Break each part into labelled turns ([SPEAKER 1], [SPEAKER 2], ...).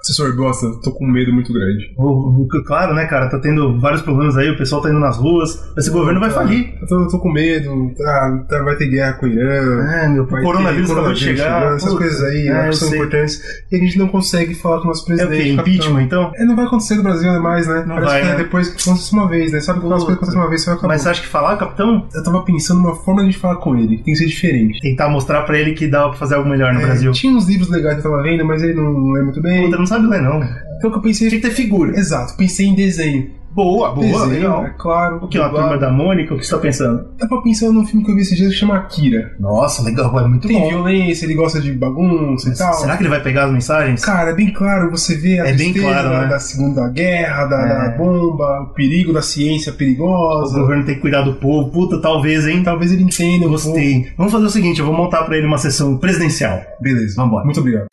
[SPEAKER 1] Assessor, gosta, tô com um medo muito grande.
[SPEAKER 2] O- o- Claro, né, cara? Tá tendo vários problemas aí, o pessoal tá indo nas ruas. Esse governo
[SPEAKER 1] tá.
[SPEAKER 2] vai falir.
[SPEAKER 1] Eu tô, eu tô com medo, tá, tá- vai ter guerra com o Irã.
[SPEAKER 2] É, meu, o
[SPEAKER 1] vai
[SPEAKER 2] coronavírus
[SPEAKER 1] ter
[SPEAKER 2] acabou
[SPEAKER 1] coronavírus
[SPEAKER 2] de chegar.
[SPEAKER 1] chegando, essas
[SPEAKER 2] Puta.
[SPEAKER 1] coisas aí
[SPEAKER 2] É,
[SPEAKER 1] né,
[SPEAKER 2] eu
[SPEAKER 1] que são
[SPEAKER 2] sei.
[SPEAKER 1] importantes. E a gente não consegue falar com o nosso
[SPEAKER 2] É o
[SPEAKER 1] presidente.
[SPEAKER 2] quê?
[SPEAKER 1] capitão.
[SPEAKER 2] Impeachment, então?
[SPEAKER 1] É, não vai acontecer no Brasil mais, né?
[SPEAKER 2] Não
[SPEAKER 1] Parece
[SPEAKER 2] vai,
[SPEAKER 1] que é
[SPEAKER 2] né?
[SPEAKER 1] depois que acontece uma vez, né? Sabe quando as coisas acontecem uma vez, você vai acabar.
[SPEAKER 2] Mas você acha que falar, capitão?
[SPEAKER 1] Eu tava pensando numa forma de falar com ele, que tem que ser diferente.
[SPEAKER 2] Tentar mostrar pra ele que dá pra fazer algo melhor no
[SPEAKER 1] É,
[SPEAKER 2] Brasil.
[SPEAKER 1] Tinha uns livros legais que eu tava lendo, mas ele não lê muito bem.
[SPEAKER 2] Puta, não sabe ler, não.
[SPEAKER 1] Então o que eu pensei.
[SPEAKER 2] Tinha que ter figura.
[SPEAKER 1] Exato, pensei em desenho.
[SPEAKER 2] Boa,
[SPEAKER 1] desenho, é claro.
[SPEAKER 2] O que, uma turma da Mônica? O que você tá pensando?
[SPEAKER 1] Eu tava pensando num filme que eu vi esses dias que chama Akira.
[SPEAKER 2] Nossa, legal, é muito né?
[SPEAKER 1] Tem violência, ele gosta de bagunça e tal.
[SPEAKER 2] Será que ele vai pegar as mensagens?
[SPEAKER 1] Cara, é bem claro, você vê a
[SPEAKER 2] É bem
[SPEAKER 1] tristeza
[SPEAKER 2] claro,
[SPEAKER 1] da-
[SPEAKER 2] né?
[SPEAKER 1] da Segunda Guerra, da,
[SPEAKER 2] É.
[SPEAKER 1] da bomba, o perigo da ciência
[SPEAKER 2] O
[SPEAKER 1] perigosa.
[SPEAKER 2] governo tem que cuidar do povo. Puta, talvez, hein?
[SPEAKER 1] Talvez ele entenda. um pouco.
[SPEAKER 2] Gostei. Vamos fazer o seguinte, eu vou montar pra ele uma sessão presidencial.
[SPEAKER 1] Beleza,
[SPEAKER 2] Vambora.
[SPEAKER 1] Muito obrigado.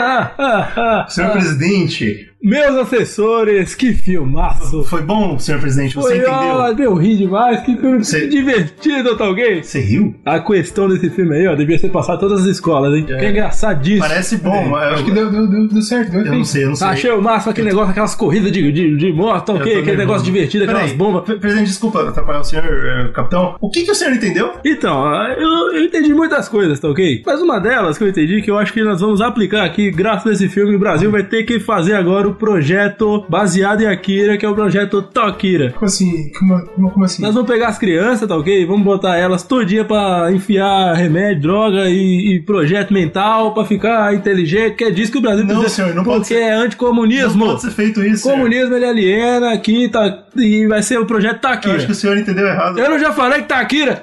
[SPEAKER 3] Ah.
[SPEAKER 2] Senhor presidente,
[SPEAKER 3] Meus assessores, que filmaço!
[SPEAKER 2] foi bom, senhor presidente? Você
[SPEAKER 3] Foi
[SPEAKER 2] entendeu?
[SPEAKER 3] ótimo, eu ri demais, que filme
[SPEAKER 2] Você-
[SPEAKER 3] divertido, talvez!
[SPEAKER 2] Você riu?
[SPEAKER 3] A questão desse filme aí, ó, devia ser passado em todas as escolas, hein? Que é engraçadíssimo.
[SPEAKER 2] Parece
[SPEAKER 3] É,
[SPEAKER 2] bom, mas
[SPEAKER 1] Acho que deu, deu, deu, deu certo, deu
[SPEAKER 2] eu não
[SPEAKER 1] efeito.
[SPEAKER 2] sei, eu não sei.
[SPEAKER 3] Achei o máximo aquele negócio, aquelas corridas de, de, de moto, tá
[SPEAKER 2] Eu tô
[SPEAKER 3] ok? Aquele
[SPEAKER 2] nervoso.
[SPEAKER 3] negócio divertido, aquelas
[SPEAKER 2] Peraí,
[SPEAKER 3] bombas.
[SPEAKER 2] pre- Presidente, desculpa atrapalhar o senhor, eh, capitão. O que, que o senhor entendeu?
[SPEAKER 3] Então, eu, eu entendi muitas coisas, tá ok? Mas uma delas que eu entendi, que eu acho que nós vamos aplicar aqui, graças a esse filme, o Brasil vai ter que fazer agora o projeto baseado em Akira, que é o projeto Tokira.
[SPEAKER 1] Como assim? Como, como- como assim?
[SPEAKER 3] Nós vamos pegar as crianças, tá ok? Vamos botar elas todinha pra enfiar remédio, droga e, e projeto mental pra ficar inteligente, que é disso que o Brasil
[SPEAKER 2] Não,
[SPEAKER 3] precisa.
[SPEAKER 2] senhor, não
[SPEAKER 3] porque
[SPEAKER 2] pode ser-
[SPEAKER 3] é
[SPEAKER 2] Não
[SPEAKER 3] anticomunismo.
[SPEAKER 2] pode ser feito isso. é. senhor.
[SPEAKER 3] Comunismo ele aliena aqui, tá, e vai ser o projeto
[SPEAKER 2] Eu acho que
[SPEAKER 3] Takira.
[SPEAKER 2] o senhor entendeu errado.
[SPEAKER 3] Eu não já falei que tá né? Takira?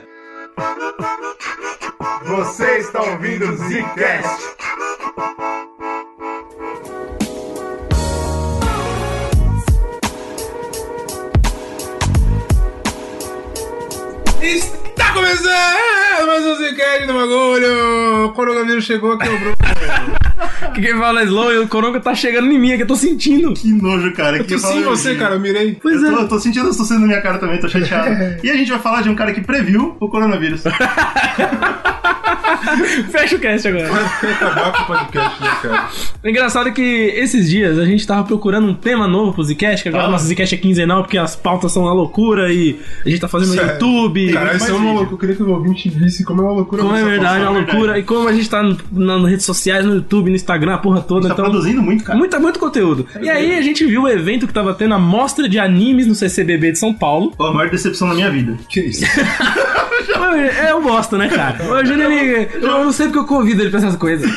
[SPEAKER 4] Você está ouvindo o Zcast.
[SPEAKER 1] Está Tá começando mais um Zicast do bagulho! O coronavírus chegou, quebrou.
[SPEAKER 3] Que quem fala slow e o Coronga tá chegando em mim aqui, eu tô sentindo.
[SPEAKER 2] Que nojo, cara. que
[SPEAKER 1] Eu sim,
[SPEAKER 2] valor,
[SPEAKER 1] você,
[SPEAKER 2] gente.
[SPEAKER 1] cara, eu mirei.
[SPEAKER 3] Pois
[SPEAKER 2] eu,
[SPEAKER 3] é.
[SPEAKER 2] tô, eu tô sentindo as tossindo na minha cara também, tô chateado. e a gente vai falar de um cara que previu o coronavírus.
[SPEAKER 3] Então- Fecha o cast agora.
[SPEAKER 1] Tem que acabar com o podcast, né, cara?
[SPEAKER 3] O Engraçado é que esses dias a gente tava procurando um tema novo pro Zcast, que agora
[SPEAKER 2] Ah.
[SPEAKER 3] nosso Zcast é quinzenal, porque as pautas são uma loucura e a gente tá fazendo no
[SPEAKER 1] Sério.
[SPEAKER 3] YouTube.
[SPEAKER 1] Cara,
[SPEAKER 2] um
[SPEAKER 1] isso é uma loucura. Eu queria que o ouvinte visse como é uma loucura.
[SPEAKER 3] Como é
[SPEAKER 1] essa
[SPEAKER 3] verdade, é
[SPEAKER 1] pauta.
[SPEAKER 3] uma
[SPEAKER 2] né?
[SPEAKER 3] loucura. E como a gente tá no- na- nas redes sociais, no YouTube, no Instagram, a porra toda,
[SPEAKER 2] tá
[SPEAKER 3] então.
[SPEAKER 2] produzindo muito, cara.
[SPEAKER 3] Muito, muito conteúdo.
[SPEAKER 2] É
[SPEAKER 3] E aí a gente viu o evento que tava tendo a mostra de animes no CCBB de São Paulo.
[SPEAKER 2] Pô, a maior decepção da minha vida.
[SPEAKER 1] Que isso?
[SPEAKER 3] É um bosta, né, cara? O Júnior, ele- eu não sei porque eu convido ele pra essas coisas.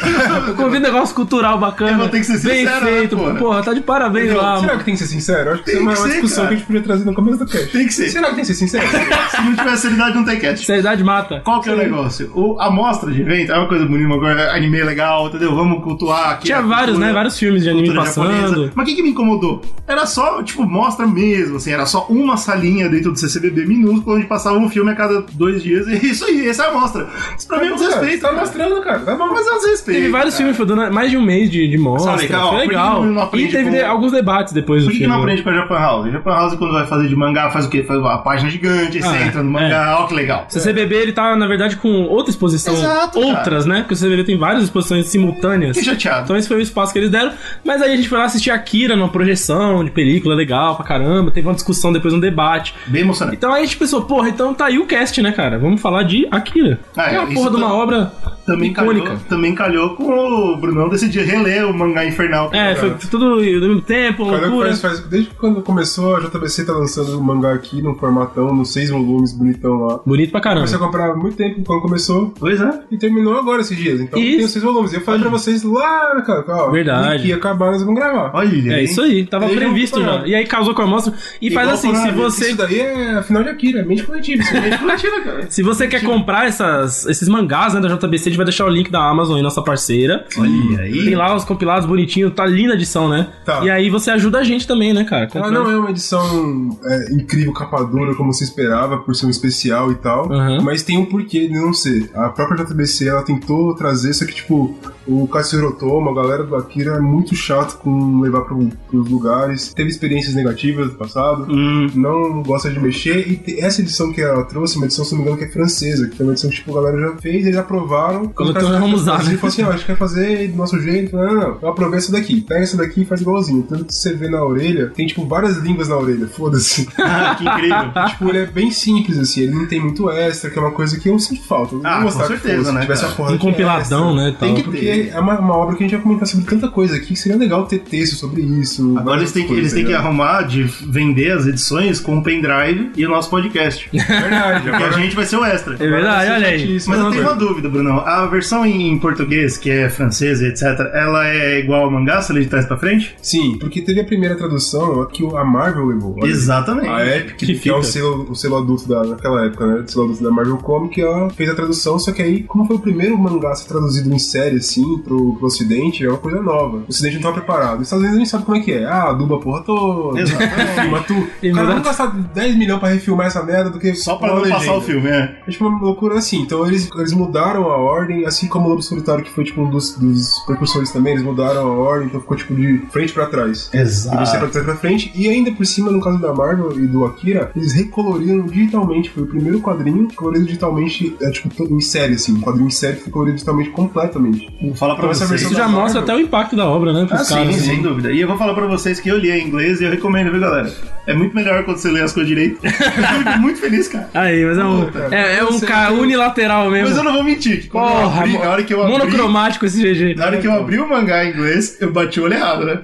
[SPEAKER 3] Eu convido um negócio cultural bacana.
[SPEAKER 2] Eu vou ter que ser
[SPEAKER 3] bem
[SPEAKER 2] sincero, né,
[SPEAKER 3] feito.
[SPEAKER 2] porra?
[SPEAKER 3] porra, tá de parabéns lá.
[SPEAKER 1] Será que tem que ser sincero? Acho que isso é
[SPEAKER 2] Tem
[SPEAKER 1] uma
[SPEAKER 2] que ser,
[SPEAKER 1] discussão
[SPEAKER 2] cara.
[SPEAKER 1] que a gente podia trazer no começo do cast.
[SPEAKER 2] Tem que ser.
[SPEAKER 1] Será que tem que ser sincero? Tá
[SPEAKER 2] Se não tiver seriedade, não tem catch.
[SPEAKER 3] Seriedade mata.
[SPEAKER 2] Qual que é o negócio? O, a mostra de evento é uma coisa bonita, agora anime legal, entendeu? Vamos cultuar aqui.
[SPEAKER 3] Tinha
[SPEAKER 2] a
[SPEAKER 3] vários,
[SPEAKER 2] cultura,
[SPEAKER 3] né? Vários filmes de anime
[SPEAKER 2] cultura
[SPEAKER 3] passando.
[SPEAKER 2] japonesa. Mas o que, que me incomodou? Era só, tipo, mostra mesmo, assim, era só uma salinha dentro do CCBB minúsculo onde passava um filme a cada dois dias. E isso aí, essa é a mostra. Isso pra mim é um desrespeito.
[SPEAKER 1] Tá
[SPEAKER 2] cara.
[SPEAKER 1] mostrando, cara. Tá bom,
[SPEAKER 2] Mas é um desrespeito.
[SPEAKER 3] Teve vários
[SPEAKER 2] cara.
[SPEAKER 3] filmes, foi dando mais de um mês de, de mostra.
[SPEAKER 2] Sabe, cara, ó,
[SPEAKER 3] foi
[SPEAKER 2] por que
[SPEAKER 3] legal.
[SPEAKER 2] que não
[SPEAKER 3] E
[SPEAKER 2] aprende
[SPEAKER 3] teve
[SPEAKER 2] com-
[SPEAKER 3] de- alguns debates depois do
[SPEAKER 2] Por que, que
[SPEAKER 3] filme. né?
[SPEAKER 2] não aprende com a Japan House? A Japan House, quando vai fazer de mangá, faz o quê? Faz uma página gigante, aí
[SPEAKER 3] Ah,
[SPEAKER 2] você
[SPEAKER 3] é.
[SPEAKER 2] entra no mangá, ó que legal.
[SPEAKER 3] O CCBB, ele tá, na verdade, com outra exposição.
[SPEAKER 2] Exato, cara.
[SPEAKER 3] outras, né? Porque o CCBB tem várias exposições simultâneas.
[SPEAKER 2] Fiquei chateado.
[SPEAKER 3] Então esse foi o espaço que eles deram. Mas aí a gente foi lá assistir Akira numa projeção de película legal pra caramba. Teve uma discussão, depois um debate.
[SPEAKER 2] Bem emocionante.
[SPEAKER 3] Então aí a gente pensou, porra, então tá aí o cast, né, cara? Vamos falar de Akira.
[SPEAKER 2] Ah,
[SPEAKER 3] é uma
[SPEAKER 2] isso
[SPEAKER 3] porra de uma
[SPEAKER 2] tam-
[SPEAKER 3] obra
[SPEAKER 2] Também
[SPEAKER 3] icônica.
[SPEAKER 2] calhou, também calhou com o Brunão decidir reler o mangá Infernal.
[SPEAKER 3] É, foi tudo ao mesmo tempo,
[SPEAKER 1] Cada
[SPEAKER 3] é loucura.
[SPEAKER 1] faz, faz, desde quando começou, a JBC tá lançando um mangá aqui num formatão, nos seis volumes, bonitão lá.
[SPEAKER 3] Bonito pra caramba.
[SPEAKER 1] Comecei a comprar há muito tempo quando começou
[SPEAKER 2] Pois é.
[SPEAKER 1] e terminou agora esses dias. Então
[SPEAKER 3] Isso.
[SPEAKER 1] tem os seis volumes. Eu falei pra vocês lá, cara, ó,
[SPEAKER 3] Verdade.
[SPEAKER 1] que acabar, nós vamos gravar.
[SPEAKER 2] Olha.
[SPEAKER 3] É
[SPEAKER 2] hein?
[SPEAKER 3] isso aí, tava
[SPEAKER 1] Ele
[SPEAKER 3] previsto
[SPEAKER 1] não foi
[SPEAKER 3] já.
[SPEAKER 1] nada.
[SPEAKER 3] E aí casou com a mostra. E
[SPEAKER 2] um Igual
[SPEAKER 3] faz assim, se
[SPEAKER 2] coronavírus,
[SPEAKER 3] você.
[SPEAKER 1] Isso daí é final de Akira, é mente coletiva. isso aí.
[SPEAKER 2] Gente, Mentira, cara.
[SPEAKER 3] Se você quer comprar essas, esses mangás né, da JBC, a gente vai deixar o link da Amazon aí, nossa parceira.
[SPEAKER 2] Olha aí.
[SPEAKER 3] Tem lá os compilados bonitinhos, tá linda a edição, né?
[SPEAKER 2] Ah.
[SPEAKER 1] Tá.
[SPEAKER 3] E aí você ajuda a gente também, né, cara?
[SPEAKER 1] Ela não é uma edição é, incrível, capa dura, como se esperava, por ser um especial e tal.
[SPEAKER 3] Aham.
[SPEAKER 1] Mas tem um porquê de não ser. A própria JBC, ela tentou trazer, só que, tipo, O Katsuro Toma, a galera do Akira é muito chato com levar pro, pros lugares. Teve experiências negativas no passado.
[SPEAKER 2] Hum.
[SPEAKER 1] Não gosta de mexer. E te- essa edição que ela trouxe, uma edição, se não me engano, que é francesa. Que é uma edição que tipo, a galera já fez, eles aprovaram.
[SPEAKER 3] Quando
[SPEAKER 1] Os caras
[SPEAKER 3] tem um
[SPEAKER 1] já
[SPEAKER 3] vamos usar,
[SPEAKER 1] fazer,
[SPEAKER 3] né?
[SPEAKER 1] falou assim, ó, a gente quer fazer do nosso jeito. Não, não, não. Eu aprovei essa daqui. Pega essa daqui e faz igualzinho. Tanto que você vê na orelha, tem tipo várias línguas na orelha. Foda-se.
[SPEAKER 2] Ah, que incrível.
[SPEAKER 1] Tipo, ele é bem simples, assim, ele não tem muito extra, que é uma coisa que eu sinto falta. Eu não
[SPEAKER 2] Ah, com
[SPEAKER 1] gostava que
[SPEAKER 2] certeza,
[SPEAKER 1] fosse,
[SPEAKER 2] né,
[SPEAKER 1] se tivesse
[SPEAKER 2] cara?
[SPEAKER 1] a porra é
[SPEAKER 3] Um
[SPEAKER 1] de extra.
[SPEAKER 3] compiladão, né? Tal.
[SPEAKER 2] Tem que
[SPEAKER 1] Porque
[SPEAKER 2] ter.
[SPEAKER 1] é uma, uma obra que a gente já comentou sobre tanta coisa aqui que seria legal ter texto sobre isso. né?
[SPEAKER 2] Agora eles têm, que, eles têm que arrumar de vender as edições com o pendrive e o nosso podcast. Porque
[SPEAKER 1] É verdade,
[SPEAKER 2] a
[SPEAKER 1] agora
[SPEAKER 2] gente vai ser o extra.
[SPEAKER 3] É verdade, olha aí.
[SPEAKER 1] Isso,
[SPEAKER 2] Mas eu
[SPEAKER 1] não,
[SPEAKER 2] tenho uma dúvida, Brunão. A versão em em português, que é francesa, etc., ela é igual ao mangá, se ela é de trás pra frente?
[SPEAKER 1] Sim, porque teve a primeira tradução que a Marvel levou. olha.
[SPEAKER 2] Exatamente.
[SPEAKER 1] A Epic, que,
[SPEAKER 3] fica.
[SPEAKER 1] é o selo, o selo adulto da, naquela época, né? O selo adulto da Marvel Comics, ela fez a tradução, só que aí, como foi o primeiro mangá a ser traduzido em série, assim, pro, pro ocidente, é uma coisa nova. O ocidente não tava preparado. Os Estados Unidos nem sabe como é que é. Ah, aduba a porra toda.
[SPEAKER 2] Exatamente.
[SPEAKER 1] Filma tu.
[SPEAKER 3] E
[SPEAKER 1] Cara,
[SPEAKER 3] manda-
[SPEAKER 1] vamos gastar 10 milhões pra refilmar essa merda do que...
[SPEAKER 2] Só pra
[SPEAKER 1] uma
[SPEAKER 2] não passar
[SPEAKER 1] legenda.
[SPEAKER 2] o filme, é.
[SPEAKER 1] É tipo uma loucura assim. Então eles, eles mudaram a ordem, assim como o Lobo Solitário, que foi tipo um dos, dos precursores também, eles mudaram a ordem, então ficou tipo de frente pra trás. E você pra
[SPEAKER 2] Exato.
[SPEAKER 1] trás pra frente. E ainda por cima, no caso da Marvel e do Akira, eles recoloriram digitalmente. Foi o primeiro quadrinho colorido digitalmente, é, tipo, todo em série, assim. Um quadrinho em série que foi colorido digitalmente completamente.
[SPEAKER 2] Vou falar pra
[SPEAKER 1] Então essa
[SPEAKER 2] vocês.
[SPEAKER 1] versão
[SPEAKER 3] Isso já
[SPEAKER 1] da Marvel.
[SPEAKER 3] mostra até o impacto da obra, né? Pros
[SPEAKER 2] Ah, sim,
[SPEAKER 3] caras. assim.
[SPEAKER 2] sem dúvida. E eu vou falar pra vocês que eu li em inglês e eu recomendo, viu, galera? É muito melhor quando você lê as coisas direito. Eu fico muito feliz, cara.
[SPEAKER 3] Aí, mas é um,
[SPEAKER 1] Pô, cara,
[SPEAKER 3] é, é um
[SPEAKER 1] você
[SPEAKER 3] ca-
[SPEAKER 1] tem-
[SPEAKER 3] unilateral mesmo.
[SPEAKER 2] Mas eu não vou mentir. Que quando eu
[SPEAKER 3] Porra,
[SPEAKER 2] abri,
[SPEAKER 3] mo-
[SPEAKER 2] na hora que eu abri,
[SPEAKER 3] monocromático esse GG.
[SPEAKER 2] na hora que eu abri o mangá em inglês, eu bati o olho errado, né?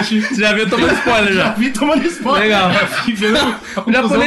[SPEAKER 3] Você já viu tomando spoiler
[SPEAKER 2] Já
[SPEAKER 3] já.
[SPEAKER 2] vi tomando spoiler.
[SPEAKER 3] Legal.
[SPEAKER 1] Confusão
[SPEAKER 3] O japonês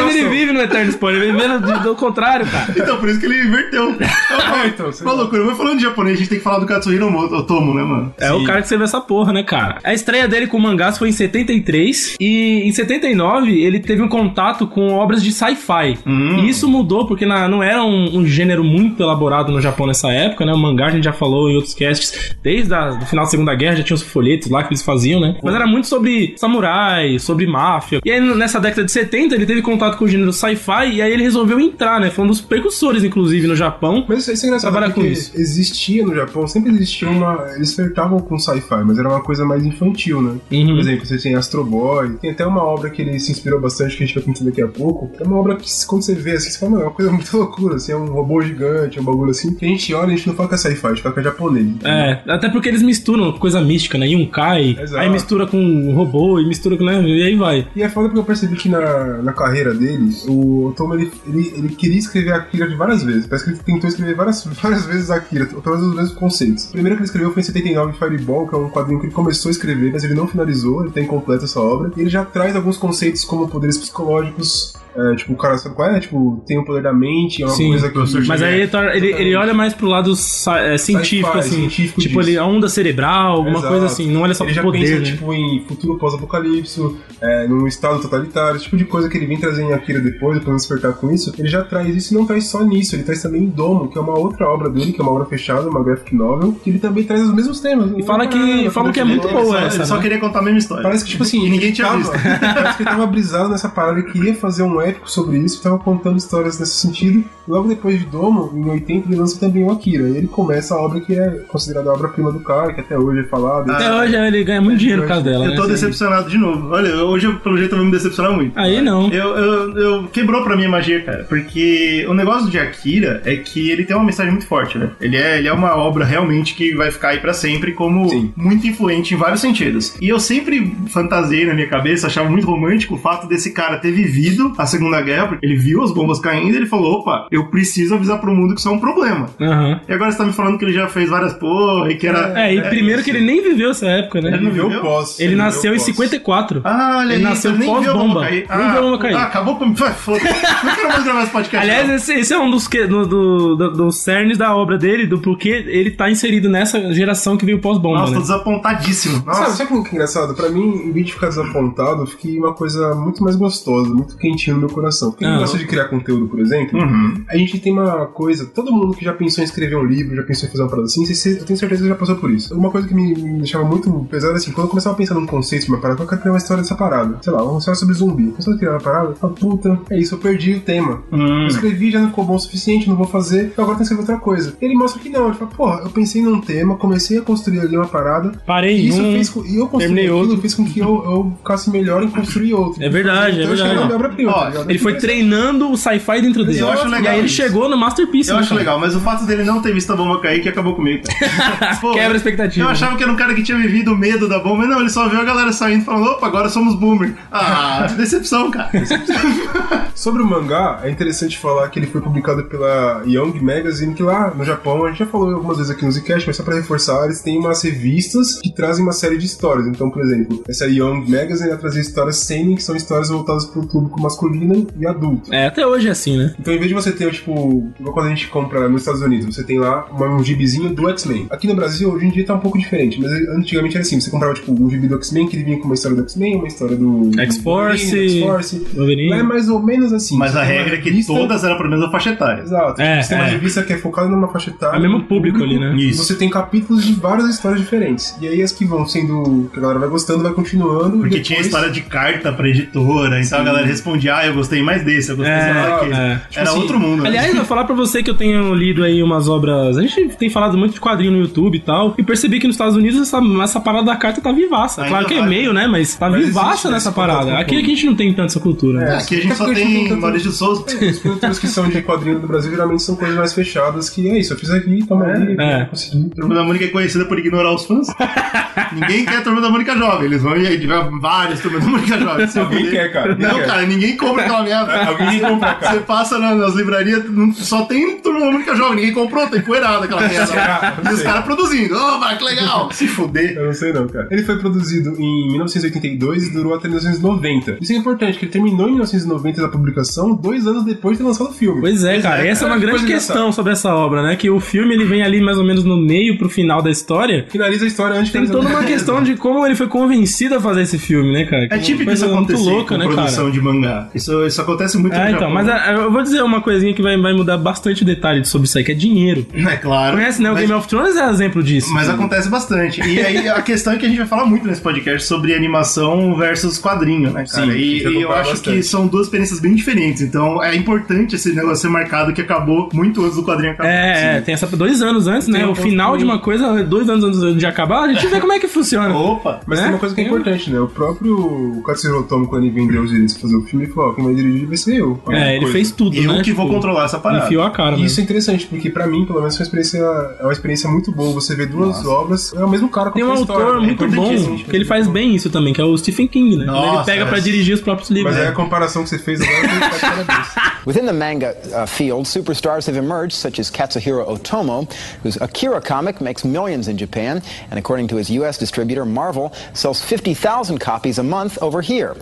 [SPEAKER 1] na
[SPEAKER 3] ele
[SPEAKER 1] ação.
[SPEAKER 3] vive no eterno spoiler, ele vive no- do contrário, cara.
[SPEAKER 2] Então, por isso que ele inverteu.
[SPEAKER 1] Ah, então, sei
[SPEAKER 2] Uma
[SPEAKER 1] lá.
[SPEAKER 2] loucura. Mas falando de japonês, a gente tem que falar do Katsuhiro Mo- Otomo, né, mano?
[SPEAKER 3] É o cara que escreveu essa porra, né, cara? A estreia dele com mangás foi em 73 e em 79 ele teve um contato com obras de sci-fi. E isso mudou porque na- não era um, um gênero muito elaborado no Japão nessa época, né? O mangá a gente já falou em outros casts, desde a- do final da Segunda Guerra já tinha os folhetos lá que eles faziam, né? Mas era muito sobre samurai, sobre máfia. E aí nessa década de 70 ele teve contato com o gênero sci-fi e aí ele resolveu entrar, né? Foi um dos precursores, inclusive, no Japão.
[SPEAKER 1] Mas isso, isso é engraçado
[SPEAKER 3] Trabalhar
[SPEAKER 1] porque
[SPEAKER 3] com isso.
[SPEAKER 1] existia no Japão, sempre existia uma. Eles flertavam com sci-fi, mas era uma coisa mais infantil, né?
[SPEAKER 3] Uhum.
[SPEAKER 1] Por exemplo, você tem Astro Boy, tem até uma obra que ele se inspirou bastante, que a gente vai comentar daqui a pouco. É uma obra que, quando você vê, assim, você fala, mano, é uma coisa muito loucura, assim, é um robô gigante, é um bagulho assim, que a gente olha e a gente não fala que é sci-fi, a gente fala que é japonês.
[SPEAKER 3] É, até porque eles misturam coisa mística, né? Yunkai,
[SPEAKER 1] Exato.
[SPEAKER 3] aí mistura com robô e mistura com. Né? E aí vai.
[SPEAKER 1] E é foda porque eu percebi que na, na carreira dele, o Otomo ele, ele, ele queria escrever Akira de várias vezes. Parece que ele tentou escrever várias, várias vezes Akira, ou pelo menos os mesmos conceitos. O primeiro que ele escreveu foi em 79 Fireball, que é um quadrinho que ele começou a escrever, mas ele não finalizou, ele tem completa essa obra. E ele já traz alguns conceitos como poderes psicológicos. é, tipo, o cara sabe qual é? Tipo, tem o poder da mente, é uma
[SPEAKER 3] Sim,
[SPEAKER 1] coisa que.
[SPEAKER 3] Mas aí ele, torna- ele, ele olha mais pro lado sa- é, científico,
[SPEAKER 1] Sci-fi,
[SPEAKER 3] assim.
[SPEAKER 1] científico
[SPEAKER 3] tipo,
[SPEAKER 1] disso.
[SPEAKER 3] ele, a onda cerebral, alguma
[SPEAKER 1] Exato.
[SPEAKER 3] coisa assim. Não olha só
[SPEAKER 1] ele já
[SPEAKER 3] pro poder,
[SPEAKER 1] pensa,
[SPEAKER 3] né?
[SPEAKER 1] tipo, em futuro pós-apocalipse, é, num estado totalitário, esse tipo de coisa que ele vem trazer em Akira depois, depois de despertar com isso, ele já traz isso e não traz só nisso, ele traz também em Domo, que é uma outra obra dele, que é uma obra fechada, uma graphic novel, que ele também traz os mesmos temas.
[SPEAKER 3] E fala que- fala que é muito
[SPEAKER 2] Ele só,
[SPEAKER 3] boa essa,
[SPEAKER 2] ele só
[SPEAKER 3] né?
[SPEAKER 2] queria contar a mesma história.
[SPEAKER 1] Parece que, tipo assim,
[SPEAKER 2] E ninguém
[SPEAKER 1] ele
[SPEAKER 2] tinha
[SPEAKER 1] tava,
[SPEAKER 2] visto.
[SPEAKER 1] Parece que ele tava brisado nessa parada, ele queria fazer um épico sobre isso, tava contando histórias nesse sentido. Logo depois de Domo, em 80, ele lança também o Akira. E ele começa a obra que é considerada a obra-prima do cara, que até hoje é falada.
[SPEAKER 3] Até hoje ele ganha
[SPEAKER 1] é,
[SPEAKER 3] muito dinheiro por causa dela.
[SPEAKER 2] Eu
[SPEAKER 3] né?
[SPEAKER 2] tô
[SPEAKER 3] Assim.
[SPEAKER 2] decepcionado de novo. Olha, eu- hoje, eu, pelo jeito, eu vou me decepcionar muito.
[SPEAKER 3] Aí não.
[SPEAKER 2] Eu, eu, eu- quebrou pra mim a magia, cara. Porque o negócio de Akira é que ele tem uma mensagem muito forte, né? Ele é, ele é uma obra realmente que vai ficar aí pra sempre como
[SPEAKER 1] Sim.
[SPEAKER 2] muito influente em vários sentidos. E eu sempre fantasiei na minha cabeça, achava muito romântico o fato desse cara ter vivido a Segunda Guerra, porque ele viu as bombas caindo e ele falou: opa, eu preciso avisar pro mundo que isso é um problema.
[SPEAKER 3] Aham.
[SPEAKER 2] E agora você tá me falando que ele já fez várias porra e que era.
[SPEAKER 3] É, e primeiro que ele nem viveu essa época, né?
[SPEAKER 2] Ele não viveu?
[SPEAKER 1] pós.
[SPEAKER 3] Ele nasceu em
[SPEAKER 1] pós.
[SPEAKER 3] 54.
[SPEAKER 2] Ah, olha
[SPEAKER 3] Ele
[SPEAKER 2] aí,
[SPEAKER 3] nasceu
[SPEAKER 2] então nem viu a bomba
[SPEAKER 3] pós-bomba.
[SPEAKER 2] cair.
[SPEAKER 3] Nem viu a bomba cair.
[SPEAKER 2] Ah, acabou com. Foda-se. Não quero mais gravar esse podcast.
[SPEAKER 3] Aliás,
[SPEAKER 2] não.
[SPEAKER 3] esse, esse é um dos que, do, do, do- dos cernes da obra dele, do porquê ele tá inserido nessa geração que veio pós-bomba,
[SPEAKER 2] Nossa, tô
[SPEAKER 3] né?
[SPEAKER 2] desapontadíssimo. Nossa.
[SPEAKER 1] Sabe, sabe o que é engraçado? Pra mim, em vez de ficar desapontado, eu fiquei uma coisa muito mais gostosa, muito quentinho no meu coração. Quem
[SPEAKER 5] Ah.
[SPEAKER 1] gosta de criar conteúdo, por exemplo,
[SPEAKER 2] Uhum.
[SPEAKER 1] a gente tem uma coisa, todo mundo que já pensou em escrever um livro, já pensou em fazer uma parada assim, cê- cê- eu tenho certeza que já passou por isso. Uma coisa que me, me deixava muito pesada, assim, quando eu começava a pensar num conceito de uma parada, eu quero criar uma história dessa parada. Sei lá, uma história sobre zumbi. Começava a criar uma parada, eu falava, puta, é isso, eu perdi o tema. Eu
[SPEAKER 2] Hum.
[SPEAKER 1] escrevi, já não ficou bom o suficiente, não vou fazer, então agora tem que escrever outra coisa. Ele mostra que não, ele fala, porra, eu pensei num tema, comecei a construir ali uma parada,
[SPEAKER 3] Parei
[SPEAKER 1] e
[SPEAKER 3] em
[SPEAKER 1] isso
[SPEAKER 3] um.
[SPEAKER 1] fez com, e eu construí
[SPEAKER 3] terminei
[SPEAKER 1] aquilo,
[SPEAKER 3] outro.
[SPEAKER 1] fez com que eu, eu ficasse melhor em construir outro.
[SPEAKER 5] É verdade, é
[SPEAKER 1] Então eu cheguei na
[SPEAKER 5] verdade.
[SPEAKER 1] minha obra-prima,
[SPEAKER 2] Ó,
[SPEAKER 1] tá ligado?
[SPEAKER 3] Ele foi treinando o sci-fi dentro dele.
[SPEAKER 2] Eu acho
[SPEAKER 5] E
[SPEAKER 2] legal
[SPEAKER 5] aí ele
[SPEAKER 2] isso.
[SPEAKER 5] chegou no Masterpiece.
[SPEAKER 2] Eu
[SPEAKER 5] né,
[SPEAKER 2] acho
[SPEAKER 5] cara?
[SPEAKER 2] legal, mas o fato dele não ter visto a bomba cair que acabou comigo. cara. Pô,
[SPEAKER 3] Quebra né? a expectativa.
[SPEAKER 2] Eu achava que era um cara que tinha vivido o medo da bomba, mas não, ele só viu a galera saindo e falando, opa, agora somos boomer. Ah, decepção, cara.
[SPEAKER 1] Sobre o mangá, é interessante falar que ele foi publicado pela Young Magazine, que lá no Japão, a gente já falou algumas vezes aqui no Zcast, mas só pra reforçar, eles têm umas revistas que trazem uma série de histórias. Então, por exemplo, essa Young Magazine ela trazia histórias seinen, que são histórias voltadas pro público masculino e adulto.
[SPEAKER 5] É, até hoje é assim, né?
[SPEAKER 1] Então, em vez de você ter, tipo, igual quando a gente compra nos Estados Unidos, você tem lá uma- um gibizinho do X-Men. Aqui no Brasil, hoje em dia tá um pouco diferente, mas antigamente era assim: você comprava, tipo, um gibi do X-Men que ele vinha com uma história do X-Men, uma história do.
[SPEAKER 5] X-Force.
[SPEAKER 1] do X-Force. Lá é
[SPEAKER 5] Wolverine.
[SPEAKER 1] mais ou menos assim.
[SPEAKER 2] Mas
[SPEAKER 1] Você
[SPEAKER 2] a
[SPEAKER 1] tem uma
[SPEAKER 2] regra é que
[SPEAKER 1] revista-
[SPEAKER 2] todas eram pra mesma faixa etária.
[SPEAKER 1] Exato.
[SPEAKER 5] É,
[SPEAKER 1] você tem uma
[SPEAKER 5] é.
[SPEAKER 1] revista que é focada numa faixa etária.
[SPEAKER 5] É o mesmo público ali, né?
[SPEAKER 1] E
[SPEAKER 2] Isso.
[SPEAKER 1] você tem capítulos de várias histórias diferentes. E aí as que vão sendo. que a galera vai gostando, vai continuando.
[SPEAKER 2] Porque
[SPEAKER 1] e depois...
[SPEAKER 2] tinha história de carta pra editora, então a galera respondia, ah, eu gostei mais desse, eu gostei
[SPEAKER 5] É,
[SPEAKER 2] mais daquele.
[SPEAKER 5] é.
[SPEAKER 2] Era
[SPEAKER 1] assim,
[SPEAKER 2] outro mundo. né?
[SPEAKER 5] Aliás, eu vou falar pra você que eu tenho lido aí umas obras. A gente tem falado muito de quadrinho no YouTube e tal. E percebi que nos Estados Unidos essa, essa parada da carta tá vivaça.
[SPEAKER 2] Ainda
[SPEAKER 5] claro que é
[SPEAKER 2] vale.
[SPEAKER 5] e-mail, né? Mas tá
[SPEAKER 1] Mas existe
[SPEAKER 5] vivaça
[SPEAKER 1] esse
[SPEAKER 5] nessa
[SPEAKER 1] contato com
[SPEAKER 5] parada.
[SPEAKER 1] o
[SPEAKER 5] Aqui
[SPEAKER 1] público.
[SPEAKER 5] que a gente não tem tanto essa cultura. né?
[SPEAKER 1] É,
[SPEAKER 2] aqui a gente só
[SPEAKER 1] porque a gente
[SPEAKER 2] tem
[SPEAKER 1] não tem
[SPEAKER 2] Maurício de Souza.
[SPEAKER 1] Os produtores que são de quadrinho do Brasil geralmente são coisas mais fechadas que é isso, eu fiz aqui, toma ali, né,
[SPEAKER 5] É.
[SPEAKER 1] consegui. então
[SPEAKER 2] Turma da Mônica é conhecida por ignorar os fãs. ninguém quer a Turma da Mônica Jovem. Eles vão e aí tiver várias Turma da Mônica Jovem. Se
[SPEAKER 1] Ninguém quer, cara.
[SPEAKER 2] Não,
[SPEAKER 1] Ninguém
[SPEAKER 2] cara, ninguém compra aquela merda.
[SPEAKER 1] Alguém que compra, cara.
[SPEAKER 2] Você passa na- nas livrarias, não- só tem Turma da Mônica Jovem. Ninguém comprou, tem poeirada aquela
[SPEAKER 1] Será?
[SPEAKER 2] merda.
[SPEAKER 1] Ah, Não
[SPEAKER 2] E os
[SPEAKER 1] sei.
[SPEAKER 2] caras produzindo. Ô, oh, que legal. Se fuder.
[SPEAKER 1] Eu não sei não, cara. Ele foi produzido em 1982 e durou até 1990. Isso é importante, que ele terminou em 1990 da publicação, dois anos depois de ter lançado o filme.
[SPEAKER 5] Pois é, cara,
[SPEAKER 2] é,
[SPEAKER 5] essa é
[SPEAKER 1] cara,
[SPEAKER 5] uma
[SPEAKER 1] que
[SPEAKER 5] grande
[SPEAKER 1] coisa
[SPEAKER 5] questão sobre essa obra, né? Que o filme ele vem ali mais ou menos no meio pro final da história.
[SPEAKER 1] Finaliza a história antes de
[SPEAKER 5] Tem toda
[SPEAKER 1] finalizar.
[SPEAKER 5] uma questão de como ele foi convencido a fazer esse filme, né, cara?
[SPEAKER 2] É típico
[SPEAKER 5] Coisa
[SPEAKER 2] isso acontecer
[SPEAKER 5] muito louca,
[SPEAKER 2] com
[SPEAKER 5] né, cara?
[SPEAKER 2] produção de mangá. Isso, isso acontece muito É, no
[SPEAKER 5] Ah, então,
[SPEAKER 2] Japão.
[SPEAKER 5] mas ah, eu vou dizer uma coisinha que vai, vai mudar bastante detalhe sobre isso aí, que é dinheiro.
[SPEAKER 2] É claro.
[SPEAKER 5] Conhece, né? O
[SPEAKER 2] Mas-
[SPEAKER 5] Game of Thrones é exemplo disso.
[SPEAKER 2] Mas acontece bastante. E aí a questão é que a gente vai falar muito nesse podcast sobre animação versus quadrinho, né, cara?
[SPEAKER 1] Sim,
[SPEAKER 2] e
[SPEAKER 1] tem que
[SPEAKER 2] e eu
[SPEAKER 1] comparar
[SPEAKER 2] acho
[SPEAKER 1] bastante.
[SPEAKER 2] que são duas experiências bem diferentes. Então é importante esse negócio ser marcado que acabou muito antes do quadrinho acabar.
[SPEAKER 5] É, é, tem essa dois anos antes, né?
[SPEAKER 1] Tem um
[SPEAKER 5] o
[SPEAKER 1] ponto
[SPEAKER 5] final de
[SPEAKER 1] ruim.
[SPEAKER 5] uma coisa, dois anos antes de acabar, a gente vê como é que funciona.
[SPEAKER 2] Opa!
[SPEAKER 1] Mas
[SPEAKER 5] né?
[SPEAKER 1] tem uma coisa que é
[SPEAKER 5] Tem-
[SPEAKER 1] importante, né? O próprio Katsuhiro Otomo, quando ele vendeu os direitos pra fazer o filme, ele falou, ó, quem vai dirigir vai ser eu. Olha
[SPEAKER 5] É,
[SPEAKER 1] que
[SPEAKER 5] ele
[SPEAKER 1] coisa.
[SPEAKER 5] fez tudo,
[SPEAKER 2] eu
[SPEAKER 5] né?
[SPEAKER 2] que vou
[SPEAKER 5] Tipo,
[SPEAKER 2] controlar essa parada.
[SPEAKER 5] Enfiou a cara,
[SPEAKER 1] E
[SPEAKER 5] mesmo.
[SPEAKER 1] isso é interessante, porque pra mim, pelo menos, foi uma experiência, é uma experiência muito boa. Você vê duas obras, é o mesmo cara com
[SPEAKER 5] Tem um
[SPEAKER 1] a história,
[SPEAKER 5] autor
[SPEAKER 1] né? É
[SPEAKER 5] muito bom,
[SPEAKER 1] importantíssimo.
[SPEAKER 5] que ele faz bem isso também, que é o Stephen King, né?
[SPEAKER 2] Nossa,
[SPEAKER 5] ele pega pra
[SPEAKER 2] é.
[SPEAKER 5] dirigir os próprios livros.
[SPEAKER 1] Mas é aí
[SPEAKER 5] né?
[SPEAKER 1] a comparação que você fez agora foi de parabéns.
[SPEAKER 6] Within the manga uh, field, superstars have emerged, such as Katsuhiro Otomo, whose Akira comic makes millions in Japan, and according to his U.S. distributor, Marvel sells 50,000 copies a month over here.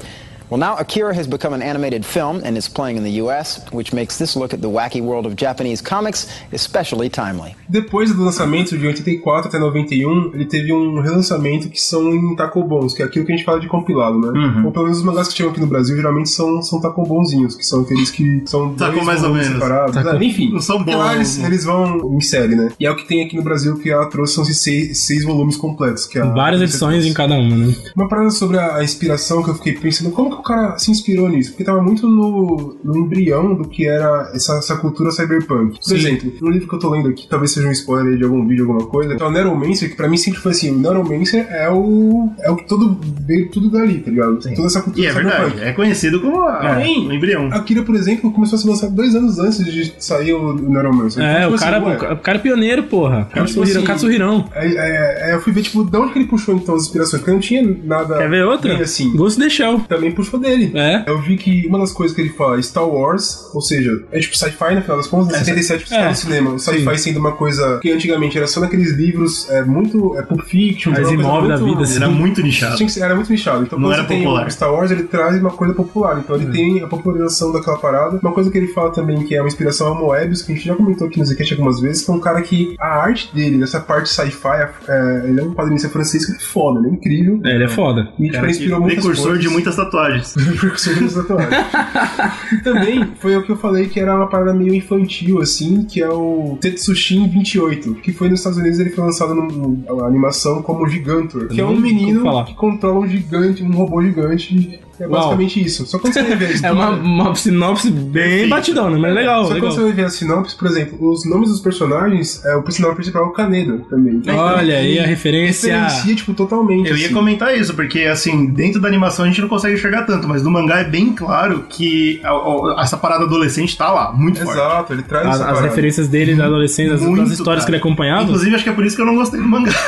[SPEAKER 6] Well, now Akira has become an animated film and is playing in the U.S., which makes this look at the wacky world of Japanese comics especially timely.
[SPEAKER 1] Depois do lançamento de 84 até 91, ele teve um relançamento que são em tacobons, que é aquilo que a gente fala de compilado, né?
[SPEAKER 2] Uhum.
[SPEAKER 1] Ou pelo menos os mangás que chegam aqui no Brasil geralmente são, são tacobonzinhos, que são aqueles que são
[SPEAKER 2] Tacou
[SPEAKER 1] dois
[SPEAKER 2] mais ou
[SPEAKER 1] volumes
[SPEAKER 2] menos.
[SPEAKER 1] separados. Ah, Enfim,
[SPEAKER 2] Não são
[SPEAKER 1] porque lá eles,
[SPEAKER 2] bons.
[SPEAKER 1] eles vão em série, né? E é o que tem aqui no Brasil que ela trouxe são esses seis, seis volumes completos. Que é a-
[SPEAKER 5] Várias edições em cada uma, né?
[SPEAKER 1] Uma parada sobre a, a inspiração que eu fiquei pensando, como que o cara se inspirou nisso? Porque tava muito no, no embrião do que era essa, essa cultura cyberpunk. Por
[SPEAKER 5] Sim.
[SPEAKER 1] exemplo, no livro que eu tô lendo aqui, talvez seja um spoiler aí de algum vídeo, alguma coisa, então o Neuromancer, que pra mim sempre foi assim, o Neuromancer é o. é o que todo veio tudo dali, tá ligado? Toda essa
[SPEAKER 2] E
[SPEAKER 1] cultura
[SPEAKER 2] é
[SPEAKER 1] cyberpunk.
[SPEAKER 2] verdade. É conhecido como a-
[SPEAKER 1] É.
[SPEAKER 2] o embrião.
[SPEAKER 1] A Akira, por exemplo, começou a ser lançado dois anos antes de sair o Neuromancer.
[SPEAKER 5] É,
[SPEAKER 1] Então,
[SPEAKER 5] o
[SPEAKER 1] tipo
[SPEAKER 5] cara,
[SPEAKER 1] assim, ué,
[SPEAKER 5] o cara é pioneiro, porra.
[SPEAKER 1] tipo
[SPEAKER 5] Katsuhiro,
[SPEAKER 1] assim-
[SPEAKER 5] Katsuhirão.
[SPEAKER 1] é, é, é, eu fui ver, tipo, de onde que ele puxou então as inspirações, porque não tinha nada.
[SPEAKER 5] Quer ver outra?
[SPEAKER 1] bem Assim.
[SPEAKER 5] Ghost in the Shell.
[SPEAKER 1] Também puxou dele.
[SPEAKER 5] É.
[SPEAKER 1] Eu vi que uma das coisas que ele fala é Star Wars, ou seja, é tipo sci-fi no final das contas, em 77 que
[SPEAKER 5] é.
[SPEAKER 1] está no cinema. O sci-fi sendo uma coisa que antigamente era só naqueles livros, é muito. É Pulp Fiction,
[SPEAKER 5] Mas
[SPEAKER 1] era uma coisa
[SPEAKER 5] imóvel da
[SPEAKER 1] muito-
[SPEAKER 5] vida, assim.
[SPEAKER 2] Era muito nichado.
[SPEAKER 1] Tinha que ser- Era muito nichado. Então,
[SPEAKER 2] Não
[SPEAKER 1] quando
[SPEAKER 2] era
[SPEAKER 1] você tem
[SPEAKER 2] popular.
[SPEAKER 1] o Star Wars, ele traz uma coisa popular. Então,
[SPEAKER 5] Uhum.
[SPEAKER 1] ele tem a popularização daquela parada. Uma coisa que ele fala também, que é uma inspiração ao Moebius, que a gente já comentou aqui no Zcast algumas vezes, que é um cara que a arte dele, nessa parte sci-fi, é, ele é um quadrinista francês que é foda, ele é incrível.
[SPEAKER 5] É, ele é foda.
[SPEAKER 1] E, tipo,
[SPEAKER 2] Cara,
[SPEAKER 1] ele inspirou
[SPEAKER 2] que
[SPEAKER 1] muitas
[SPEAKER 2] precursor
[SPEAKER 1] coisas.
[SPEAKER 2] de muitas tatuagens.
[SPEAKER 3] atuais.
[SPEAKER 1] repercussões dos atuais. e também foi o que eu falei que era uma parada meio infantil, assim, que é o Tetsushin 28, que foi nos Estados Unidos ele foi lançado na animação como Gigantor, que é um
[SPEAKER 3] nunca ouvi
[SPEAKER 1] menino
[SPEAKER 3] falar.
[SPEAKER 1] que controla um gigante, um robô gigante. É
[SPEAKER 3] Uau.
[SPEAKER 1] basicamente isso. Só quando você vê a
[SPEAKER 3] É
[SPEAKER 1] história-
[SPEAKER 3] uma, uma sinopse bem batidona, mas legal,
[SPEAKER 1] Só que
[SPEAKER 3] legal.
[SPEAKER 1] quando você vai ver as sinopses, por exemplo, os nomes dos personagens, é, o personagem principal é o Kaneda também. Então,
[SPEAKER 3] Olha aí a referência.
[SPEAKER 1] Diferencia, tipo, totalmente.
[SPEAKER 2] Eu ia
[SPEAKER 1] assim.
[SPEAKER 2] comentar isso, porque assim, dentro da animação a gente não consegue enxergar tanto, mas no mangá é bem claro que a- a- essa parada adolescente tá lá, muito forte.
[SPEAKER 1] Exato, ele traz
[SPEAKER 3] As,
[SPEAKER 1] essa
[SPEAKER 3] as
[SPEAKER 1] parada.
[SPEAKER 3] referências dele da adolescência, as,
[SPEAKER 2] Muito,
[SPEAKER 3] das histórias
[SPEAKER 2] cara.
[SPEAKER 3] que ele acompanhava.
[SPEAKER 2] Inclusive, acho que é por isso que eu não gostei do mangá.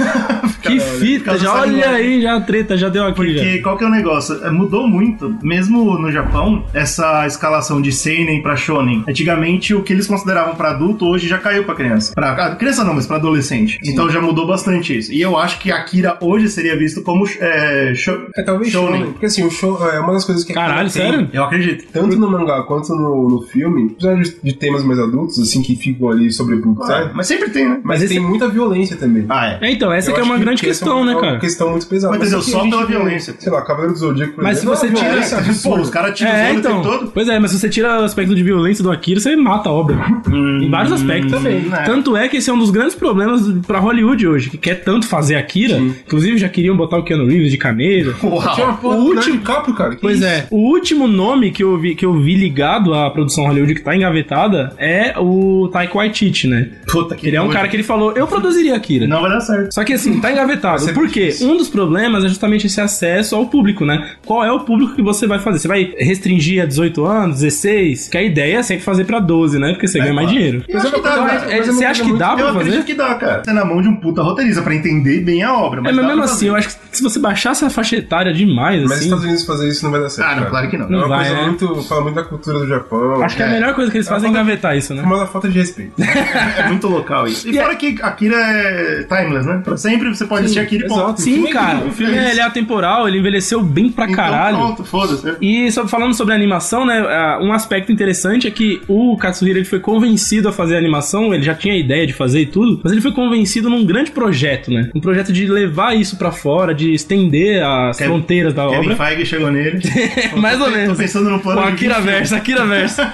[SPEAKER 3] Que fita,
[SPEAKER 2] Caralho,
[SPEAKER 3] já,
[SPEAKER 2] por causa
[SPEAKER 3] olha
[SPEAKER 2] dessa
[SPEAKER 3] aí, já a treta, já deu aqui.
[SPEAKER 2] Porque qual que é o negócio? É, Mudou muito, mesmo no Japão, essa escalação de seinen pra shonen. Antigamente, o que eles consideravam pra adulto, hoje já caiu pra criança. Pra ah, criança não, mas pra adolescente. Então já mudou bastante isso. E eu acho que Akira hoje seria visto como é, sho-
[SPEAKER 1] É, talvez shonen. Porque assim, o show é uma das coisas que
[SPEAKER 3] já. Caralho,
[SPEAKER 1] tem,
[SPEAKER 3] sério?
[SPEAKER 2] Eu acredito.
[SPEAKER 1] Tanto no mangá quanto no, no filme, apesar de, de temas mais adultos, assim, que ficam ali sobre
[SPEAKER 2] Ah,
[SPEAKER 1] sabe?
[SPEAKER 2] mas sempre tem, né?
[SPEAKER 1] Mas,
[SPEAKER 3] mas esse-
[SPEAKER 1] tem muita violência também.
[SPEAKER 2] Ah, é.
[SPEAKER 3] É, então, essa
[SPEAKER 1] Eu
[SPEAKER 3] que é
[SPEAKER 1] acho
[SPEAKER 3] uma grande
[SPEAKER 1] essa é uma-
[SPEAKER 3] questão, né,
[SPEAKER 1] uma
[SPEAKER 3] cara?
[SPEAKER 1] questão muito pesada.
[SPEAKER 2] Mas, entendeu,
[SPEAKER 1] aqui
[SPEAKER 2] só
[SPEAKER 1] a gente
[SPEAKER 2] pela
[SPEAKER 1] vê,
[SPEAKER 2] violência.
[SPEAKER 1] Sei lá, Cavaleiro do Zodíaco, por
[SPEAKER 3] Mas
[SPEAKER 1] exemplo,
[SPEAKER 3] se
[SPEAKER 1] é
[SPEAKER 3] você
[SPEAKER 1] uma
[SPEAKER 3] tira
[SPEAKER 1] violência
[SPEAKER 2] Cara, pô,
[SPEAKER 1] absurda.
[SPEAKER 2] os caras tiram
[SPEAKER 3] É,
[SPEAKER 2] tipo, o
[SPEAKER 3] então.
[SPEAKER 2] tempo todo.
[SPEAKER 3] Pois é, mas se você tira o aspecto de violência do Akira, você mata a obra. em vários aspectos.
[SPEAKER 2] Também, né?
[SPEAKER 3] Tanto é que esse é um dos grandes problemas pra Hollywood hoje, que quer tanto fazer Akira. Inclusive, já queriam botar o Keanu Reeves de Caneiro.
[SPEAKER 2] Uau.
[SPEAKER 1] Tinha uma porra
[SPEAKER 3] O
[SPEAKER 1] do
[SPEAKER 3] último-
[SPEAKER 1] Leonardo DiCaprio, cara. que
[SPEAKER 3] Pois
[SPEAKER 1] isso?
[SPEAKER 3] é, o último nome que eu, vi, que eu vi ligado à produção Hollywood que tá engavetada é o Taika Waititi, né?
[SPEAKER 2] Puta que
[SPEAKER 3] Ele é um
[SPEAKER 2] nojo.
[SPEAKER 3] cara que ele falou, eu produziria Akira.
[SPEAKER 2] Não vai dar certo.
[SPEAKER 3] Só que assim, tá engavetado.
[SPEAKER 1] ser
[SPEAKER 3] Por quê?
[SPEAKER 1] difícil.
[SPEAKER 3] Um dos problemas é justamente esse acesso ao público, né? Qual é o público que você vai fazer? Você vai restringir a 18 anos, 16? Que a ideia é sempre fazer pra 12, né? Porque você ganha mais
[SPEAKER 2] É, claro.
[SPEAKER 3] dinheiro.
[SPEAKER 2] Eu acho que
[SPEAKER 1] Mas
[SPEAKER 2] dá, cara.
[SPEAKER 1] é
[SPEAKER 3] É,
[SPEAKER 1] uma
[SPEAKER 3] você
[SPEAKER 1] coisa
[SPEAKER 3] acha que
[SPEAKER 1] muito-
[SPEAKER 3] dá
[SPEAKER 2] Eu
[SPEAKER 3] pra
[SPEAKER 2] acredito
[SPEAKER 3] fazer?
[SPEAKER 2] que dá, cara. Tá na mão de um puta roteirista pra entender bem a obra.
[SPEAKER 3] É,
[SPEAKER 2] Mas,
[SPEAKER 3] mas
[SPEAKER 2] dá
[SPEAKER 3] mesmo
[SPEAKER 2] pra
[SPEAKER 3] assim,
[SPEAKER 2] fazer. tá
[SPEAKER 3] eu acho que se você baixar essa faixa etária demais,
[SPEAKER 1] Mas os
[SPEAKER 3] assim.
[SPEAKER 1] Estados Unidos fazer isso não vai dar certo.
[SPEAKER 2] Ah, não,
[SPEAKER 1] cara.
[SPEAKER 2] claro que não.
[SPEAKER 1] É uma
[SPEAKER 3] Não vai,
[SPEAKER 1] coisa
[SPEAKER 3] né?
[SPEAKER 1] muito. Fala muito da cultura do Japão.
[SPEAKER 3] Acho que a melhor coisa que
[SPEAKER 2] Tá
[SPEAKER 3] eles fazem é engavetar isso, né?
[SPEAKER 1] Uma da falta de respeito.
[SPEAKER 2] É muito local isso. E
[SPEAKER 3] E
[SPEAKER 2] fora que Akira é timeless, né? Pra sempre você pode assistir Akira e ponto.
[SPEAKER 3] Sim, cara. O filme é, ele é atemporal, ele envelheceu bem pra
[SPEAKER 2] Então,
[SPEAKER 3] caralho.
[SPEAKER 2] Pronto, foda-se. né?
[SPEAKER 3] E só falando sobre a animação, né? ah, Um aspecto interessante é que o Katsuhiro ele foi convencido a fazer a animação, ele já tinha a ideia de fazer e tudo, mas ele foi convencido num grande projeto, né? Um projeto de levar isso pra fora, de estender as
[SPEAKER 2] Kevin-
[SPEAKER 3] fronteiras da
[SPEAKER 2] Kevin
[SPEAKER 3] obra.
[SPEAKER 2] Feige chegou nele.
[SPEAKER 3] Mais ou menos.
[SPEAKER 2] Tô pensando no plano
[SPEAKER 3] Com
[SPEAKER 2] de
[SPEAKER 3] Akira
[SPEAKER 2] vinte
[SPEAKER 3] Versa, Akira Versa.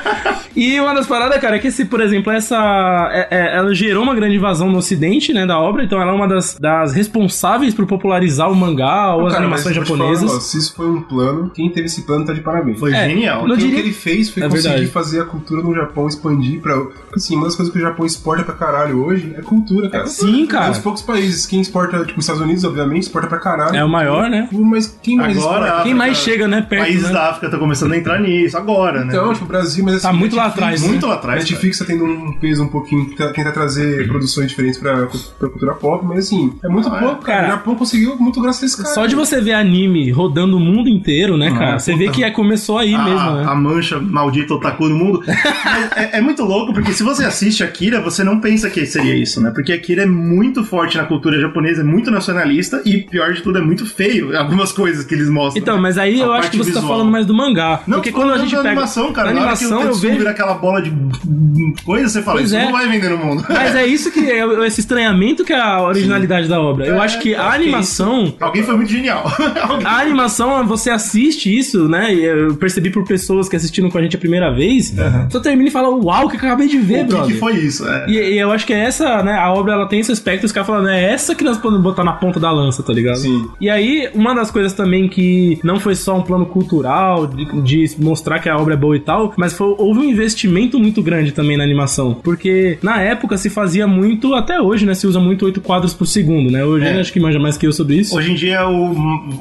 [SPEAKER 3] e uma das paradas, cara, é que se, por exemplo, essa. é- é- ela gerou uma grande invasão no ocidente, né, da obra, então ela é uma das, das responsáveis por popularizar o mangá ou as
[SPEAKER 1] Cara, mas
[SPEAKER 3] animações
[SPEAKER 1] eu vou te
[SPEAKER 3] japonesas.
[SPEAKER 1] falar, ó, se isso foi um plano, quem teve esse plano tá de parabéns.
[SPEAKER 2] Foi
[SPEAKER 3] É,
[SPEAKER 2] genial.
[SPEAKER 3] não-
[SPEAKER 1] O
[SPEAKER 3] Eu
[SPEAKER 1] que
[SPEAKER 3] diria-
[SPEAKER 1] ele fez foi
[SPEAKER 3] É
[SPEAKER 1] conseguir
[SPEAKER 3] verdade.
[SPEAKER 1] fazer a cultura no Japão expandir pra. Assim, uma das coisas que o Japão exporta pra caralho hoje é cultura, cara.
[SPEAKER 3] Sim,
[SPEAKER 1] É um
[SPEAKER 3] cara.
[SPEAKER 1] dos poucos países. Quem exporta, tipo, os Estados Unidos, obviamente, exporta pra caralho. Tipo,
[SPEAKER 3] É o maior, né?
[SPEAKER 1] Mas quem mais
[SPEAKER 2] Agora, é
[SPEAKER 1] exporta?
[SPEAKER 3] Quem mais
[SPEAKER 2] África-
[SPEAKER 3] chega, né, perto,
[SPEAKER 2] Países
[SPEAKER 3] né?
[SPEAKER 2] da África estão começando a entrar nisso agora, né?
[SPEAKER 1] Então, tipo, o Brasil, mas assim.
[SPEAKER 3] Tá muito lá atrás, né?
[SPEAKER 2] Muito lá atrás. Uhum.
[SPEAKER 1] Netflix tá tendo um peso um pouquinho, tá- tenta trazer produções diferentes pra, pra cultura pop, mas assim, é muito
[SPEAKER 2] Ah,
[SPEAKER 1] pouco, cara.
[SPEAKER 3] cara.
[SPEAKER 1] O Japão conseguiu muito graças a esse cara.
[SPEAKER 3] Só de você ver anime rodando o mundo inteiro, né, cara? Você vê que é, começou aí
[SPEAKER 2] a,
[SPEAKER 3] mesmo, né?
[SPEAKER 2] Ah, a mancha maldita otaku no mundo. Mas é, é muito louco, porque se você assiste Akira, você não pensa que seria isso, né? Porque Akira é muito forte na cultura japonesa, é muito nacionalista e, pior de tudo, é muito feio algumas coisas que eles mostram.
[SPEAKER 3] Então,
[SPEAKER 2] né?
[SPEAKER 3] mas aí
[SPEAKER 2] A
[SPEAKER 3] eu acho
[SPEAKER 2] parte
[SPEAKER 3] que você tá
[SPEAKER 2] visual.
[SPEAKER 3] falando mais do mangá.
[SPEAKER 2] Não,
[SPEAKER 3] porque
[SPEAKER 2] tô
[SPEAKER 3] quando a
[SPEAKER 2] falando
[SPEAKER 3] gente
[SPEAKER 2] da
[SPEAKER 3] pega.
[SPEAKER 2] animação, cara,
[SPEAKER 3] da
[SPEAKER 2] na hora
[SPEAKER 3] animação
[SPEAKER 2] que o
[SPEAKER 3] eu
[SPEAKER 2] Tetsuo
[SPEAKER 3] vejo.
[SPEAKER 2] vira aquela bola de coisa, você fala,
[SPEAKER 3] Pois
[SPEAKER 2] isso
[SPEAKER 3] é.
[SPEAKER 2] não vai vender no mundo.
[SPEAKER 3] Mas é isso que é o- esse estranhamento que é a originalidade da obra.
[SPEAKER 2] É,
[SPEAKER 3] Eu acho que a animação.
[SPEAKER 2] Alguém foi muito genial. Alguém-
[SPEAKER 3] A animação, você assiste isso, né? E Eu percebi por pessoas que assistiram com a gente a primeira vez. Só termina e fala, uau, o que eu acabei de
[SPEAKER 2] o
[SPEAKER 3] ver,
[SPEAKER 2] que,
[SPEAKER 3] brother.
[SPEAKER 2] que foi isso? É.
[SPEAKER 3] E, e eu acho que é essa, né? A obra ela tem esse aspecto, os caras falando, é essa que nós podemos botar na ponta da lança, tá ligado?
[SPEAKER 1] Sim.
[SPEAKER 3] E aí, uma das coisas também que não foi só um plano cultural, de, de mostrar que a obra é boa e tal, mas foi- houve um investimento muito grande também na animação. Porque na época se fazia muito, até hoje, né? Se usa muito oito quadros por segundo, né? Hoje
[SPEAKER 2] É.
[SPEAKER 3] acho que manja mais que eu sobre isso.
[SPEAKER 2] Hoje em dia, o,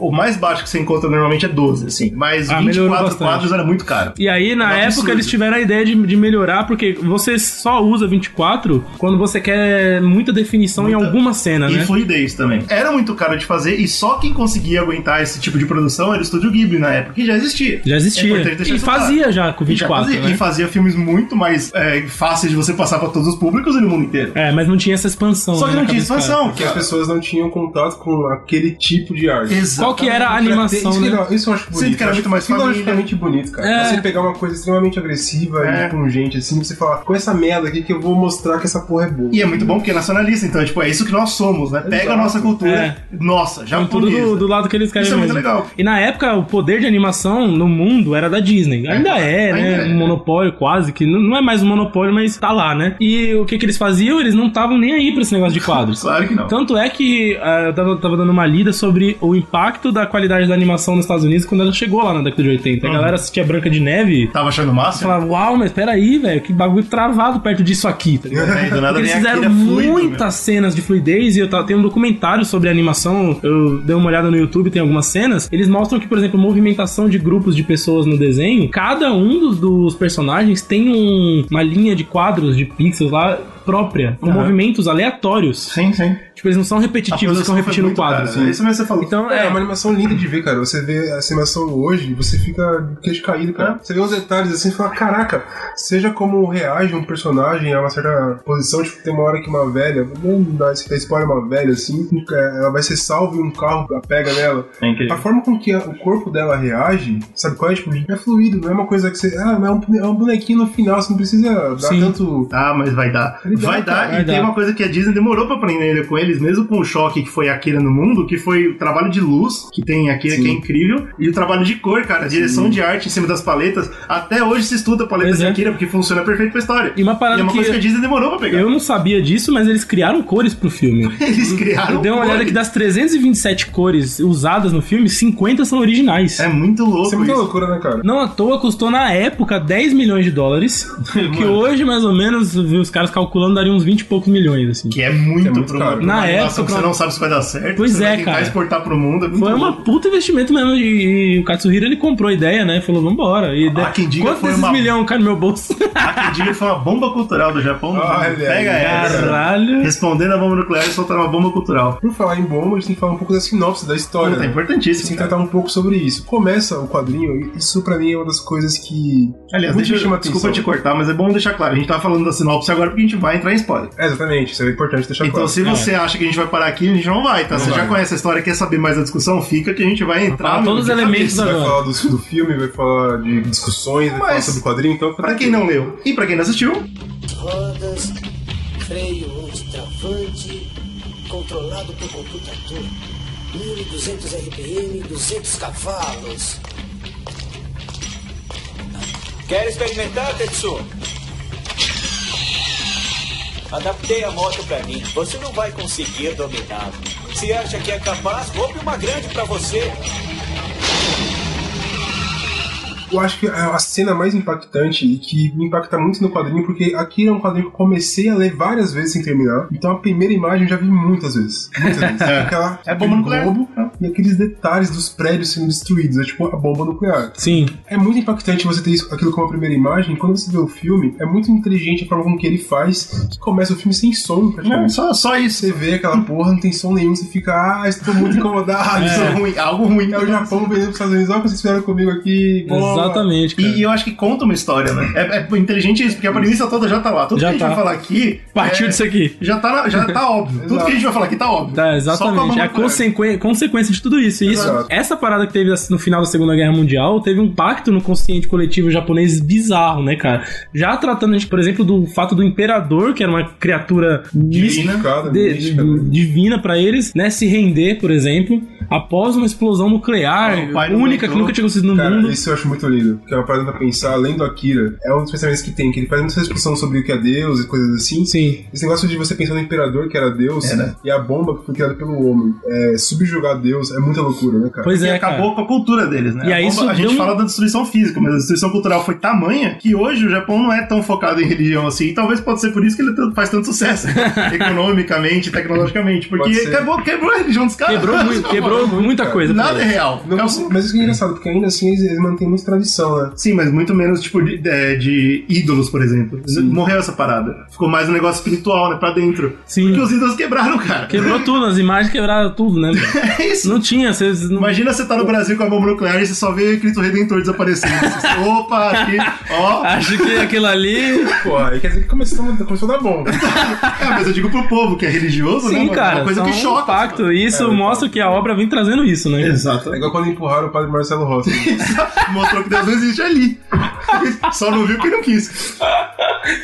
[SPEAKER 2] o mais baixo que você encontra normalmente é 12, assim. Mas
[SPEAKER 3] Ah, melhorou
[SPEAKER 2] 24
[SPEAKER 3] bastante.
[SPEAKER 2] quadros era muito caro.
[SPEAKER 3] E aí, na
[SPEAKER 2] É um
[SPEAKER 3] época,
[SPEAKER 2] absurdo.
[SPEAKER 3] eles tiveram a ideia de, de melhorar, porque você só usa 24 quando você quer muita definição em
[SPEAKER 2] Muita.
[SPEAKER 3] alguma cena,
[SPEAKER 2] E
[SPEAKER 3] né?
[SPEAKER 2] fluidez também. Era muito caro de fazer e só quem conseguia aguentar esse tipo de produção era o Estúdio Ghibli na época, que já existia.
[SPEAKER 3] Já
[SPEAKER 2] É
[SPEAKER 3] existia.
[SPEAKER 2] importante deixar
[SPEAKER 3] e
[SPEAKER 2] isso claro.
[SPEAKER 3] fazia já com
[SPEAKER 2] E já
[SPEAKER 3] 24.
[SPEAKER 2] fazia,
[SPEAKER 3] né?
[SPEAKER 2] e fazia filmes muito mais é, fáceis de você passar pra todos os públicos e no mundo inteiro.
[SPEAKER 3] É, mas não tinha essa expansão.
[SPEAKER 2] Só que
[SPEAKER 3] né,
[SPEAKER 2] não
[SPEAKER 3] na
[SPEAKER 2] tinha
[SPEAKER 3] cabeça dos
[SPEAKER 2] expansão.
[SPEAKER 1] Porque as pessoas não tinham contato com aquele tipo de arte.
[SPEAKER 3] caras. Qual que era a
[SPEAKER 1] Pra ter- isso,
[SPEAKER 3] animação,
[SPEAKER 1] que é
[SPEAKER 3] né?
[SPEAKER 1] legal, isso eu acho bonito.
[SPEAKER 2] Sinto que era muito mais família.
[SPEAKER 1] Filologicamente bonito, cara.
[SPEAKER 3] É.
[SPEAKER 1] Você pegar uma coisa extremamente agressiva
[SPEAKER 2] É.
[SPEAKER 1] e pungente, assim, você falar, com essa merda aqui que eu vou mostrar que essa porra é boa.
[SPEAKER 2] E é muito bom porque é nacionalista, então, tipo, é isso que nós somos, né? Pega a nossa cultura, nossa,
[SPEAKER 3] Tudo
[SPEAKER 2] japonesa.
[SPEAKER 3] É. do, do lado que eles querem
[SPEAKER 2] é Isso é muito
[SPEAKER 3] mesmo.
[SPEAKER 2] legal.
[SPEAKER 3] E na época, o poder de animação no mundo era da Disney. Ainda é, né?
[SPEAKER 2] Ainda é.
[SPEAKER 3] Um monopólio quase, que não não é mais um monopólio, mas tá lá, né? E o que, que eles faziam? Eles não estavam nem aí pra esse negócio de quadros.
[SPEAKER 2] Claro que não.
[SPEAKER 3] Tanto é que ah, eu tava, tava dando uma lida sobre o impacto da qualidade da animação nos Estados Unidos quando ela chegou lá na década de 80. A galera assistia Branca de Neve
[SPEAKER 2] Tava achando
[SPEAKER 3] e
[SPEAKER 2] massa?
[SPEAKER 3] falava, uau, mas peraí, velho, que bagulho travado perto disso aqui, tá ligado?
[SPEAKER 2] É, do nada
[SPEAKER 3] Porque
[SPEAKER 2] vem
[SPEAKER 3] eles
[SPEAKER 2] a
[SPEAKER 3] fizeram
[SPEAKER 2] Akira fluido,
[SPEAKER 3] muitas cenas de fluidez e eu tava, tem um documentário sobre animação. Eu dei uma olhada no YouTube, tem algumas cenas. Eles mostram que, por exemplo, movimentação de grupos de pessoas no desenho, cada um dos, dos personagens tem um- uma linha de quadros de pixels lá própria, com movimentos aleatórios.
[SPEAKER 2] meu. Sim, sim.
[SPEAKER 3] Tipo, eles não são repetitivos, eles
[SPEAKER 2] produção
[SPEAKER 3] estão
[SPEAKER 2] foi
[SPEAKER 3] repetindo
[SPEAKER 2] muito
[SPEAKER 3] quadros.
[SPEAKER 2] cara, É isso mesmo que você falou.
[SPEAKER 3] Então,
[SPEAKER 1] É,
[SPEAKER 3] é,
[SPEAKER 1] é uma animação linda de ver, cara. Você vê essa animação hoje e você fica de queixo caído,
[SPEAKER 2] É.
[SPEAKER 1] cara. Você vê uns detalhes assim e fala, caraca, seja como reage um personagem a uma certa posição, tipo, tem uma hora que uma velha, vamos dar esse spoiler, uma velha assim, é, ela vai ser salva e um carro pega nela.
[SPEAKER 2] É incrível.
[SPEAKER 1] A forma com que a- o corpo dela reage, sabe qual é? Tipo, é fluido, não é uma coisa que você. Ah, mas é um, é um bonequinho no final, você não precisa dar
[SPEAKER 3] Sim.
[SPEAKER 1] tanto.
[SPEAKER 2] Ah, mas vai dar.
[SPEAKER 1] Ele dá,
[SPEAKER 2] vai
[SPEAKER 1] cara,
[SPEAKER 2] dar,
[SPEAKER 3] vai
[SPEAKER 2] e tem
[SPEAKER 3] dar.
[SPEAKER 2] uma coisa que a Disney demorou pra aprender com eles, mesmo com o choque que foi Akira no mundo, que foi o trabalho de luz, que tem Akira,
[SPEAKER 1] Sim.
[SPEAKER 2] que é incrível, e o trabalho de cor, cara, a direção de arte em cima das paletas. Até hoje se estuda a paleta
[SPEAKER 3] Pois
[SPEAKER 2] de
[SPEAKER 3] é.
[SPEAKER 2] Akira, porque funciona perfeito pra história.
[SPEAKER 3] E uma parada
[SPEAKER 2] é uma
[SPEAKER 3] que-
[SPEAKER 2] coisa que a Disney demorou pra pegar.
[SPEAKER 3] eu não sabia disso, mas eles criaram cores pro filme.
[SPEAKER 2] Eles criaram. um
[SPEAKER 3] Eu dei uma
[SPEAKER 2] cores.
[SPEAKER 3] olhada que das 327 cores usadas no filme, 50 são originais.
[SPEAKER 2] É muito louco
[SPEAKER 1] Isso é muita loucura, né, cara?
[SPEAKER 3] Não à toa custou na época 10 milhões de dólares,
[SPEAKER 2] É
[SPEAKER 3] que hoje mais ou menos viu os caras calculando daria uns 20 e poucos milhões assim.
[SPEAKER 2] Que é muito,
[SPEAKER 1] É muito
[SPEAKER 2] pra uma,
[SPEAKER 1] caro.
[SPEAKER 2] pra uma
[SPEAKER 3] Na
[SPEAKER 2] animação que
[SPEAKER 3] época-
[SPEAKER 2] você não sabe se vai dar certo.
[SPEAKER 3] Pois
[SPEAKER 2] você
[SPEAKER 3] é,
[SPEAKER 2] vai tentar
[SPEAKER 3] cara.
[SPEAKER 2] exportar pro mundo. é muito
[SPEAKER 3] Foi
[SPEAKER 2] louco.
[SPEAKER 3] um puta investimento mesmo e, e o Katsuhiro ele comprou a ideia, né? Falou, vambora. E de-
[SPEAKER 2] quem diga
[SPEAKER 3] quanto
[SPEAKER 2] foi
[SPEAKER 3] desses
[SPEAKER 2] uma-
[SPEAKER 3] milhão cai no meu bolso?
[SPEAKER 2] Acredito que foi uma bomba cultural do Japão. do
[SPEAKER 1] Olha
[SPEAKER 2] mundo. Pega
[SPEAKER 1] aí,
[SPEAKER 2] essa.
[SPEAKER 3] Caralho.
[SPEAKER 2] Respondendo a bomba nuclear e soltaram uma bomba cultural.
[SPEAKER 1] Por falar em bomba, a gente tem que falar um pouco da sinopse, da história.
[SPEAKER 2] Puta, é
[SPEAKER 1] né?
[SPEAKER 2] importantíssimo.
[SPEAKER 1] Tem que
[SPEAKER 2] cara.
[SPEAKER 1] tratar um pouco sobre isso. Começa o quadrinho, e isso pra mim é uma das coisas que.
[SPEAKER 2] Aliás,
[SPEAKER 1] tá muito
[SPEAKER 2] deixa,
[SPEAKER 1] me chama
[SPEAKER 2] eu-
[SPEAKER 1] atenção.
[SPEAKER 2] desculpa te cortar, mas é bom deixar claro. A gente tava falando da sinopse agora porque a gente vai entrar em spoiler.
[SPEAKER 1] É, exatamente, isso é importante deixar
[SPEAKER 2] Então,
[SPEAKER 1] claro.
[SPEAKER 2] se você acha que a gente vai parar aqui, a gente não vai, tá? você já conhece a história, quer saber mais da discussão, fica que a gente vai entrar.
[SPEAKER 3] falar
[SPEAKER 2] no-
[SPEAKER 3] todos os
[SPEAKER 2] de cabeça.
[SPEAKER 3] elementos
[SPEAKER 1] Vai
[SPEAKER 3] agora.
[SPEAKER 1] falar do, do filme, vai falar de discussões, vai
[SPEAKER 2] Mas-
[SPEAKER 1] falar sobre o quadrinho, então.
[SPEAKER 2] Pra quem não leu e pra quem não assistiu,
[SPEAKER 7] rodas, freio extravante, controlado por computador. 1200 RPM, 200 cavalos.
[SPEAKER 8] Quer experimentar, Tetsu? Adaptei a moto pra mim. Você não vai conseguir dominá-la. Se acha que é capaz, compre uma grande pra você.
[SPEAKER 1] Eu acho que a a cena mais impactante e que me impacta muito no quadrinho, porque aqui é um quadrinho que eu comecei a ler várias vezes sem terminar. Então a primeira imagem eu já vi muitas vezes. Muitas vezes. Aquela,
[SPEAKER 2] É bomba nuclear.
[SPEAKER 1] globo e aqueles detalhes dos prédios sendo destruídos. É tipo a bomba nuclear.
[SPEAKER 3] Sim.
[SPEAKER 1] É muito impactante você ter isso, aquilo como a primeira imagem. Quando você vê o filme, é muito inteligente a forma com que ele faz, que começa o filme sem som,
[SPEAKER 2] não,
[SPEAKER 1] praticamente.
[SPEAKER 2] né, só, só isso.
[SPEAKER 1] Você vê aquela porra, não tem som nenhum, você fica, ah, estou muito incomodado.
[SPEAKER 2] Isso é ruim, algo ruim.
[SPEAKER 1] É o Japão vendendo pros Estados Unidos, olha o que vocês fizeram comigo aqui. boa.
[SPEAKER 3] Exatamente, cara.
[SPEAKER 1] é.
[SPEAKER 2] E eu acho que conta uma história, né? É, é inteligente isso, porque a premissa toda já tá lá. Tudo que
[SPEAKER 3] Já
[SPEAKER 2] a gente
[SPEAKER 3] tá.
[SPEAKER 2] vai falar aqui.
[SPEAKER 3] Partiu
[SPEAKER 2] é,
[SPEAKER 3] disso aqui.
[SPEAKER 2] Já tá, na- já tá óbvio. Tudo que a gente vai falar aqui tá óbvio.
[SPEAKER 3] Tá,
[SPEAKER 2] Só com
[SPEAKER 3] exatamente.
[SPEAKER 2] bomba
[SPEAKER 3] É a
[SPEAKER 2] nuclear.
[SPEAKER 3] consequ- consequência de tudo isso. E isso
[SPEAKER 1] Exato.
[SPEAKER 3] essa parada que teve no final da Segunda Guerra Mundial teve um impacto no consciente coletivo japonês bizarro, né, cara? Já tratando, a gente, por exemplo, do fato do imperador, que era uma criatura mística,
[SPEAKER 1] Mística,
[SPEAKER 3] de-
[SPEAKER 1] mística,
[SPEAKER 3] de-
[SPEAKER 1] né?
[SPEAKER 3] divina pra eles, né, se render, por exemplo, após uma explosão nuclear
[SPEAKER 2] O pai não
[SPEAKER 3] única que
[SPEAKER 2] aguentou.
[SPEAKER 3] nunca tinha acontecido no
[SPEAKER 1] Cara,
[SPEAKER 3] um mundo.
[SPEAKER 1] isso eu acho muito lindo. Porque é uma parada pra pensar, além do Akira, é um dos pensamentos que tem, que ele faz muita discussão sobre o que é Deus e coisas assim.
[SPEAKER 3] Sim.
[SPEAKER 1] Esse negócio de você pensar no imperador, que era Deus, e a bomba que foi criada pelo homem, é, subjugar Deus, é muita loucura, né, cara?
[SPEAKER 3] Pois
[SPEAKER 2] E
[SPEAKER 3] é, cara.
[SPEAKER 2] acabou com a cultura deles, né?
[SPEAKER 3] E
[SPEAKER 2] A
[SPEAKER 3] aí isso
[SPEAKER 2] a gente
[SPEAKER 3] deu um-
[SPEAKER 2] fala da destruição física, mas a destruição cultural foi tamanha que hoje o Japão não é tão focado em religião assim. E talvez pode ser por isso que ele t- faz tanto sucesso economicamente, tecnologicamente,
[SPEAKER 1] Pode
[SPEAKER 2] porque
[SPEAKER 1] ser.
[SPEAKER 2] acabou, quebrou a religião dos caras.
[SPEAKER 3] Quebrou, muito, quebrou muita
[SPEAKER 1] cara.
[SPEAKER 3] coisa. pra
[SPEAKER 2] Nada é
[SPEAKER 3] eles.
[SPEAKER 2] real.
[SPEAKER 1] Não,
[SPEAKER 2] Acabou.
[SPEAKER 1] mas isso que é engraçado, porque ainda assim eles, eles mantêm muita tradição, né?
[SPEAKER 2] Sim, mas muito menos tipo de, de- de ídolos, por exemplo. Morreu essa parada. Ficou mais um negócio espiritual, né? Pra dentro.
[SPEAKER 3] Sim.
[SPEAKER 2] Porque os ídolos quebraram, cara.
[SPEAKER 3] Quebrou tudo, as imagens quebraram tudo, né? mano?
[SPEAKER 2] É isso.
[SPEAKER 3] Não tinha, vocês não
[SPEAKER 2] Imagina você tá no Brasil com a bomba nuclear e você só vê Cristo Redentor desaparecendo. Você, Opa, aqui, ó.
[SPEAKER 3] Acho que aquilo ali.
[SPEAKER 1] Pô, aí quer dizer que começou, começou a dar bom.
[SPEAKER 2] É, mas eu digo pro povo que é religioso, né?
[SPEAKER 3] Sim,
[SPEAKER 2] mano?
[SPEAKER 3] cara.
[SPEAKER 2] uma coisa
[SPEAKER 3] são
[SPEAKER 2] que
[SPEAKER 3] um
[SPEAKER 2] choca.
[SPEAKER 3] impacto.
[SPEAKER 2] sabe?
[SPEAKER 3] Isso mostra que a obra vem também trazendo isso, né?
[SPEAKER 2] Exato.
[SPEAKER 1] É igual quando empurraram o padre Marcelo Rossi.
[SPEAKER 2] Mostrou que Deus não existe ali. Só não viu quem não quis.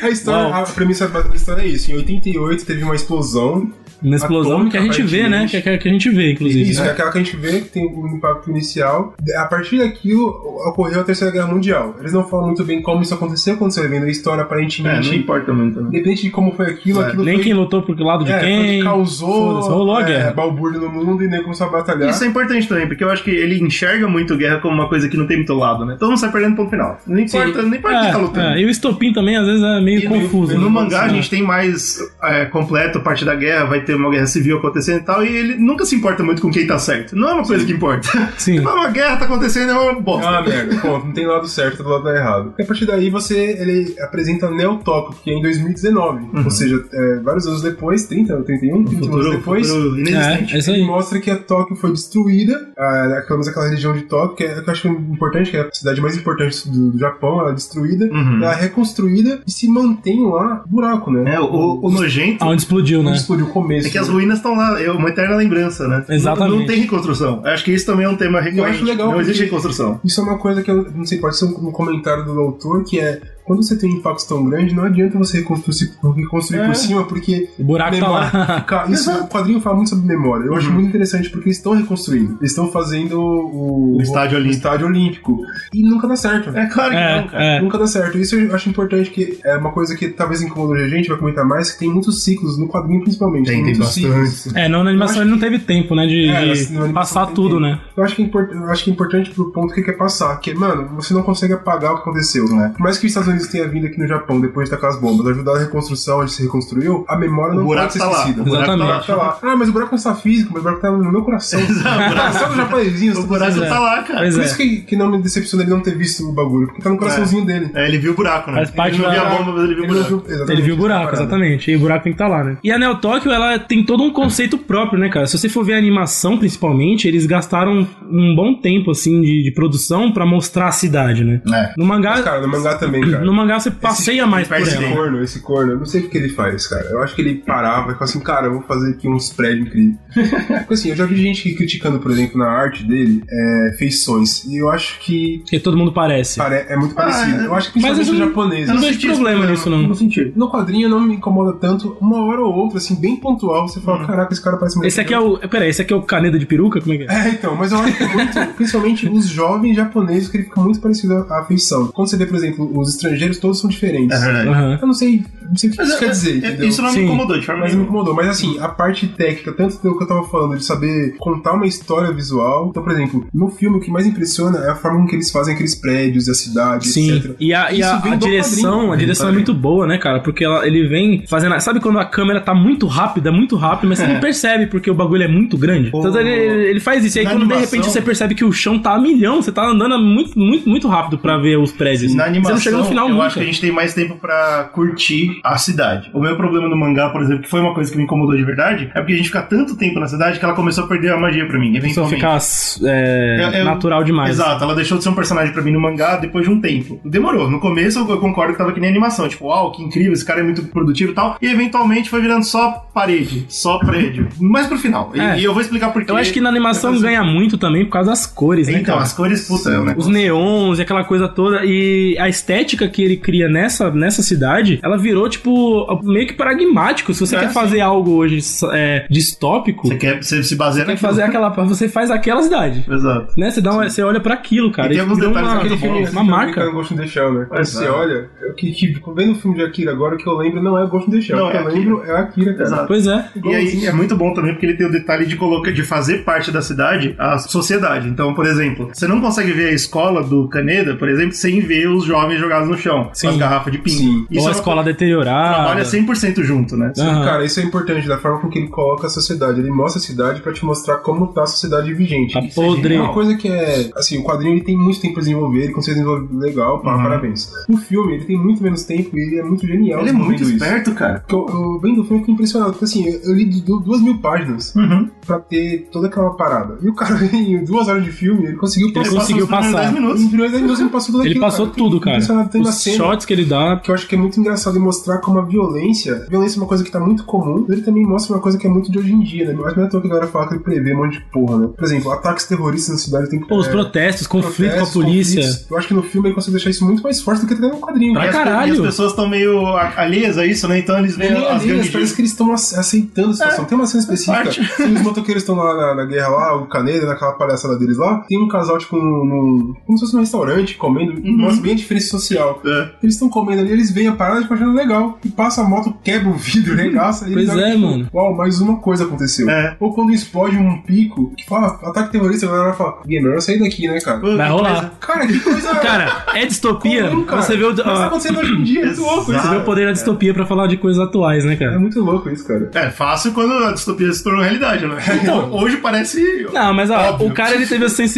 [SPEAKER 1] A história,
[SPEAKER 3] Bom.
[SPEAKER 1] a premissa básica da história é isso. Em 88 teve uma explosão.
[SPEAKER 3] Uma explosão que a gente vê, né? Que, que- que a gente vê, inclusive.
[SPEAKER 1] Isso,
[SPEAKER 3] né?
[SPEAKER 1] é aquela que a gente vê que tem um impacto inicial. A partir daquilo ocorreu a Terceira Guerra Mundial. Eles não falam muito bem como isso aconteceu, quando você vai vendo a história
[SPEAKER 2] É, não
[SPEAKER 1] aparentemente.
[SPEAKER 2] importa muito. né?
[SPEAKER 1] Independente de como foi aquilo,
[SPEAKER 2] É,
[SPEAKER 1] aquilo
[SPEAKER 3] Nem
[SPEAKER 1] foi,
[SPEAKER 3] quem lutou pro lado de
[SPEAKER 1] é, foi o que
[SPEAKER 3] quem.
[SPEAKER 1] causou
[SPEAKER 3] Foda-se, rolou a guerra.
[SPEAKER 1] é, balbúrdio no mundo e nem começou a batalhar.
[SPEAKER 2] Isso é importante também, porque eu acho que ele enxerga muito guerra como uma coisa que não tem muito lado, né? Todo mundo sai perdendo pro final. Não importa, não importa quem tá lutando.
[SPEAKER 3] é, e o estopim também, às vezes, é meio
[SPEAKER 2] E
[SPEAKER 3] confuso.
[SPEAKER 2] No, no
[SPEAKER 3] né?
[SPEAKER 2] mangá a gente tem mais é, completo parte da guerra, vai ter uma guerra civil acontecendo e tal, e ele nunca se importa muito com quem tá certo. Não é uma coisa que importa.
[SPEAKER 3] Sim.
[SPEAKER 2] É
[SPEAKER 3] Ah,
[SPEAKER 2] uma guerra tá acontecendo, é uma
[SPEAKER 1] É
[SPEAKER 2] bosta.
[SPEAKER 1] uma merda, ponto. Não tem lado certo, tem lado tá errado. E a partir daí você ele apresenta Neotópico, que é em 2019.
[SPEAKER 3] Uhum.
[SPEAKER 1] Ou seja, é, vários anos depois, 30, 31, 30 um anos
[SPEAKER 2] futuro,
[SPEAKER 1] depois.
[SPEAKER 2] futuro inexistente.
[SPEAKER 3] É, é isso
[SPEAKER 1] Ele
[SPEAKER 3] aí.
[SPEAKER 1] mostra que a Tóquio foi destruída, a, pelo menos aquela região de Tóquio, que, é, que eu acho importante, que é a cidade mais importante do, do Japão, ela é destruída,
[SPEAKER 2] Uhum.
[SPEAKER 1] ela é reconstruída e se mantém lá buraco, né?
[SPEAKER 2] É, o, o nojento
[SPEAKER 3] Aonde explodiu, né?
[SPEAKER 1] Onde explodiu o começo.
[SPEAKER 2] é que as
[SPEAKER 1] né?
[SPEAKER 2] ruínas estão lá, é uma eterna lembrança, né?
[SPEAKER 3] Exatamente.
[SPEAKER 2] Não, não tem reconstrução. Eu Acho que isso também é um tema recorrente.
[SPEAKER 1] acho legal
[SPEAKER 2] não existe
[SPEAKER 1] porque-
[SPEAKER 2] reconstrução.
[SPEAKER 1] Isso é uma coisa que eu não sei, pode ser um, um comentário do autor, que é quando você tem impactos tão grandes, não adianta você reconstruir, reconstruir por cima, porque
[SPEAKER 3] É. O buraco tá
[SPEAKER 1] memória.
[SPEAKER 3] lá.
[SPEAKER 1] Ca- Isso, o quadrinho fala muito sobre memória. Eu acho
[SPEAKER 2] Uhum.
[SPEAKER 1] muito interessante porque eles estão reconstruindo. Eles estão fazendo o,
[SPEAKER 2] O estádio olímpico.
[SPEAKER 1] estádio olímpico. E nunca dá certo. né?
[SPEAKER 2] É claro que
[SPEAKER 3] É,
[SPEAKER 2] não, cara.
[SPEAKER 3] é.
[SPEAKER 1] Nunca dá certo. Isso eu acho importante que é uma coisa que talvez incomodou a gente, vai comentar mais, que tem muitos ciclos, no quadrinho principalmente.
[SPEAKER 2] Tem- tem
[SPEAKER 1] muitos
[SPEAKER 2] bastante.
[SPEAKER 1] ciclos.
[SPEAKER 3] É, não, na animação
[SPEAKER 1] acho
[SPEAKER 3] ele não teve tempo, né? De,
[SPEAKER 1] É,
[SPEAKER 3] de
[SPEAKER 1] assim, na animação
[SPEAKER 3] passar
[SPEAKER 1] tem
[SPEAKER 3] tudo,
[SPEAKER 1] tempo.
[SPEAKER 3] né?
[SPEAKER 1] Eu acho que é, import- eu acho que é importante pro ponto que quer passar, que, mano, você não consegue apagar o que aconteceu,
[SPEAKER 2] É.
[SPEAKER 1] né? Por mais que os Estados Unidos tenha vindo aqui no Japão depois de tacar as bombas, ajudar a reconstrução, onde se reconstruiu, a memória
[SPEAKER 2] O
[SPEAKER 1] não
[SPEAKER 2] buraco
[SPEAKER 1] pode ser
[SPEAKER 2] tá lá.
[SPEAKER 1] esquecida.
[SPEAKER 2] O buraco
[SPEAKER 1] O buraco
[SPEAKER 3] Exatamente.
[SPEAKER 1] tá lá. Ah, mas o buraco não está físico, mas o buraco tá no meu coração.
[SPEAKER 2] Exato.
[SPEAKER 1] o coração do japonesinho.
[SPEAKER 2] O buraco tá lá, cara.
[SPEAKER 3] é Pois
[SPEAKER 1] Por
[SPEAKER 3] é.
[SPEAKER 1] isso que, que não me decepciona ele não ter visto o bagulho, porque tá no coraçãozinho dele.
[SPEAKER 2] É, ele viu o buraco, né?
[SPEAKER 3] Faz parte
[SPEAKER 2] ele não
[SPEAKER 3] da-
[SPEAKER 2] viu a bomba, mas ele viu o
[SPEAKER 1] não
[SPEAKER 2] buraco.
[SPEAKER 1] viu- exatamente,
[SPEAKER 3] Ele viu o buraco,
[SPEAKER 1] essa parada.
[SPEAKER 3] exatamente. E o buraco tem que estar lá, né? E a Neo Tóquio, ela tem todo um conceito próprio, né, cara? Se você for ver a animação, principalmente, eles gastaram um bom tempo, assim, de, de produção pra mostrar a cidade, né?
[SPEAKER 2] É.
[SPEAKER 3] No mangá,
[SPEAKER 1] Mas, cara, no mangá também, cara. tipo
[SPEAKER 3] no mangá você passeia mais por
[SPEAKER 1] Esse
[SPEAKER 3] ela.
[SPEAKER 1] corno, esse corno, eu não sei o que ele faz, cara. Eu acho que ele parava e falava assim, cara, eu vou fazer aqui uns prédios incríveis. Porque assim, eu já vi gente criticando, por exemplo, na arte dele, é, feições. E eu acho que
[SPEAKER 3] Porque todo mundo parece.
[SPEAKER 1] pare- é muito parecido.
[SPEAKER 2] é.
[SPEAKER 1] Eu acho que
[SPEAKER 3] Mas
[SPEAKER 1] principalmente
[SPEAKER 3] eu não-
[SPEAKER 1] os japoneses.
[SPEAKER 3] eu não vejo
[SPEAKER 2] senti esse
[SPEAKER 3] problema nisso, não.
[SPEAKER 2] senti.
[SPEAKER 1] No quadrinho não me incomoda tanto, uma hora ou outra, assim, bem pontual, você fala, caraca, esse cara parece muito.
[SPEAKER 3] Uhum. Esse aqui é o. Peraí, esse aqui é o caneta de peruca? Como é que é?
[SPEAKER 1] É, então, mas eu acho que muito, principalmente os jovens japoneses, que ele fica muito parecido à à feição. Quando você vê, por exemplo, os estrangeiros, todos são diferentes.
[SPEAKER 2] É verdade.
[SPEAKER 3] Aham.
[SPEAKER 1] Eu não sei, não sei o que
[SPEAKER 2] Mas
[SPEAKER 1] isso
[SPEAKER 2] é-
[SPEAKER 1] quer
[SPEAKER 2] é-
[SPEAKER 1] dizer,
[SPEAKER 2] é-
[SPEAKER 1] entendeu?
[SPEAKER 2] Isso não me
[SPEAKER 3] Sim.
[SPEAKER 2] incomodou de forma
[SPEAKER 1] Mas me
[SPEAKER 2] nenhuma.
[SPEAKER 1] incomodou. Mas assim, a parte técnica, tanto do que eu tava falando, de saber contar uma história visual. Então, por exemplo, no filme o que mais impressiona é a forma com que eles fazem aqueles prédios, a cidade,
[SPEAKER 3] Sim,
[SPEAKER 1] etc.
[SPEAKER 3] e a, e
[SPEAKER 1] Isso
[SPEAKER 3] a,
[SPEAKER 1] vem
[SPEAKER 3] a
[SPEAKER 1] do
[SPEAKER 3] direção,
[SPEAKER 1] quadrinho.
[SPEAKER 3] a
[SPEAKER 1] Vem do
[SPEAKER 3] direção é
[SPEAKER 1] quadrinho.
[SPEAKER 3] muito boa, né, cara? Porque ela, ele vem fazendo. a- Sabe quando a câmera tá muito rápida, muito rápida, mas você não percebe porque o bagulho é muito grande?
[SPEAKER 2] É. O-
[SPEAKER 3] Então ele, ele faz isso, e aí
[SPEAKER 2] Na
[SPEAKER 3] quando de
[SPEAKER 2] animação-
[SPEAKER 3] repente você percebe que o chão tá a milhão, você tá andando muito, muito, muito rápido pra ver os prédios.
[SPEAKER 2] Na animação,
[SPEAKER 3] você não chega no final
[SPEAKER 2] eu
[SPEAKER 3] nunca.
[SPEAKER 2] acho que a gente tem mais tempo pra curtir a cidade. O meu problema no mangá, por exemplo, que foi uma coisa que me incomodou de verdade, é porque a gente fica tanto tempo na cidade que ela começou a perder a magia pra mim.
[SPEAKER 3] A pessoa
[SPEAKER 2] eventualmente.
[SPEAKER 3] fica é,
[SPEAKER 2] Eu- eu-
[SPEAKER 3] natural demais.
[SPEAKER 2] Exato, ela deixou de ser um personagem pra mim no mangá depois de um tempo. Demorou. No começo eu eu concordo que tava que nem animação, tipo, uau, que incrível, esse cara é muito produtivo e tal. E eventualmente foi virando só parede, só prédio. Mas pro final. E-
[SPEAKER 3] É.
[SPEAKER 2] E, eu vou explicar por quê.
[SPEAKER 3] Eu acho que na animação
[SPEAKER 2] Mas-
[SPEAKER 3] ganha muito também por causa das cores, né,
[SPEAKER 2] Então,
[SPEAKER 3] cara?
[SPEAKER 2] as cores, puta, é um
[SPEAKER 3] Os
[SPEAKER 2] negócio.
[SPEAKER 3] neons e aquela coisa toda. E a estética que ele cria nessa, nessa cidade, ela virou, tipo, meio que pragmático. Se você
[SPEAKER 2] É,
[SPEAKER 3] quer
[SPEAKER 2] sim.
[SPEAKER 3] fazer algo hoje é, distópico,
[SPEAKER 2] Você
[SPEAKER 3] você
[SPEAKER 2] quer você se basear
[SPEAKER 3] quer
[SPEAKER 2] naquilo.
[SPEAKER 3] fazer aquela. Você faz aquela cidade.
[SPEAKER 2] Exato.
[SPEAKER 3] Né? Você, dá uma- você olha pra aquilo, cara.
[SPEAKER 2] E tem
[SPEAKER 3] Ele
[SPEAKER 2] alguns
[SPEAKER 3] criou
[SPEAKER 2] detalhes
[SPEAKER 3] uma,
[SPEAKER 2] naquele filme,
[SPEAKER 3] é uma
[SPEAKER 1] Assim,
[SPEAKER 3] marca.
[SPEAKER 1] também tá no Ghost in the Shell, né? Quando você
[SPEAKER 2] Exato.
[SPEAKER 1] olha, eu que, que vendo o filme de Akira agora, o que eu lembro não é o Ghost in the Shell.
[SPEAKER 2] Não,
[SPEAKER 1] o que
[SPEAKER 2] é
[SPEAKER 1] eu lembro é Akira, cara.
[SPEAKER 2] Exato.
[SPEAKER 3] Pois é.
[SPEAKER 2] E aí é muito bom também porque ele tem o detalhe de colocar, de fazer parte da cidade a sociedade. Então, por exemplo, você não consegue ver a escola do Caneda, por exemplo, sem ver os jovens jogados no chão, com as
[SPEAKER 3] Sim.
[SPEAKER 2] garrafas de pinto.
[SPEAKER 1] Sim.
[SPEAKER 3] Ou
[SPEAKER 2] é
[SPEAKER 3] a
[SPEAKER 2] uma
[SPEAKER 3] escola
[SPEAKER 2] trabalha assim,
[SPEAKER 3] deteriorada.
[SPEAKER 2] 100% junto, né?
[SPEAKER 3] Aham.
[SPEAKER 1] Cara, isso é importante da forma com que ele coloca a sociedade. Ele mostra a cidade pra te mostrar como tá a sociedade vigente.
[SPEAKER 3] Tá
[SPEAKER 1] Isso é
[SPEAKER 3] podre.
[SPEAKER 1] genial. Uma coisa que é. Assim, o quadrinho ele tem muito tempo pra desenvolver, ele consegue desenvolver legal, pá,
[SPEAKER 2] Uhum.
[SPEAKER 1] parabéns. O filme ele tem muito menos tempo e ele é muito genial.
[SPEAKER 2] Ele é muito
[SPEAKER 1] desenvolvendo isso.
[SPEAKER 2] esperto, cara.
[SPEAKER 1] Porque eu, eu vendo o filme eu fiquei impressionado. Porque assim, eu, eu li du- duas mil páginas
[SPEAKER 2] Uhum.
[SPEAKER 1] pra ter toda aquela parada. E o cara, em duas horas de filme, ele conseguiu
[SPEAKER 3] Ele
[SPEAKER 1] passar.
[SPEAKER 3] conseguiu
[SPEAKER 2] Passa os primeiros
[SPEAKER 3] passar.
[SPEAKER 2] dez
[SPEAKER 1] Em
[SPEAKER 2] minutos.
[SPEAKER 1] primeiros dez minutos ele passou tudo
[SPEAKER 3] Ele
[SPEAKER 1] aquilo,
[SPEAKER 3] passou
[SPEAKER 1] cara. Eu fiquei
[SPEAKER 3] tudo, cara.
[SPEAKER 1] impressionado
[SPEAKER 3] Os
[SPEAKER 1] tá uma
[SPEAKER 3] os
[SPEAKER 1] cena-
[SPEAKER 3] shots que ele dá.
[SPEAKER 1] que eu acho que é muito engraçado mostrar como a violência, violência é uma coisa que tá muito comum, mas ele também mostra uma coisa que é muito de hoje em dia, né? Mas não é à toa que a galera fala que ele prevê um monte de porra, né? Por exemplo, ataques terroristas na cidade tem que
[SPEAKER 3] Pô, os
[SPEAKER 1] é,
[SPEAKER 3] protestos, conflito
[SPEAKER 1] protestos,
[SPEAKER 3] com a polícia.
[SPEAKER 1] conflitos. Eu acho que no filme ele consegue deixar isso muito mais forte do que até no quadrinho.
[SPEAKER 3] Pra
[SPEAKER 1] E as-
[SPEAKER 3] É caralho.
[SPEAKER 2] E as pessoas estão meio a- alheias a isso, né? Então eles
[SPEAKER 1] Nem
[SPEAKER 2] veem as
[SPEAKER 1] ali, mas
[SPEAKER 2] grandes
[SPEAKER 1] parece que eles estão ace-
[SPEAKER 3] É,
[SPEAKER 1] aceitando a situação. Tem uma cena específica.
[SPEAKER 2] Parte.
[SPEAKER 1] Se os motoqueiros estão lá na, na guerra lá, o Caneda, naquela palhaçada deles lá, tem um casal, tipo, num. num- como se fosse num restaurante, comendo.
[SPEAKER 3] Uhum.
[SPEAKER 1] Nossa, bem a diferença social.
[SPEAKER 2] É.
[SPEAKER 1] Eles estão comendo ali, eles veem a parada e ficam achando legal. E passa a moto, quebra o vidro, regaça. e eles
[SPEAKER 3] Pois
[SPEAKER 1] olham,
[SPEAKER 3] é,
[SPEAKER 1] tipo,
[SPEAKER 3] mano.
[SPEAKER 1] Uau, mais uma coisa aconteceu.
[SPEAKER 2] É.
[SPEAKER 1] Ou quando explode um pico, que fala, ataque terrorista, a galera fala, "Ih, é melhor eu sair daqui, né, cara?
[SPEAKER 3] Vai rolar.
[SPEAKER 1] Cara, que coisa.
[SPEAKER 3] Cara, é distopia.
[SPEAKER 1] comum, cara.
[SPEAKER 3] Você vê o,
[SPEAKER 1] Mas tá
[SPEAKER 3] a-
[SPEAKER 1] acontecendo hoje em dia, é muito louco
[SPEAKER 3] você
[SPEAKER 1] isso.
[SPEAKER 3] vê o poder da distopia pra falar de coisas atuais, né,
[SPEAKER 1] É
[SPEAKER 3] cara?
[SPEAKER 1] muito louco isso, cara.
[SPEAKER 2] É fácil quando a distopia se tornou realidade, né?
[SPEAKER 3] Então.
[SPEAKER 2] hoje parece.
[SPEAKER 3] Não, mas ó,
[SPEAKER 2] Óbvio.
[SPEAKER 3] o cara ele teve a
[SPEAKER 1] É, mas é claro,
[SPEAKER 3] sensibilidade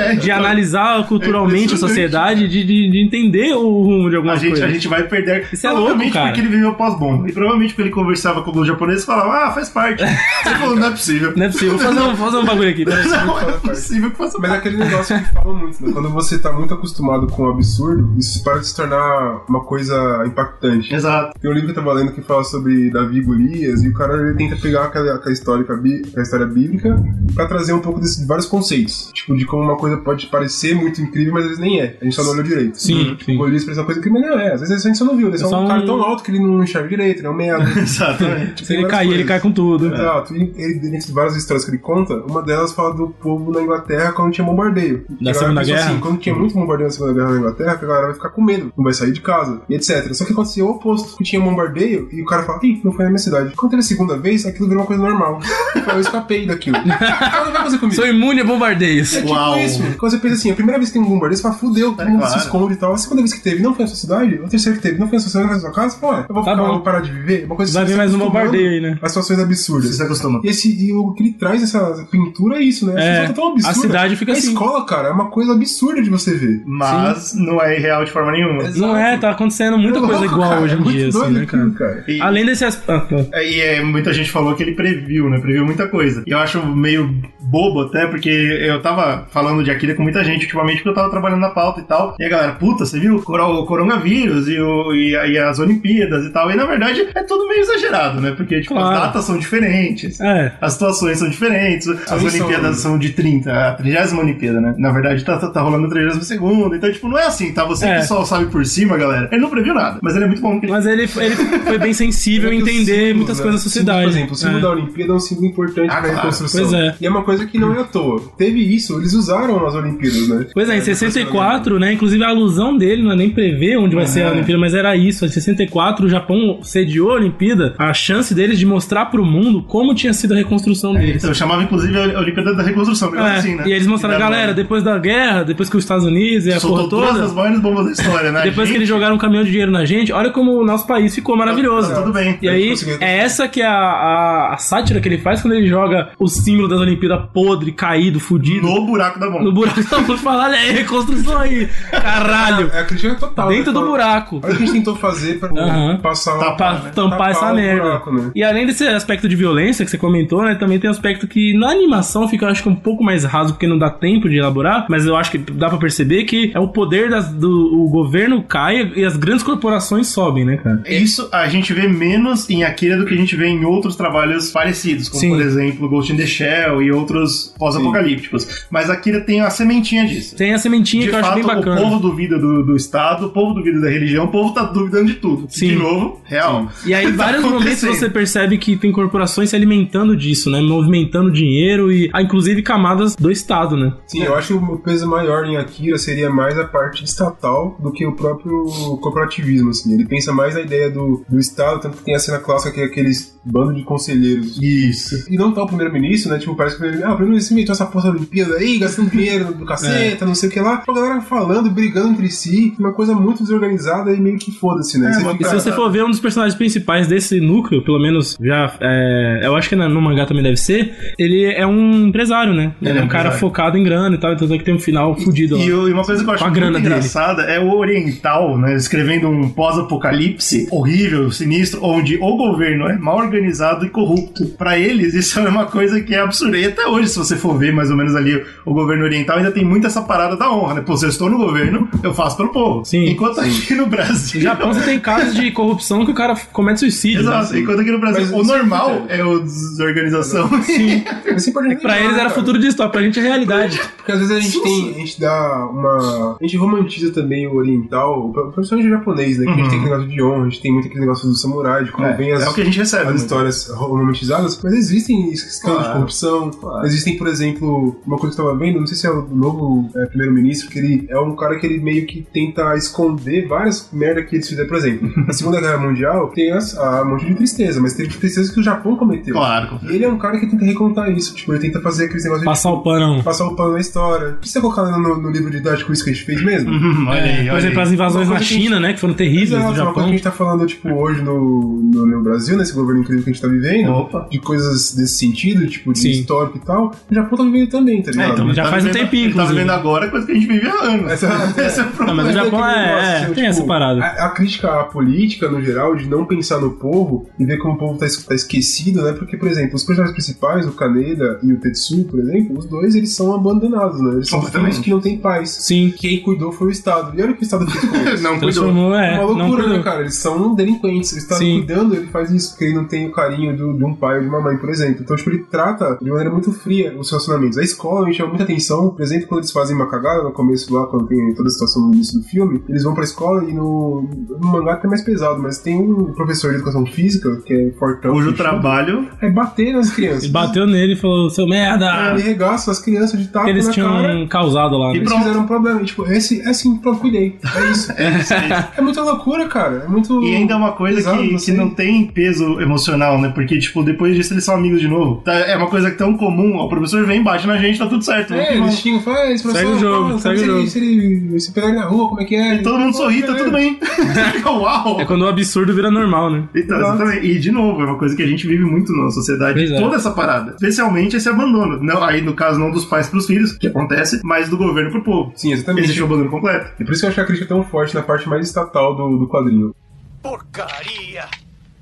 [SPEAKER 2] é.
[SPEAKER 3] de
[SPEAKER 2] É, então,
[SPEAKER 3] analisar culturalmente a
[SPEAKER 2] impressionante.
[SPEAKER 3] sociedade, de, de, de entender o rumo de
[SPEAKER 2] A
[SPEAKER 3] algumas
[SPEAKER 2] gente,
[SPEAKER 3] coisas.
[SPEAKER 2] a gente vai perder.
[SPEAKER 3] Isso é
[SPEAKER 2] provavelmente
[SPEAKER 3] louco, cara.
[SPEAKER 2] porque ele viveu pós-bomba. E provavelmente porque ele conversava com alguns japoneses e falava, ah, faz parte. Você falou, não é possível.
[SPEAKER 3] Não é possível. Vou fazer um, vou fazer um bagulho aqui. peraí.
[SPEAKER 2] Não é possível que faça
[SPEAKER 1] Mas é
[SPEAKER 2] parte.
[SPEAKER 1] aquele negócio que falam muito, né? Quando você tá muito acostumado com o absurdo, isso para de se tornar uma coisa impactante.
[SPEAKER 2] Exato.
[SPEAKER 1] Tem um livro que eu tava lendo que fala sobre Davi e Golias, e o cara ele tenta pegar aquela, aquela, história, aquela história bíblica pra trazer um pouco desse, de vários conceitos. Tipo, de como uma coisa pode parecer muito incrível, mas às vezes nem é. A gente só não olhou direito.
[SPEAKER 3] Sim,
[SPEAKER 1] O
[SPEAKER 3] sim.
[SPEAKER 1] Golias parece uma coisa que mas não é. Às vezes a gente só não viu, ele é só,
[SPEAKER 3] Uhum. só
[SPEAKER 1] um cara
[SPEAKER 3] um-
[SPEAKER 1] tão alto que ele não enxerga direito, ele é um merda.
[SPEAKER 2] Exatamente.
[SPEAKER 3] Se ele
[SPEAKER 1] várias
[SPEAKER 3] cair, ele
[SPEAKER 1] coisas. É.
[SPEAKER 3] cai com tudo.
[SPEAKER 1] Exato. E ele, dentre várias histórias que ele conta, uma delas fala do povo na Inglaterra quando tinha bombardeio. E
[SPEAKER 3] Da
[SPEAKER 1] a galera
[SPEAKER 3] Segunda
[SPEAKER 1] pensou
[SPEAKER 3] Guerra?
[SPEAKER 1] Assim, quando tinha muito bombardeio na Segunda Guerra na Inglaterra, que a galera vai ficar com medo, não vai sair de casa, e etc. Só que aconteceu o oposto, que tinha bombardeio e o cara fala, ih, não foi na minha cidade. Quando teve a segunda vez, aquilo virou uma coisa normal. Ele fala, eu escapei daquilo. Então não vai acontecer comigo.
[SPEAKER 3] Sou imune a bombardeios.
[SPEAKER 1] É tipo
[SPEAKER 2] Uau.
[SPEAKER 1] isso. Quando você pensa assim, a primeira vez que tem um bombardeio, você fala, fudeu,
[SPEAKER 3] É
[SPEAKER 1] todo mundo
[SPEAKER 2] claro.
[SPEAKER 1] se esconde e tal. A segunda vez que teve não foi na sua cidade, a terceira que teve não foi na sua cidade, não foi na sua casa, pô, eu vou
[SPEAKER 3] Tá
[SPEAKER 1] ficar,
[SPEAKER 3] bom.
[SPEAKER 1] eu vou parar de viver. É Uma coisa que
[SPEAKER 3] Vai
[SPEAKER 1] você
[SPEAKER 3] vir
[SPEAKER 1] tá
[SPEAKER 3] mais um
[SPEAKER 1] acostumando
[SPEAKER 3] bombardeio aí, né?
[SPEAKER 1] Às situações absurdas.
[SPEAKER 2] Você se acostuma.
[SPEAKER 1] E, esse, e o que ele traz nessa pintura é isso, né? Essa
[SPEAKER 3] É,
[SPEAKER 1] situação tão absurda.
[SPEAKER 3] a cidade fica
[SPEAKER 1] a
[SPEAKER 3] assim.
[SPEAKER 1] escola, cara, é uma coisa absurda de você ver.
[SPEAKER 2] Mas não é irreal de forma nenhuma.
[SPEAKER 3] Não é, tá acontecendo muita
[SPEAKER 1] É
[SPEAKER 3] coisa
[SPEAKER 1] louco,
[SPEAKER 3] igual
[SPEAKER 1] cara,
[SPEAKER 3] hoje
[SPEAKER 1] é
[SPEAKER 3] em
[SPEAKER 1] muito
[SPEAKER 3] dia, assim,
[SPEAKER 1] doido
[SPEAKER 3] né,
[SPEAKER 1] aquilo,
[SPEAKER 3] cara?
[SPEAKER 2] E-
[SPEAKER 3] Além desse ah, tá. aspecto.
[SPEAKER 2] E é, muita gente falou que ele previu, né? Previu muita coisa. E eu acho meio bobo até, porque eu tava falando de Akira com muita gente ultimamente, porque eu tava trabalhando na pauta e tal. E a galera, puta, você viu o coro- o coronavírus e, o- e a- e as Olimpíadas e tal. E na verdade é tudo meio exagerado, né? Porque, tipo,
[SPEAKER 3] Claro.
[SPEAKER 2] as datas são diferentes.
[SPEAKER 3] É.
[SPEAKER 2] As situações são diferentes, as
[SPEAKER 1] Sim, são-
[SPEAKER 2] Olimpíadas são de 30, a 30 Olimpíada, né? Na verdade, tá, tá, tá rolando a 32 então, tipo, não é assim, tá? Você
[SPEAKER 3] É.
[SPEAKER 2] que só sabe por cima, galera. Ele não previu nada, mas ele é muito bom porque ele
[SPEAKER 3] Mas ele, ele foi bem sensível a
[SPEAKER 1] Porque os
[SPEAKER 3] entender
[SPEAKER 1] símbolos,
[SPEAKER 3] muitas
[SPEAKER 1] É né?
[SPEAKER 3] coisas da sociedade.
[SPEAKER 1] Por exemplo, o símbolo
[SPEAKER 3] É.
[SPEAKER 1] da Olimpíada é um símbolo importante
[SPEAKER 2] Ah,
[SPEAKER 1] para pra
[SPEAKER 2] claro.
[SPEAKER 1] reconstrução.
[SPEAKER 3] Pois é.
[SPEAKER 1] E é uma coisa que não é à toa. Teve isso, eles usaram nas Olimpíadas, né?
[SPEAKER 3] Pois é, em 64, né? Inclusive a alusão dele não é nem prever onde vai ser
[SPEAKER 2] é.
[SPEAKER 3] a Olimpíada, mas era isso. Em 64, o Japão sediou a Olimpíada, a chance deles de mostrar pro mundo como tinha sido a reconstrução deles.
[SPEAKER 2] Então, eu chamava inclusive a Olimpíada da Reconstrução, um negócio
[SPEAKER 3] É,
[SPEAKER 2] assim, né?
[SPEAKER 3] E eles mostraram,
[SPEAKER 2] E da-
[SPEAKER 3] galera, depois da guerra, depois que os Estados Unidos e a porra
[SPEAKER 2] soltou todas as
[SPEAKER 3] toda,
[SPEAKER 2] maiores bombas da história, né?
[SPEAKER 3] depois
[SPEAKER 2] Gente,
[SPEAKER 3] que
[SPEAKER 2] Tá,
[SPEAKER 3] eles jogaram um caminhão de dinheiro na gente, olha como o nosso país ficou maravilhoso.
[SPEAKER 2] Tudo bem.
[SPEAKER 3] E aí,
[SPEAKER 1] conseguiu.
[SPEAKER 3] é essa que é a, a, a sátira que ele faz quando ele joga o símbolo das Olimpíadas podre, caído, fudido,
[SPEAKER 2] No buraco da bomba.
[SPEAKER 3] no buraco da mão e fala, olha aí, reconstrução aí, caralho.
[SPEAKER 1] É a crítica total.
[SPEAKER 3] Dentro
[SPEAKER 1] né?
[SPEAKER 3] do
[SPEAKER 1] Fala,
[SPEAKER 3] buraco.
[SPEAKER 1] Olha o que a gente tentou fazer pra
[SPEAKER 3] Aham.
[SPEAKER 1] passar
[SPEAKER 2] Tá,
[SPEAKER 3] Pra
[SPEAKER 2] né?
[SPEAKER 3] tampar
[SPEAKER 1] Tapar
[SPEAKER 3] essa
[SPEAKER 1] o
[SPEAKER 3] merda.
[SPEAKER 1] buraco, né?
[SPEAKER 3] E além desse aspecto de violência que você comentou, né? Também tem um aspecto que na animação fica, eu acho que um pouco mais raso, porque não dá tempo de elaborar, mas eu acho que dá pra perceber que é o poder das- do o governo cai e as grandes corporações sobem, né, cara?
[SPEAKER 2] É Isso a gente vê menos em Akira do que a gente vê em outros trabalhos parecidos, como
[SPEAKER 3] Sim.
[SPEAKER 2] por exemplo Ghost in the Shell e outros pós-apocalípticos. Mas Akira tem a sementinha disso.
[SPEAKER 3] Tem a sementinha
[SPEAKER 2] De
[SPEAKER 3] que eu acho
[SPEAKER 2] fato,
[SPEAKER 3] bem bacana.
[SPEAKER 2] o povo duvida do, do Estado, o povo duvida da religião, o povo tá duvidando de tudo.
[SPEAKER 3] Sim.
[SPEAKER 2] De novo, real.
[SPEAKER 3] E aí, em
[SPEAKER 2] Tá
[SPEAKER 3] vários momentos
[SPEAKER 2] acontecendo.
[SPEAKER 3] você percebe que tem corporações se alimentando disso, né? Movimentando dinheiro e, ah, inclusive, camadas do Estado, né?
[SPEAKER 1] Sim,
[SPEAKER 2] É.
[SPEAKER 1] eu acho que o peso maior em Akira seria mais a parte estatal do que o próprio corporativismo, assim. Ele pensa mais na ideia do, do Estado, tanto que tem a cena clássica que é aqueles bando de conselheiros.
[SPEAKER 2] Isso.
[SPEAKER 1] E não tá o primeiro-ministro, né? Tipo, parece que o primeiro-ministro, ah, o primeiro-ministro meteu essa porra da Olimpíada aí, gastando dinheiro
[SPEAKER 2] É.
[SPEAKER 1] do caceta, não sei o que lá. Tipo, A galera falando, brigando entre si, uma coisa muito desorganizada e meio que foda-se, né? Você
[SPEAKER 2] É, uma
[SPEAKER 3] E
[SPEAKER 1] fica-
[SPEAKER 3] se você for ver, um dos personagens principais desse núcleo, pelo menos já. é, eu acho que na- no mangá também deve ser. Ele é um empresário, né? Ele, é um cara
[SPEAKER 2] empresário.
[SPEAKER 3] focado em grana e tal, então tem que ter um final fudido lá.
[SPEAKER 2] E, eu- e uma coisa que eu acho
[SPEAKER 3] Com a
[SPEAKER 2] muito
[SPEAKER 3] grana dele.
[SPEAKER 2] engraçada é o oriental, né, escrevendo um pós-apocalipse horrível, sinistro, onde o governo é mal organizado e corrupto. Pra eles, isso é uma coisa que é absurda. E até hoje, se você for ver mais ou menos ali o governo oriental, ainda tem muito essa parada da honra, né? Pô, se eu estou no governo, eu faço faço pelo povo.
[SPEAKER 3] Sim.
[SPEAKER 2] Enquanto aqui no Brasil.
[SPEAKER 3] No Japão Então você tem casos de corrupção que o cara comete suicídio.
[SPEAKER 2] Exato,
[SPEAKER 3] né?
[SPEAKER 2] enquanto aqui no Brasil
[SPEAKER 1] Mas
[SPEAKER 2] o
[SPEAKER 1] isso é
[SPEAKER 2] normal
[SPEAKER 1] verdade.
[SPEAKER 2] é o desorganização.
[SPEAKER 1] Mas você pode
[SPEAKER 3] Pra
[SPEAKER 1] lembrar,
[SPEAKER 3] eles era
[SPEAKER 1] cara.
[SPEAKER 3] futuro distópico, pra gente é realidade.
[SPEAKER 1] Porque às vezes a gente tem. A gente dá uma. A gente romantiza também o oriental, principalmente o japonês, né? Que a gente tem aquele negócio de honra, a gente tem muito aquele negócio do samurai, de como
[SPEAKER 2] Uhum. É,
[SPEAKER 1] vem as.
[SPEAKER 2] é o que a gente recebe.
[SPEAKER 1] as
[SPEAKER 2] né?
[SPEAKER 1] histórias romantizadas, mas existem escândalos
[SPEAKER 2] Claro.
[SPEAKER 1] de corrupção,
[SPEAKER 2] Claro.
[SPEAKER 1] existem, por exemplo, uma coisa que eu tava vendo, não sei se é o novo é, primeiro-ministro, que ele é um cara que ele meio que tenta esconder várias merda que eles fizeram. Por exemplo, na Segunda Guerra Mundial tem as, a, um monte de tristeza, mas teve tristeza que o Japão cometeu.
[SPEAKER 2] Claro, com
[SPEAKER 1] E ele é um cara que tenta recontar isso, tipo, ele tenta fazer aqueles negócios de
[SPEAKER 3] Passar o pano.
[SPEAKER 1] passar o pano na história. Não precisa colocar tá no, no livro didático isso que a gente fez mesmo?
[SPEAKER 2] Uhum, olha aí,
[SPEAKER 3] É, Por
[SPEAKER 2] olha
[SPEAKER 3] exemplo,
[SPEAKER 2] aí.
[SPEAKER 3] as invasões
[SPEAKER 1] Uma
[SPEAKER 3] na
[SPEAKER 1] coisa que a
[SPEAKER 3] China, né? Que foram terríveis
[SPEAKER 1] Exato,
[SPEAKER 3] no
[SPEAKER 1] uma coisa que a
[SPEAKER 3] Japão.
[SPEAKER 1] gente tá falando, tipo, hoje no, no, no Brasil, nesse governo incrível que a gente tá vivendo,
[SPEAKER 2] Opa.
[SPEAKER 1] de coisas desse sentido, tipo, de
[SPEAKER 3] Sim.
[SPEAKER 1] histórico e tal, o Japão tá vivendo também, tá ligado?
[SPEAKER 2] É, então,
[SPEAKER 3] Já
[SPEAKER 2] tá
[SPEAKER 3] faz um
[SPEAKER 2] vivendo-
[SPEAKER 3] tempinho,
[SPEAKER 2] ele Tá
[SPEAKER 3] inclusive.
[SPEAKER 2] vivendo agora coisa que a gente vivia há anos.
[SPEAKER 1] Exato, é.
[SPEAKER 2] Esse é o
[SPEAKER 3] Ah, mas
[SPEAKER 2] problema.
[SPEAKER 3] o Japão
[SPEAKER 1] aquele
[SPEAKER 3] é-
[SPEAKER 1] negócio,
[SPEAKER 3] é,
[SPEAKER 1] tipo,
[SPEAKER 3] tem essa parada.
[SPEAKER 1] A, a crítica à política, no geral, de não pensar no povo e ver como o povo tá, es- tá esquecido, né? Porque, por exemplo, os personagens principais, o Kaneda e o Tetsu, por exemplo, os dois, eles são abandonados, né? Eles são
[SPEAKER 2] Completamente.
[SPEAKER 1] filhos que não têm pais.
[SPEAKER 3] Sim.
[SPEAKER 1] Quem cuidou foi o Estado. E olha o que o Estado fez com eles.
[SPEAKER 2] Não, cuidou.
[SPEAKER 3] Transformou,
[SPEAKER 1] É
[SPEAKER 3] é.
[SPEAKER 1] uma
[SPEAKER 3] não
[SPEAKER 1] loucura,
[SPEAKER 3] cuidou.
[SPEAKER 1] né, cara? Eles são delinquentes. Ele tá
[SPEAKER 3] Sim.
[SPEAKER 1] cuidando, ele faz isso, porque ele não tem o carinho do- de um pai ou de uma mãe, por exemplo. Então, tipo, ele trata de maneira muito fria os relacionamentos. A escola me chama muita atenção, por exemplo, quando eles fazem uma cagada no começo lá, quando tem toda a situação no início do filme, eles vão pra escola e no, no mangá tá mais pesado, mas tem um professor de educação física, que é fortão,
[SPEAKER 2] Hoje o
[SPEAKER 1] que chuta,
[SPEAKER 2] trabalho
[SPEAKER 1] é bater nas crianças.
[SPEAKER 3] Ele bateu nele e falou, seu merda!
[SPEAKER 1] Ele regaça as crianças de É, tapa
[SPEAKER 3] Que eles
[SPEAKER 1] na cara.
[SPEAKER 3] tinham causado lá.
[SPEAKER 2] E
[SPEAKER 3] né?
[SPEAKER 1] Eles
[SPEAKER 2] Pronto.
[SPEAKER 1] fizeram um problema, e, tipo, esse, é assim, pronto, cuidei. É isso.
[SPEAKER 2] é isso aí.
[SPEAKER 1] É muita loucura, cara. É muito.
[SPEAKER 2] E ainda é uma coisa
[SPEAKER 1] Exato,
[SPEAKER 2] que, que
[SPEAKER 1] você-
[SPEAKER 2] não tem peso emocional, né? Porque, tipo, depois disso eles são amigos de novo. Tá- É uma coisa tão comum. ó, O professor vem, bate na gente, tá tudo certo.
[SPEAKER 1] É,
[SPEAKER 2] Vamos.
[SPEAKER 1] eles tinham, faz, professor,
[SPEAKER 3] Segue o jogo,
[SPEAKER 1] fala,
[SPEAKER 3] segue
[SPEAKER 1] se
[SPEAKER 3] o
[SPEAKER 1] ele-
[SPEAKER 3] jogo.
[SPEAKER 1] Se ele se pegar ele na rua, como é que é?
[SPEAKER 2] E todo mundo sorri, tá tudo bem. Uau!
[SPEAKER 3] É quando o absurdo vira normal, né?
[SPEAKER 2] Então,
[SPEAKER 1] Exato.
[SPEAKER 2] exatamente. E, de novo, é uma coisa que a gente vive muito na sociedade.
[SPEAKER 3] Pois é.
[SPEAKER 2] Toda essa parada. Especialmente esse abandono. Não, aí, no caso, não dos pais pros filhos, que acontece, mas do governo pro povo.
[SPEAKER 1] Sim, exatamente.
[SPEAKER 2] Existe o abandono completo.
[SPEAKER 1] E por isso que eu acho que a crítica é tão forte na parte mais estatal do, do quadrinho.
[SPEAKER 8] Porcaria!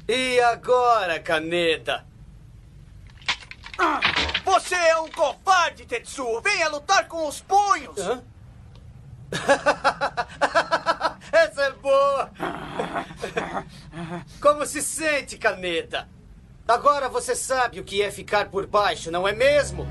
[SPEAKER 7] E agora, Caneda?
[SPEAKER 8] Você é um covarde, Tetsuo! Venha lutar com os punhos!
[SPEAKER 7] Essa é boa! Como se sente, Caneda? Agora você sabe o que é ficar por baixo, não é mesmo?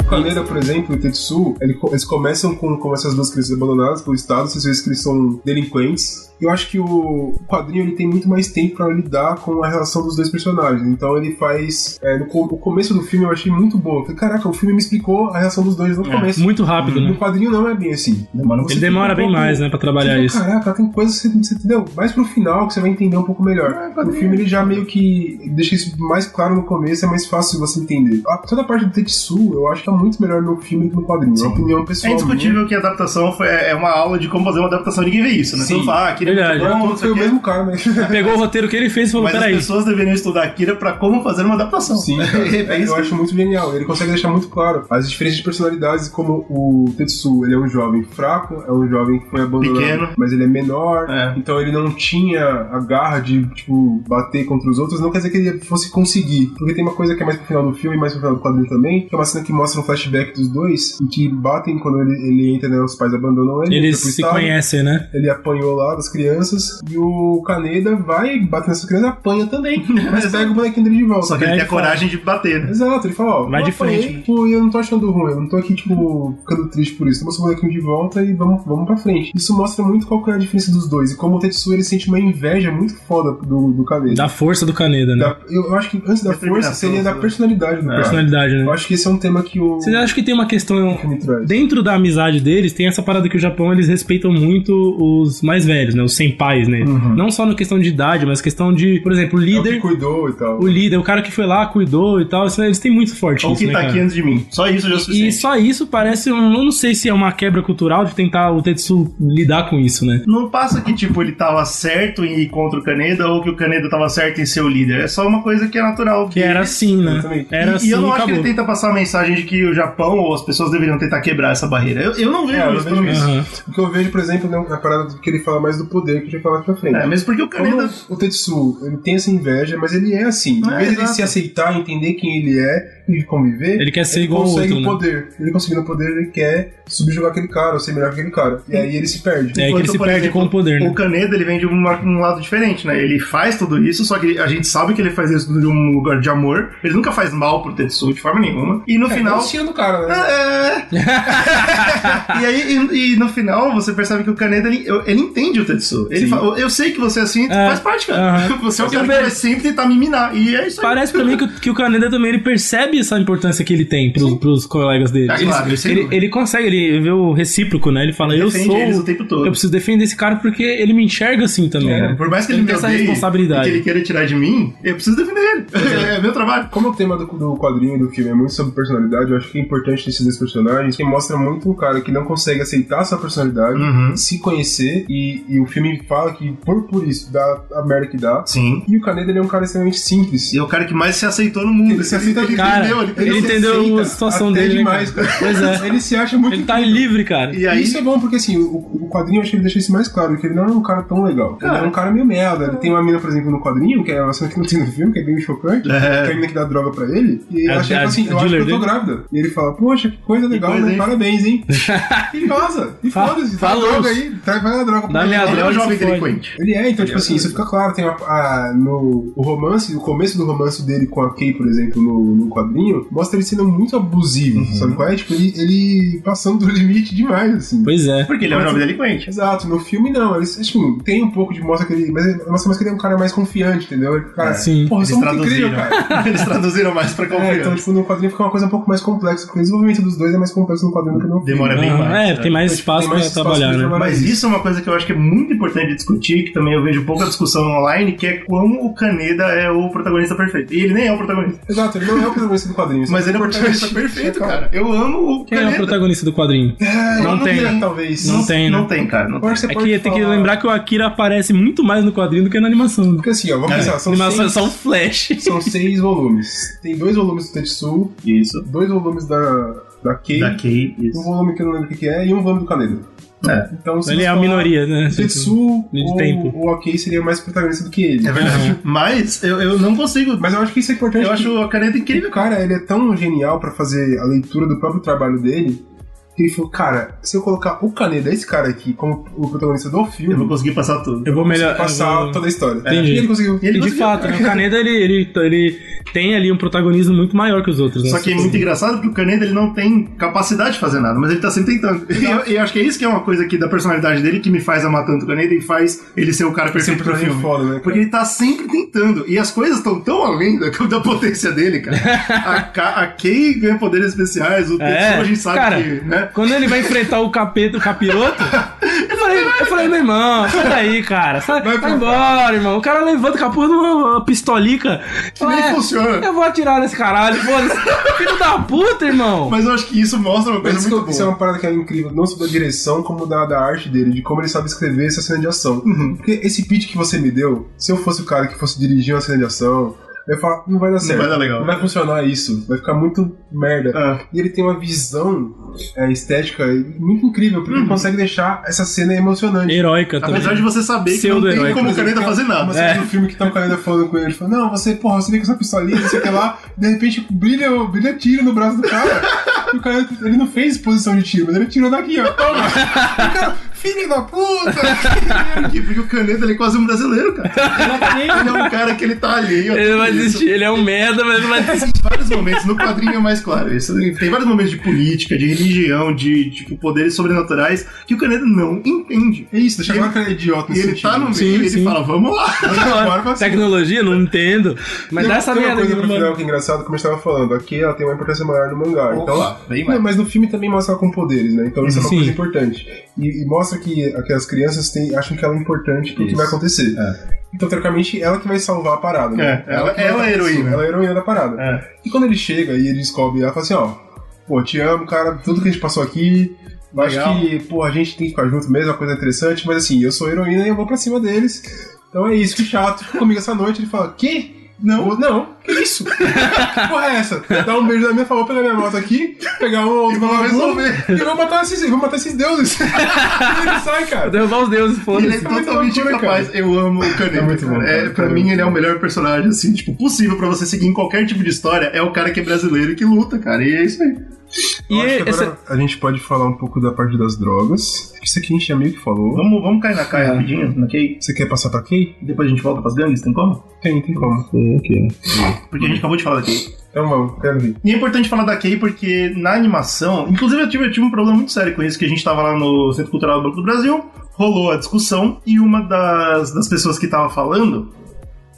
[SPEAKER 1] O Kaneda, por exemplo, e o Tetsu, ele co- eles começam com, com essas duas crianças abandonadas pelo Estado, vocês veem que eles são delinquentes. Eu acho que o quadrinho ele tem muito mais tempo pra lidar com a relação dos dois personagens. Então ele faz. é, no co- o começo do filme eu achei muito boa. Eu falei, Caraca, o filme me explicou a relação dos dois no começo.
[SPEAKER 3] É, Muito rápido,
[SPEAKER 1] No
[SPEAKER 3] né?
[SPEAKER 1] quadrinho não é bem assim. Você
[SPEAKER 3] Ele
[SPEAKER 1] fica
[SPEAKER 3] demora
[SPEAKER 1] um
[SPEAKER 3] bem
[SPEAKER 1] pouco-
[SPEAKER 3] mais, né, pra trabalhar
[SPEAKER 1] Você
[SPEAKER 3] isso.
[SPEAKER 1] fala, Caraca, tem coisas que você, você entendeu? Mais pro final que você vai entender um pouco melhor. o filme ele já meio que deixa isso mais claro no começo, é mais fácil você entender. A- toda a parte do Tetsu eu acho que é muito melhor no filme do que no quadrinho. É uma opinião pessoal.
[SPEAKER 2] É indiscutível que a adaptação foi, é uma aula de como fazer uma adaptação. Ninguém vê isso, né?
[SPEAKER 1] Sim.
[SPEAKER 2] Todo mundo fala, ah, Akira é
[SPEAKER 3] Verdade.
[SPEAKER 2] muito
[SPEAKER 3] Então,
[SPEAKER 1] minha. Agora
[SPEAKER 2] bom,
[SPEAKER 1] tudo
[SPEAKER 2] não sei
[SPEAKER 1] foi
[SPEAKER 2] o
[SPEAKER 1] o
[SPEAKER 2] quê.
[SPEAKER 1] mesmo cara, mas.
[SPEAKER 3] Pegou o roteiro que ele fez e falou,
[SPEAKER 2] Mas as
[SPEAKER 3] peraí.
[SPEAKER 2] pessoas deveriam estudar Akira pra como fazer uma adaptação.
[SPEAKER 1] Sim,
[SPEAKER 2] é
[SPEAKER 1] eu
[SPEAKER 2] isso.
[SPEAKER 1] acho muito genial. Ele consegue deixar muito claro as diferenças de personalidades, como o Tetsu, ele é um jovem fraco, é um jovem que foi abandonado,
[SPEAKER 2] Pequeno.
[SPEAKER 1] mas ele é menor,
[SPEAKER 2] É.
[SPEAKER 1] então ele não tinha a garra de, tipo, bater contra os outros, não quer dizer que ele fosse conseguir, porque tem uma coisa que é mais pro final do filme, mais pro final do quadrinho também, que é uma cena que mostra um flashback dos dois, em que batem quando ele, ele entra, né, os pais abandonam ele,
[SPEAKER 3] Eles
[SPEAKER 1] entra pro
[SPEAKER 3] se
[SPEAKER 1] estado,
[SPEAKER 3] conhecem, né?
[SPEAKER 1] Ele apanhou lá das crianças, e o Kaneda vai, bate nessas crianças, apanha também, mas pega o bonequinho dele de volta.
[SPEAKER 2] Só que ele
[SPEAKER 3] É,
[SPEAKER 2] tem a
[SPEAKER 3] ele fala.
[SPEAKER 2] coragem de bater, né?
[SPEAKER 1] Exato, ele fala, ó,
[SPEAKER 3] Vai
[SPEAKER 1] eu
[SPEAKER 3] de frente,
[SPEAKER 1] apanhei,
[SPEAKER 3] né?
[SPEAKER 1] Tipo, e eu não tô achando ruim, eu não tô aqui, tipo, ficando triste por isso. Toma seu bonequinho de volta e vamos, vamos pra frente. Isso mostra muito qual que é a diferença dos dois. E como o Tetsu, ele sente uma inveja muito foda do, do Kaneda.
[SPEAKER 3] Da força do Caneda, né?
[SPEAKER 1] Da- eu acho que antes da força
[SPEAKER 2] Determinação,
[SPEAKER 1] seria da
[SPEAKER 2] né?
[SPEAKER 1] personalidade do cara.
[SPEAKER 3] Personalidade,
[SPEAKER 1] Eu
[SPEAKER 3] né?
[SPEAKER 1] acho que esse é um tema que o...
[SPEAKER 3] Vocês acham que tem uma questão
[SPEAKER 1] que me traz.
[SPEAKER 3] dentro da amizade deles, tem essa parada que o Japão eles respeitam muito os mais velhos, né? Os senpais, né?
[SPEAKER 2] Uhum.
[SPEAKER 3] Não só na questão de idade, mas questão de, por exemplo, o
[SPEAKER 1] É o que
[SPEAKER 3] líder.
[SPEAKER 1] cuidou e tal.
[SPEAKER 3] O líder, o cara que foi lá, cuidou e tal, isso, eles têm muito forte
[SPEAKER 2] Ou
[SPEAKER 3] isso,
[SPEAKER 2] que
[SPEAKER 3] né,
[SPEAKER 2] tá
[SPEAKER 3] cara?
[SPEAKER 2] aqui antes de mim. Só isso já é o
[SPEAKER 3] E
[SPEAKER 2] suficiente.
[SPEAKER 3] só isso parece um. Eu não sei se é uma quebra cultural de tentar o Tetsu lidar com isso, né?
[SPEAKER 2] Não passa que, tipo, ele tava certo em ir contra o Caneda ou que o Caneda tava certo em ser o líder. É só uma coisa que é natural.
[SPEAKER 3] Que era assim, né?
[SPEAKER 1] Exatamente.
[SPEAKER 3] Era
[SPEAKER 2] e,
[SPEAKER 3] assim,
[SPEAKER 2] e eu não acho que
[SPEAKER 3] acabou.
[SPEAKER 2] ele tenta passar a mensagem de que o Japão ou as pessoas deveriam tentar quebrar essa barreira. Eu, eu não vejo
[SPEAKER 1] É, eu
[SPEAKER 2] isso,
[SPEAKER 1] não
[SPEAKER 2] pelo
[SPEAKER 1] vejo
[SPEAKER 2] menos.
[SPEAKER 3] Aham.
[SPEAKER 1] O que eu vejo, por exemplo, né, na é parada que ele fala mais do poder que a gente vai falar aqui pra frente.
[SPEAKER 2] É, mesmo porque o
[SPEAKER 1] Como
[SPEAKER 2] Caneda.
[SPEAKER 1] o Tetsu, ele tem essa inveja, mas ele é assim. Em
[SPEAKER 2] É,
[SPEAKER 1] vez de ele
[SPEAKER 2] exato.
[SPEAKER 1] se aceitar, entender quem ele é e conviver,
[SPEAKER 3] Ele quer ser igual ao
[SPEAKER 1] consegue
[SPEAKER 3] outro, né?
[SPEAKER 1] poder. Ele conseguindo poder, ele quer subjugar aquele cara, ou ser melhor que aquele cara. E aí ele se perde.
[SPEAKER 3] É aí que ele
[SPEAKER 2] Enquanto,
[SPEAKER 3] se
[SPEAKER 2] por
[SPEAKER 3] perde
[SPEAKER 2] exemplo,
[SPEAKER 3] com o poder, né?
[SPEAKER 2] O Caneda, ele vem de um, um lado diferente, né? Ele faz tudo isso, só que a gente sabe que ele faz isso de um lugar de amor. Ele nunca faz mal pro Tetsu de forma nenhuma. E no final.
[SPEAKER 1] Tirando É, o cara, né?
[SPEAKER 2] É. e aí, e, e no final, você percebe que o Kaneda, ele, ele entende o Tetsu. Ele fala, eu sei que você é assim,
[SPEAKER 3] É.
[SPEAKER 2] faz parte, cara.
[SPEAKER 3] Aham.
[SPEAKER 2] Você é o
[SPEAKER 3] Eu
[SPEAKER 2] cara que
[SPEAKER 3] vejo.
[SPEAKER 2] vai sempre tentar me minar. E é isso aí.
[SPEAKER 3] Parece pra mim que, o- que o Caneda também ele percebe essa importância que ele tem pros, pros colegas dele.
[SPEAKER 2] Ah, claro, sem
[SPEAKER 3] ele,
[SPEAKER 2] dúvida.
[SPEAKER 3] ele consegue, ele vê o recíproco, né? Ele fala, eu
[SPEAKER 2] Defende
[SPEAKER 3] sou.
[SPEAKER 2] eles o tempo todo.
[SPEAKER 3] Eu preciso defender esse cara porque ele me enxerga assim também.
[SPEAKER 2] É,
[SPEAKER 3] né?
[SPEAKER 2] Por mais que ele,
[SPEAKER 3] ele
[SPEAKER 2] me
[SPEAKER 3] tem essa
[SPEAKER 2] odeie
[SPEAKER 3] responsabilidade.
[SPEAKER 2] e que ele queira tirar de mim, eu preciso defender ele. É, meu trabalho.
[SPEAKER 1] Como o tema do, do quadrinho e do filme é muito sobre personalidade, eu acho que é importante esses dois personagens, que mostra muito um cara que não consegue aceitar sua personalidade,
[SPEAKER 2] Uhum.
[SPEAKER 1] se conhecer, e, e o filme fala que por, por isso dá a merda que dá.
[SPEAKER 2] Sim.
[SPEAKER 1] E o Caneda ele é um cara extremamente simples.
[SPEAKER 2] E é o cara que mais se aceitou no mundo.
[SPEAKER 1] Ele se aceita
[SPEAKER 2] ele
[SPEAKER 3] Cara,
[SPEAKER 2] entendeu, ele
[SPEAKER 3] ele
[SPEAKER 2] entendeu.
[SPEAKER 3] entendeu
[SPEAKER 1] aceita
[SPEAKER 3] a situação
[SPEAKER 1] até
[SPEAKER 3] dele, né,
[SPEAKER 1] demais,
[SPEAKER 3] cara?
[SPEAKER 1] cara.
[SPEAKER 3] Pois é.
[SPEAKER 1] Ele se acha muito
[SPEAKER 3] Ele tá
[SPEAKER 1] incrível.
[SPEAKER 3] livre, cara.
[SPEAKER 2] E aí,
[SPEAKER 1] Isso é bom porque assim, o, o quadrinho eu acho que ele deixa isso mais claro, que ele não é um cara tão legal.
[SPEAKER 2] Cara.
[SPEAKER 1] ele é um cara meio merda. Ele tem uma mina, por exemplo, no quadrinho, que é uma cena que não tem no filme, que é bem chocante,
[SPEAKER 2] É.
[SPEAKER 1] que é a mina que dá droga pra ele, e
[SPEAKER 3] A-
[SPEAKER 1] ela chega e
[SPEAKER 3] a-
[SPEAKER 1] fala assim,
[SPEAKER 3] a
[SPEAKER 1] eu acho que eu
[SPEAKER 3] dealer
[SPEAKER 1] tô
[SPEAKER 3] dele?
[SPEAKER 1] grávida. E ele fala, poxa, que coisa legal,
[SPEAKER 2] coisa,
[SPEAKER 1] né?
[SPEAKER 2] hein?
[SPEAKER 1] Parabéns, hein? e vaza. E
[SPEAKER 3] Fa-
[SPEAKER 1] foda-se, dá
[SPEAKER 3] falou.
[SPEAKER 1] droga aí, traz vai dar droga pra
[SPEAKER 3] Dá minha
[SPEAKER 2] ele é
[SPEAKER 3] droga
[SPEAKER 2] um
[SPEAKER 3] e
[SPEAKER 2] jovem
[SPEAKER 3] se fode.
[SPEAKER 2] delinquente.
[SPEAKER 1] ele é, então, tipo assim, isso fica claro. Tem a, a- no, o romance, o começo do romance dele com a Kay, por exemplo, no, no quadrinho, mostra ele sendo muito abusivo,
[SPEAKER 2] Uhum.
[SPEAKER 1] sabe qual é? Tipo, ele, ele passando do limite demais, assim.
[SPEAKER 3] Pois é.
[SPEAKER 2] Porque ele é um jovem delinquente.
[SPEAKER 1] Exato, no filme não, ele assim, tem um pouco de mostra que ele. Mas ele mostra mais que ele é um cara mais confiante, entendeu? Ele, cara,
[SPEAKER 3] Sim.
[SPEAKER 1] porra, eu
[SPEAKER 2] É, Eles
[SPEAKER 1] sou muito incrível,
[SPEAKER 2] traduziram.
[SPEAKER 1] cara.
[SPEAKER 2] Eles traduziram mais pra
[SPEAKER 1] É, então,
[SPEAKER 2] confiança.
[SPEAKER 1] tipo, no quadrinho fica uma coisa um pouco mais complexa, porque o desenvolvimento dos dois é mais complexo no quadrinho do que no filme.
[SPEAKER 2] Demora bem
[SPEAKER 3] Aham,
[SPEAKER 2] mais.
[SPEAKER 3] é,
[SPEAKER 2] né?
[SPEAKER 3] tem mais
[SPEAKER 1] Mas
[SPEAKER 3] espaço
[SPEAKER 1] tem mais
[SPEAKER 3] pra
[SPEAKER 1] espaço
[SPEAKER 3] trabalhar,
[SPEAKER 1] pra
[SPEAKER 3] né?
[SPEAKER 1] trabalhar.
[SPEAKER 2] Mas isso é uma coisa que eu acho que é muito importante discutir, que também eu vejo pouca discussão online, que é como o Kaneda é o protagonista perfeito. E ele nem é o protagonista.
[SPEAKER 1] Exato, ele não é o protagonista do quadrinho. isso
[SPEAKER 2] Mas ele é o
[SPEAKER 1] importante.
[SPEAKER 2] protagonista perfeito,
[SPEAKER 1] Calma.
[SPEAKER 2] cara. Eu amo o
[SPEAKER 3] Quem é o
[SPEAKER 2] Kaneda.
[SPEAKER 3] protagonista do quadrinho?
[SPEAKER 1] É,
[SPEAKER 3] Não
[SPEAKER 1] eu
[SPEAKER 3] tem.
[SPEAKER 1] diria, talvez.
[SPEAKER 3] Não tem, né?
[SPEAKER 2] Não tem, cara. Não
[SPEAKER 1] Eu acho
[SPEAKER 2] tem.
[SPEAKER 1] que você
[SPEAKER 3] É
[SPEAKER 1] pode
[SPEAKER 3] que tem que
[SPEAKER 1] falar-
[SPEAKER 3] lembrar que o Akira aparece muito mais no quadrinho do que na animação. né?
[SPEAKER 1] Porque assim, ó, vamos
[SPEAKER 2] É.
[SPEAKER 1] pensar,
[SPEAKER 3] A
[SPEAKER 1] são
[SPEAKER 3] animação é
[SPEAKER 1] seis,
[SPEAKER 3] só um flash.
[SPEAKER 1] são seis volumes. Tem dois volumes do Tetsu,
[SPEAKER 2] Isso.
[SPEAKER 1] dois volumes da, da Kei,
[SPEAKER 2] Da Kay,
[SPEAKER 1] um
[SPEAKER 2] isso.
[SPEAKER 1] volume que eu não lembro o que que é, e um volume do Kaneda.
[SPEAKER 2] É.
[SPEAKER 1] Então, se
[SPEAKER 3] Ele
[SPEAKER 1] você
[SPEAKER 3] é a
[SPEAKER 1] falar
[SPEAKER 3] minoria, né?
[SPEAKER 1] Tetsu
[SPEAKER 3] De
[SPEAKER 1] ou,
[SPEAKER 3] tempo.
[SPEAKER 1] ou a Kei seria mais protagonista do que ele.
[SPEAKER 2] É verdade. Mas eu, eu não consigo.
[SPEAKER 1] Mas eu acho que isso é importante.
[SPEAKER 2] Eu acho a caneta
[SPEAKER 1] que
[SPEAKER 2] incrível.
[SPEAKER 1] o cara ele é tão genial pra fazer a leitura do próprio trabalho dele que ele falou, cara, se eu colocar o Kaneda, esse cara aqui, como o protagonista do filme,
[SPEAKER 2] Eu vou conseguir passar tudo.
[SPEAKER 3] Eu vou melhor. eu
[SPEAKER 1] passar
[SPEAKER 3] vou-
[SPEAKER 1] toda a história.
[SPEAKER 3] Entendi.
[SPEAKER 1] E ele conseguiu.
[SPEAKER 2] E ele
[SPEAKER 3] E de
[SPEAKER 2] conseguiu,
[SPEAKER 3] fato, né,
[SPEAKER 2] cara.
[SPEAKER 3] o Caneda ele, ele, ele tem ali um protagonismo muito maior que os outros. Né?
[SPEAKER 2] Só que é muito engraçado porque o Caneda ele não tem capacidade de fazer nada, mas ele tá sempre tentando. E eu, eu acho que é isso que é uma coisa aqui da personalidade dele que me faz amar tanto o Caneda e faz ele ser o cara perfeito pro
[SPEAKER 1] personagem
[SPEAKER 2] filme.
[SPEAKER 1] foda, né, cara?
[SPEAKER 2] Porque ele tá sempre tentando. E as coisas estão tão além da, da potência dele, cara. A, Ka- a Kay ganha poderes especiais, o
[SPEAKER 3] É,
[SPEAKER 2] Tetsu a gente sabe
[SPEAKER 3] cara,
[SPEAKER 2] que, né?
[SPEAKER 3] Quando ele vai enfrentar o capeta, o capiroto, eu falei, eu falei, meu irmão, sai daí, cara. Sai,
[SPEAKER 1] Vai
[SPEAKER 3] vai,
[SPEAKER 1] pro-
[SPEAKER 3] embora, irmão. O cara levanta com a porra de uma pistolica. Fala,
[SPEAKER 2] nem
[SPEAKER 3] "É,
[SPEAKER 2] funciona."
[SPEAKER 3] Eu vou atirar nesse caralho, foda-se. Filho da puta, irmão.
[SPEAKER 2] Mas eu acho que isso mostra uma
[SPEAKER 1] Mas
[SPEAKER 2] coisa
[SPEAKER 1] isso,
[SPEAKER 2] muito
[SPEAKER 1] isso é
[SPEAKER 2] boa.
[SPEAKER 1] uma parada que é incrível, não só da direção, como da, da arte dele, de como ele sabe escrever essa cena de ação.
[SPEAKER 2] Uhum.
[SPEAKER 1] Porque esse pitch que você me deu, se eu fosse o cara que fosse dirigir uma cena de ação, eu ia falar, não vai dar certo.
[SPEAKER 2] vai dar legal.
[SPEAKER 1] Não vai funcionar isso. Vai ficar muito merda.
[SPEAKER 2] Ah.
[SPEAKER 1] E ele tem uma visão é, estética muito incrível, porque
[SPEAKER 2] Uhum.
[SPEAKER 1] ele consegue deixar essa cena emocionante.
[SPEAKER 3] Heróica também.
[SPEAKER 2] Apesar de você saber que não tem
[SPEAKER 3] Pseudo-heróico.
[SPEAKER 2] como o Caneda fazer nada.
[SPEAKER 3] É.
[SPEAKER 2] É.
[SPEAKER 1] Mas no filme que tá o Caneda falando com ele, ele fala, não, você, porra, você vem com essa pistolinha, não sei o que lá, de repente brilha, brilha tiro no braço do cara. e o cara, ele não fez posição de tiro, mas ele tirou daqui, ó. Toma! E o cara, filho da puta!
[SPEAKER 2] Porque porque o Caneda ele é quase um brasileiro, cara. Ele é um cara que ele tá alheio. a
[SPEAKER 3] Ele
[SPEAKER 2] tudo
[SPEAKER 3] vai
[SPEAKER 2] isso.
[SPEAKER 3] desistir, ele é um merda, mas ele vai desistir.
[SPEAKER 2] vários momentos, no quadrinho é mais claro isso. Tem vários momentos de política, de religião, de tipo, poderes sobrenaturais que o Caneda não entende.
[SPEAKER 1] É isso, deixa claro que ele é idiota
[SPEAKER 2] E
[SPEAKER 1] nesse
[SPEAKER 2] ele tá no meio
[SPEAKER 3] Sim,
[SPEAKER 2] e ele
[SPEAKER 3] sim.
[SPEAKER 2] fala, vamos lá.
[SPEAKER 1] Agora vai ser.
[SPEAKER 3] Tecnologia, não entendo. Mas
[SPEAKER 1] Tem-
[SPEAKER 3] dá essa
[SPEAKER 1] tem uma coisa
[SPEAKER 3] merda aqui
[SPEAKER 1] pro
[SPEAKER 3] no
[SPEAKER 1] final
[SPEAKER 3] mano.
[SPEAKER 1] que é engraçado, como a gente tava falando, aqui ela tem uma importância maior no mangá.
[SPEAKER 2] Opa,
[SPEAKER 1] então,
[SPEAKER 2] bem mais.
[SPEAKER 1] Não, mas no filme também mostra ela com poderes, né? Então isso é uma
[SPEAKER 3] Sim.
[SPEAKER 1] coisa importante. E, e mostra que, que as crianças têm- acham que ela é importante pro que
[SPEAKER 2] Isso.
[SPEAKER 1] vai acontecer. Então, teoricamente, ela que vai salvar a parada, né?
[SPEAKER 2] É, ela-
[SPEAKER 1] que vai
[SPEAKER 2] ela é a
[SPEAKER 1] dar isso,
[SPEAKER 2] heroína.
[SPEAKER 1] Ela é a heroína da parada.
[SPEAKER 2] É.
[SPEAKER 1] E quando ele chega e ele descobre, ela fala assim, ó, pô, te amo, cara, tudo que a gente passou aqui. eu Acho
[SPEAKER 2] Legal.
[SPEAKER 1] que, pô, a gente tem que ficar junto mesmo, é uma coisa interessante, mas assim, eu sou a heroína e eu vou pra cima deles. Então é isso, que chato. Fica comigo essa noite, ele fala, que? Não. Não. Que isso? que porra é essa? Dá um beijo na minha, falar, vou pegar minha moto aqui, pegar um outro
[SPEAKER 2] vou resolver.
[SPEAKER 1] e vou matar esses, vou matar esses deuses. e ele sai, cara.
[SPEAKER 3] Derrubar os deuses,
[SPEAKER 2] Ele é
[SPEAKER 3] foda-se.
[SPEAKER 1] muito
[SPEAKER 2] totalmente
[SPEAKER 1] loucura,
[SPEAKER 2] incapaz. Eu amo o Caneta.
[SPEAKER 1] É muito
[SPEAKER 2] cara.
[SPEAKER 1] bom,
[SPEAKER 2] É,
[SPEAKER 1] cara.
[SPEAKER 2] pra
[SPEAKER 1] É
[SPEAKER 2] mim,
[SPEAKER 1] muito
[SPEAKER 2] ele é o
[SPEAKER 1] bom.
[SPEAKER 2] melhor personagem, assim, tipo, possível pra você seguir em qualquer tipo de história. É o cara que é brasileiro e que luta, cara. E é isso aí.
[SPEAKER 3] E
[SPEAKER 1] Eu acho que
[SPEAKER 2] é-
[SPEAKER 3] essa-
[SPEAKER 1] agora a gente pode falar um pouco da parte das drogas. Isso aqui a gente já meio que falou.
[SPEAKER 2] Vamos, vamos cair na caia rapidinho, na Kay.
[SPEAKER 1] Você quer passar pra Kay?
[SPEAKER 2] Depois a gente volta pras gangues, tem como?
[SPEAKER 1] Tem, tem como.
[SPEAKER 2] Porque a gente acabou de falar da Kay.
[SPEAKER 1] Então vamos, quero ver.
[SPEAKER 2] E é importante falar da Kay porque na animação, inclusive eu tive, eu tive um problema muito sério com isso, que a gente tava lá no Centro Cultural do Banco do Brasil, rolou a discussão e uma das, das pessoas que tava falando,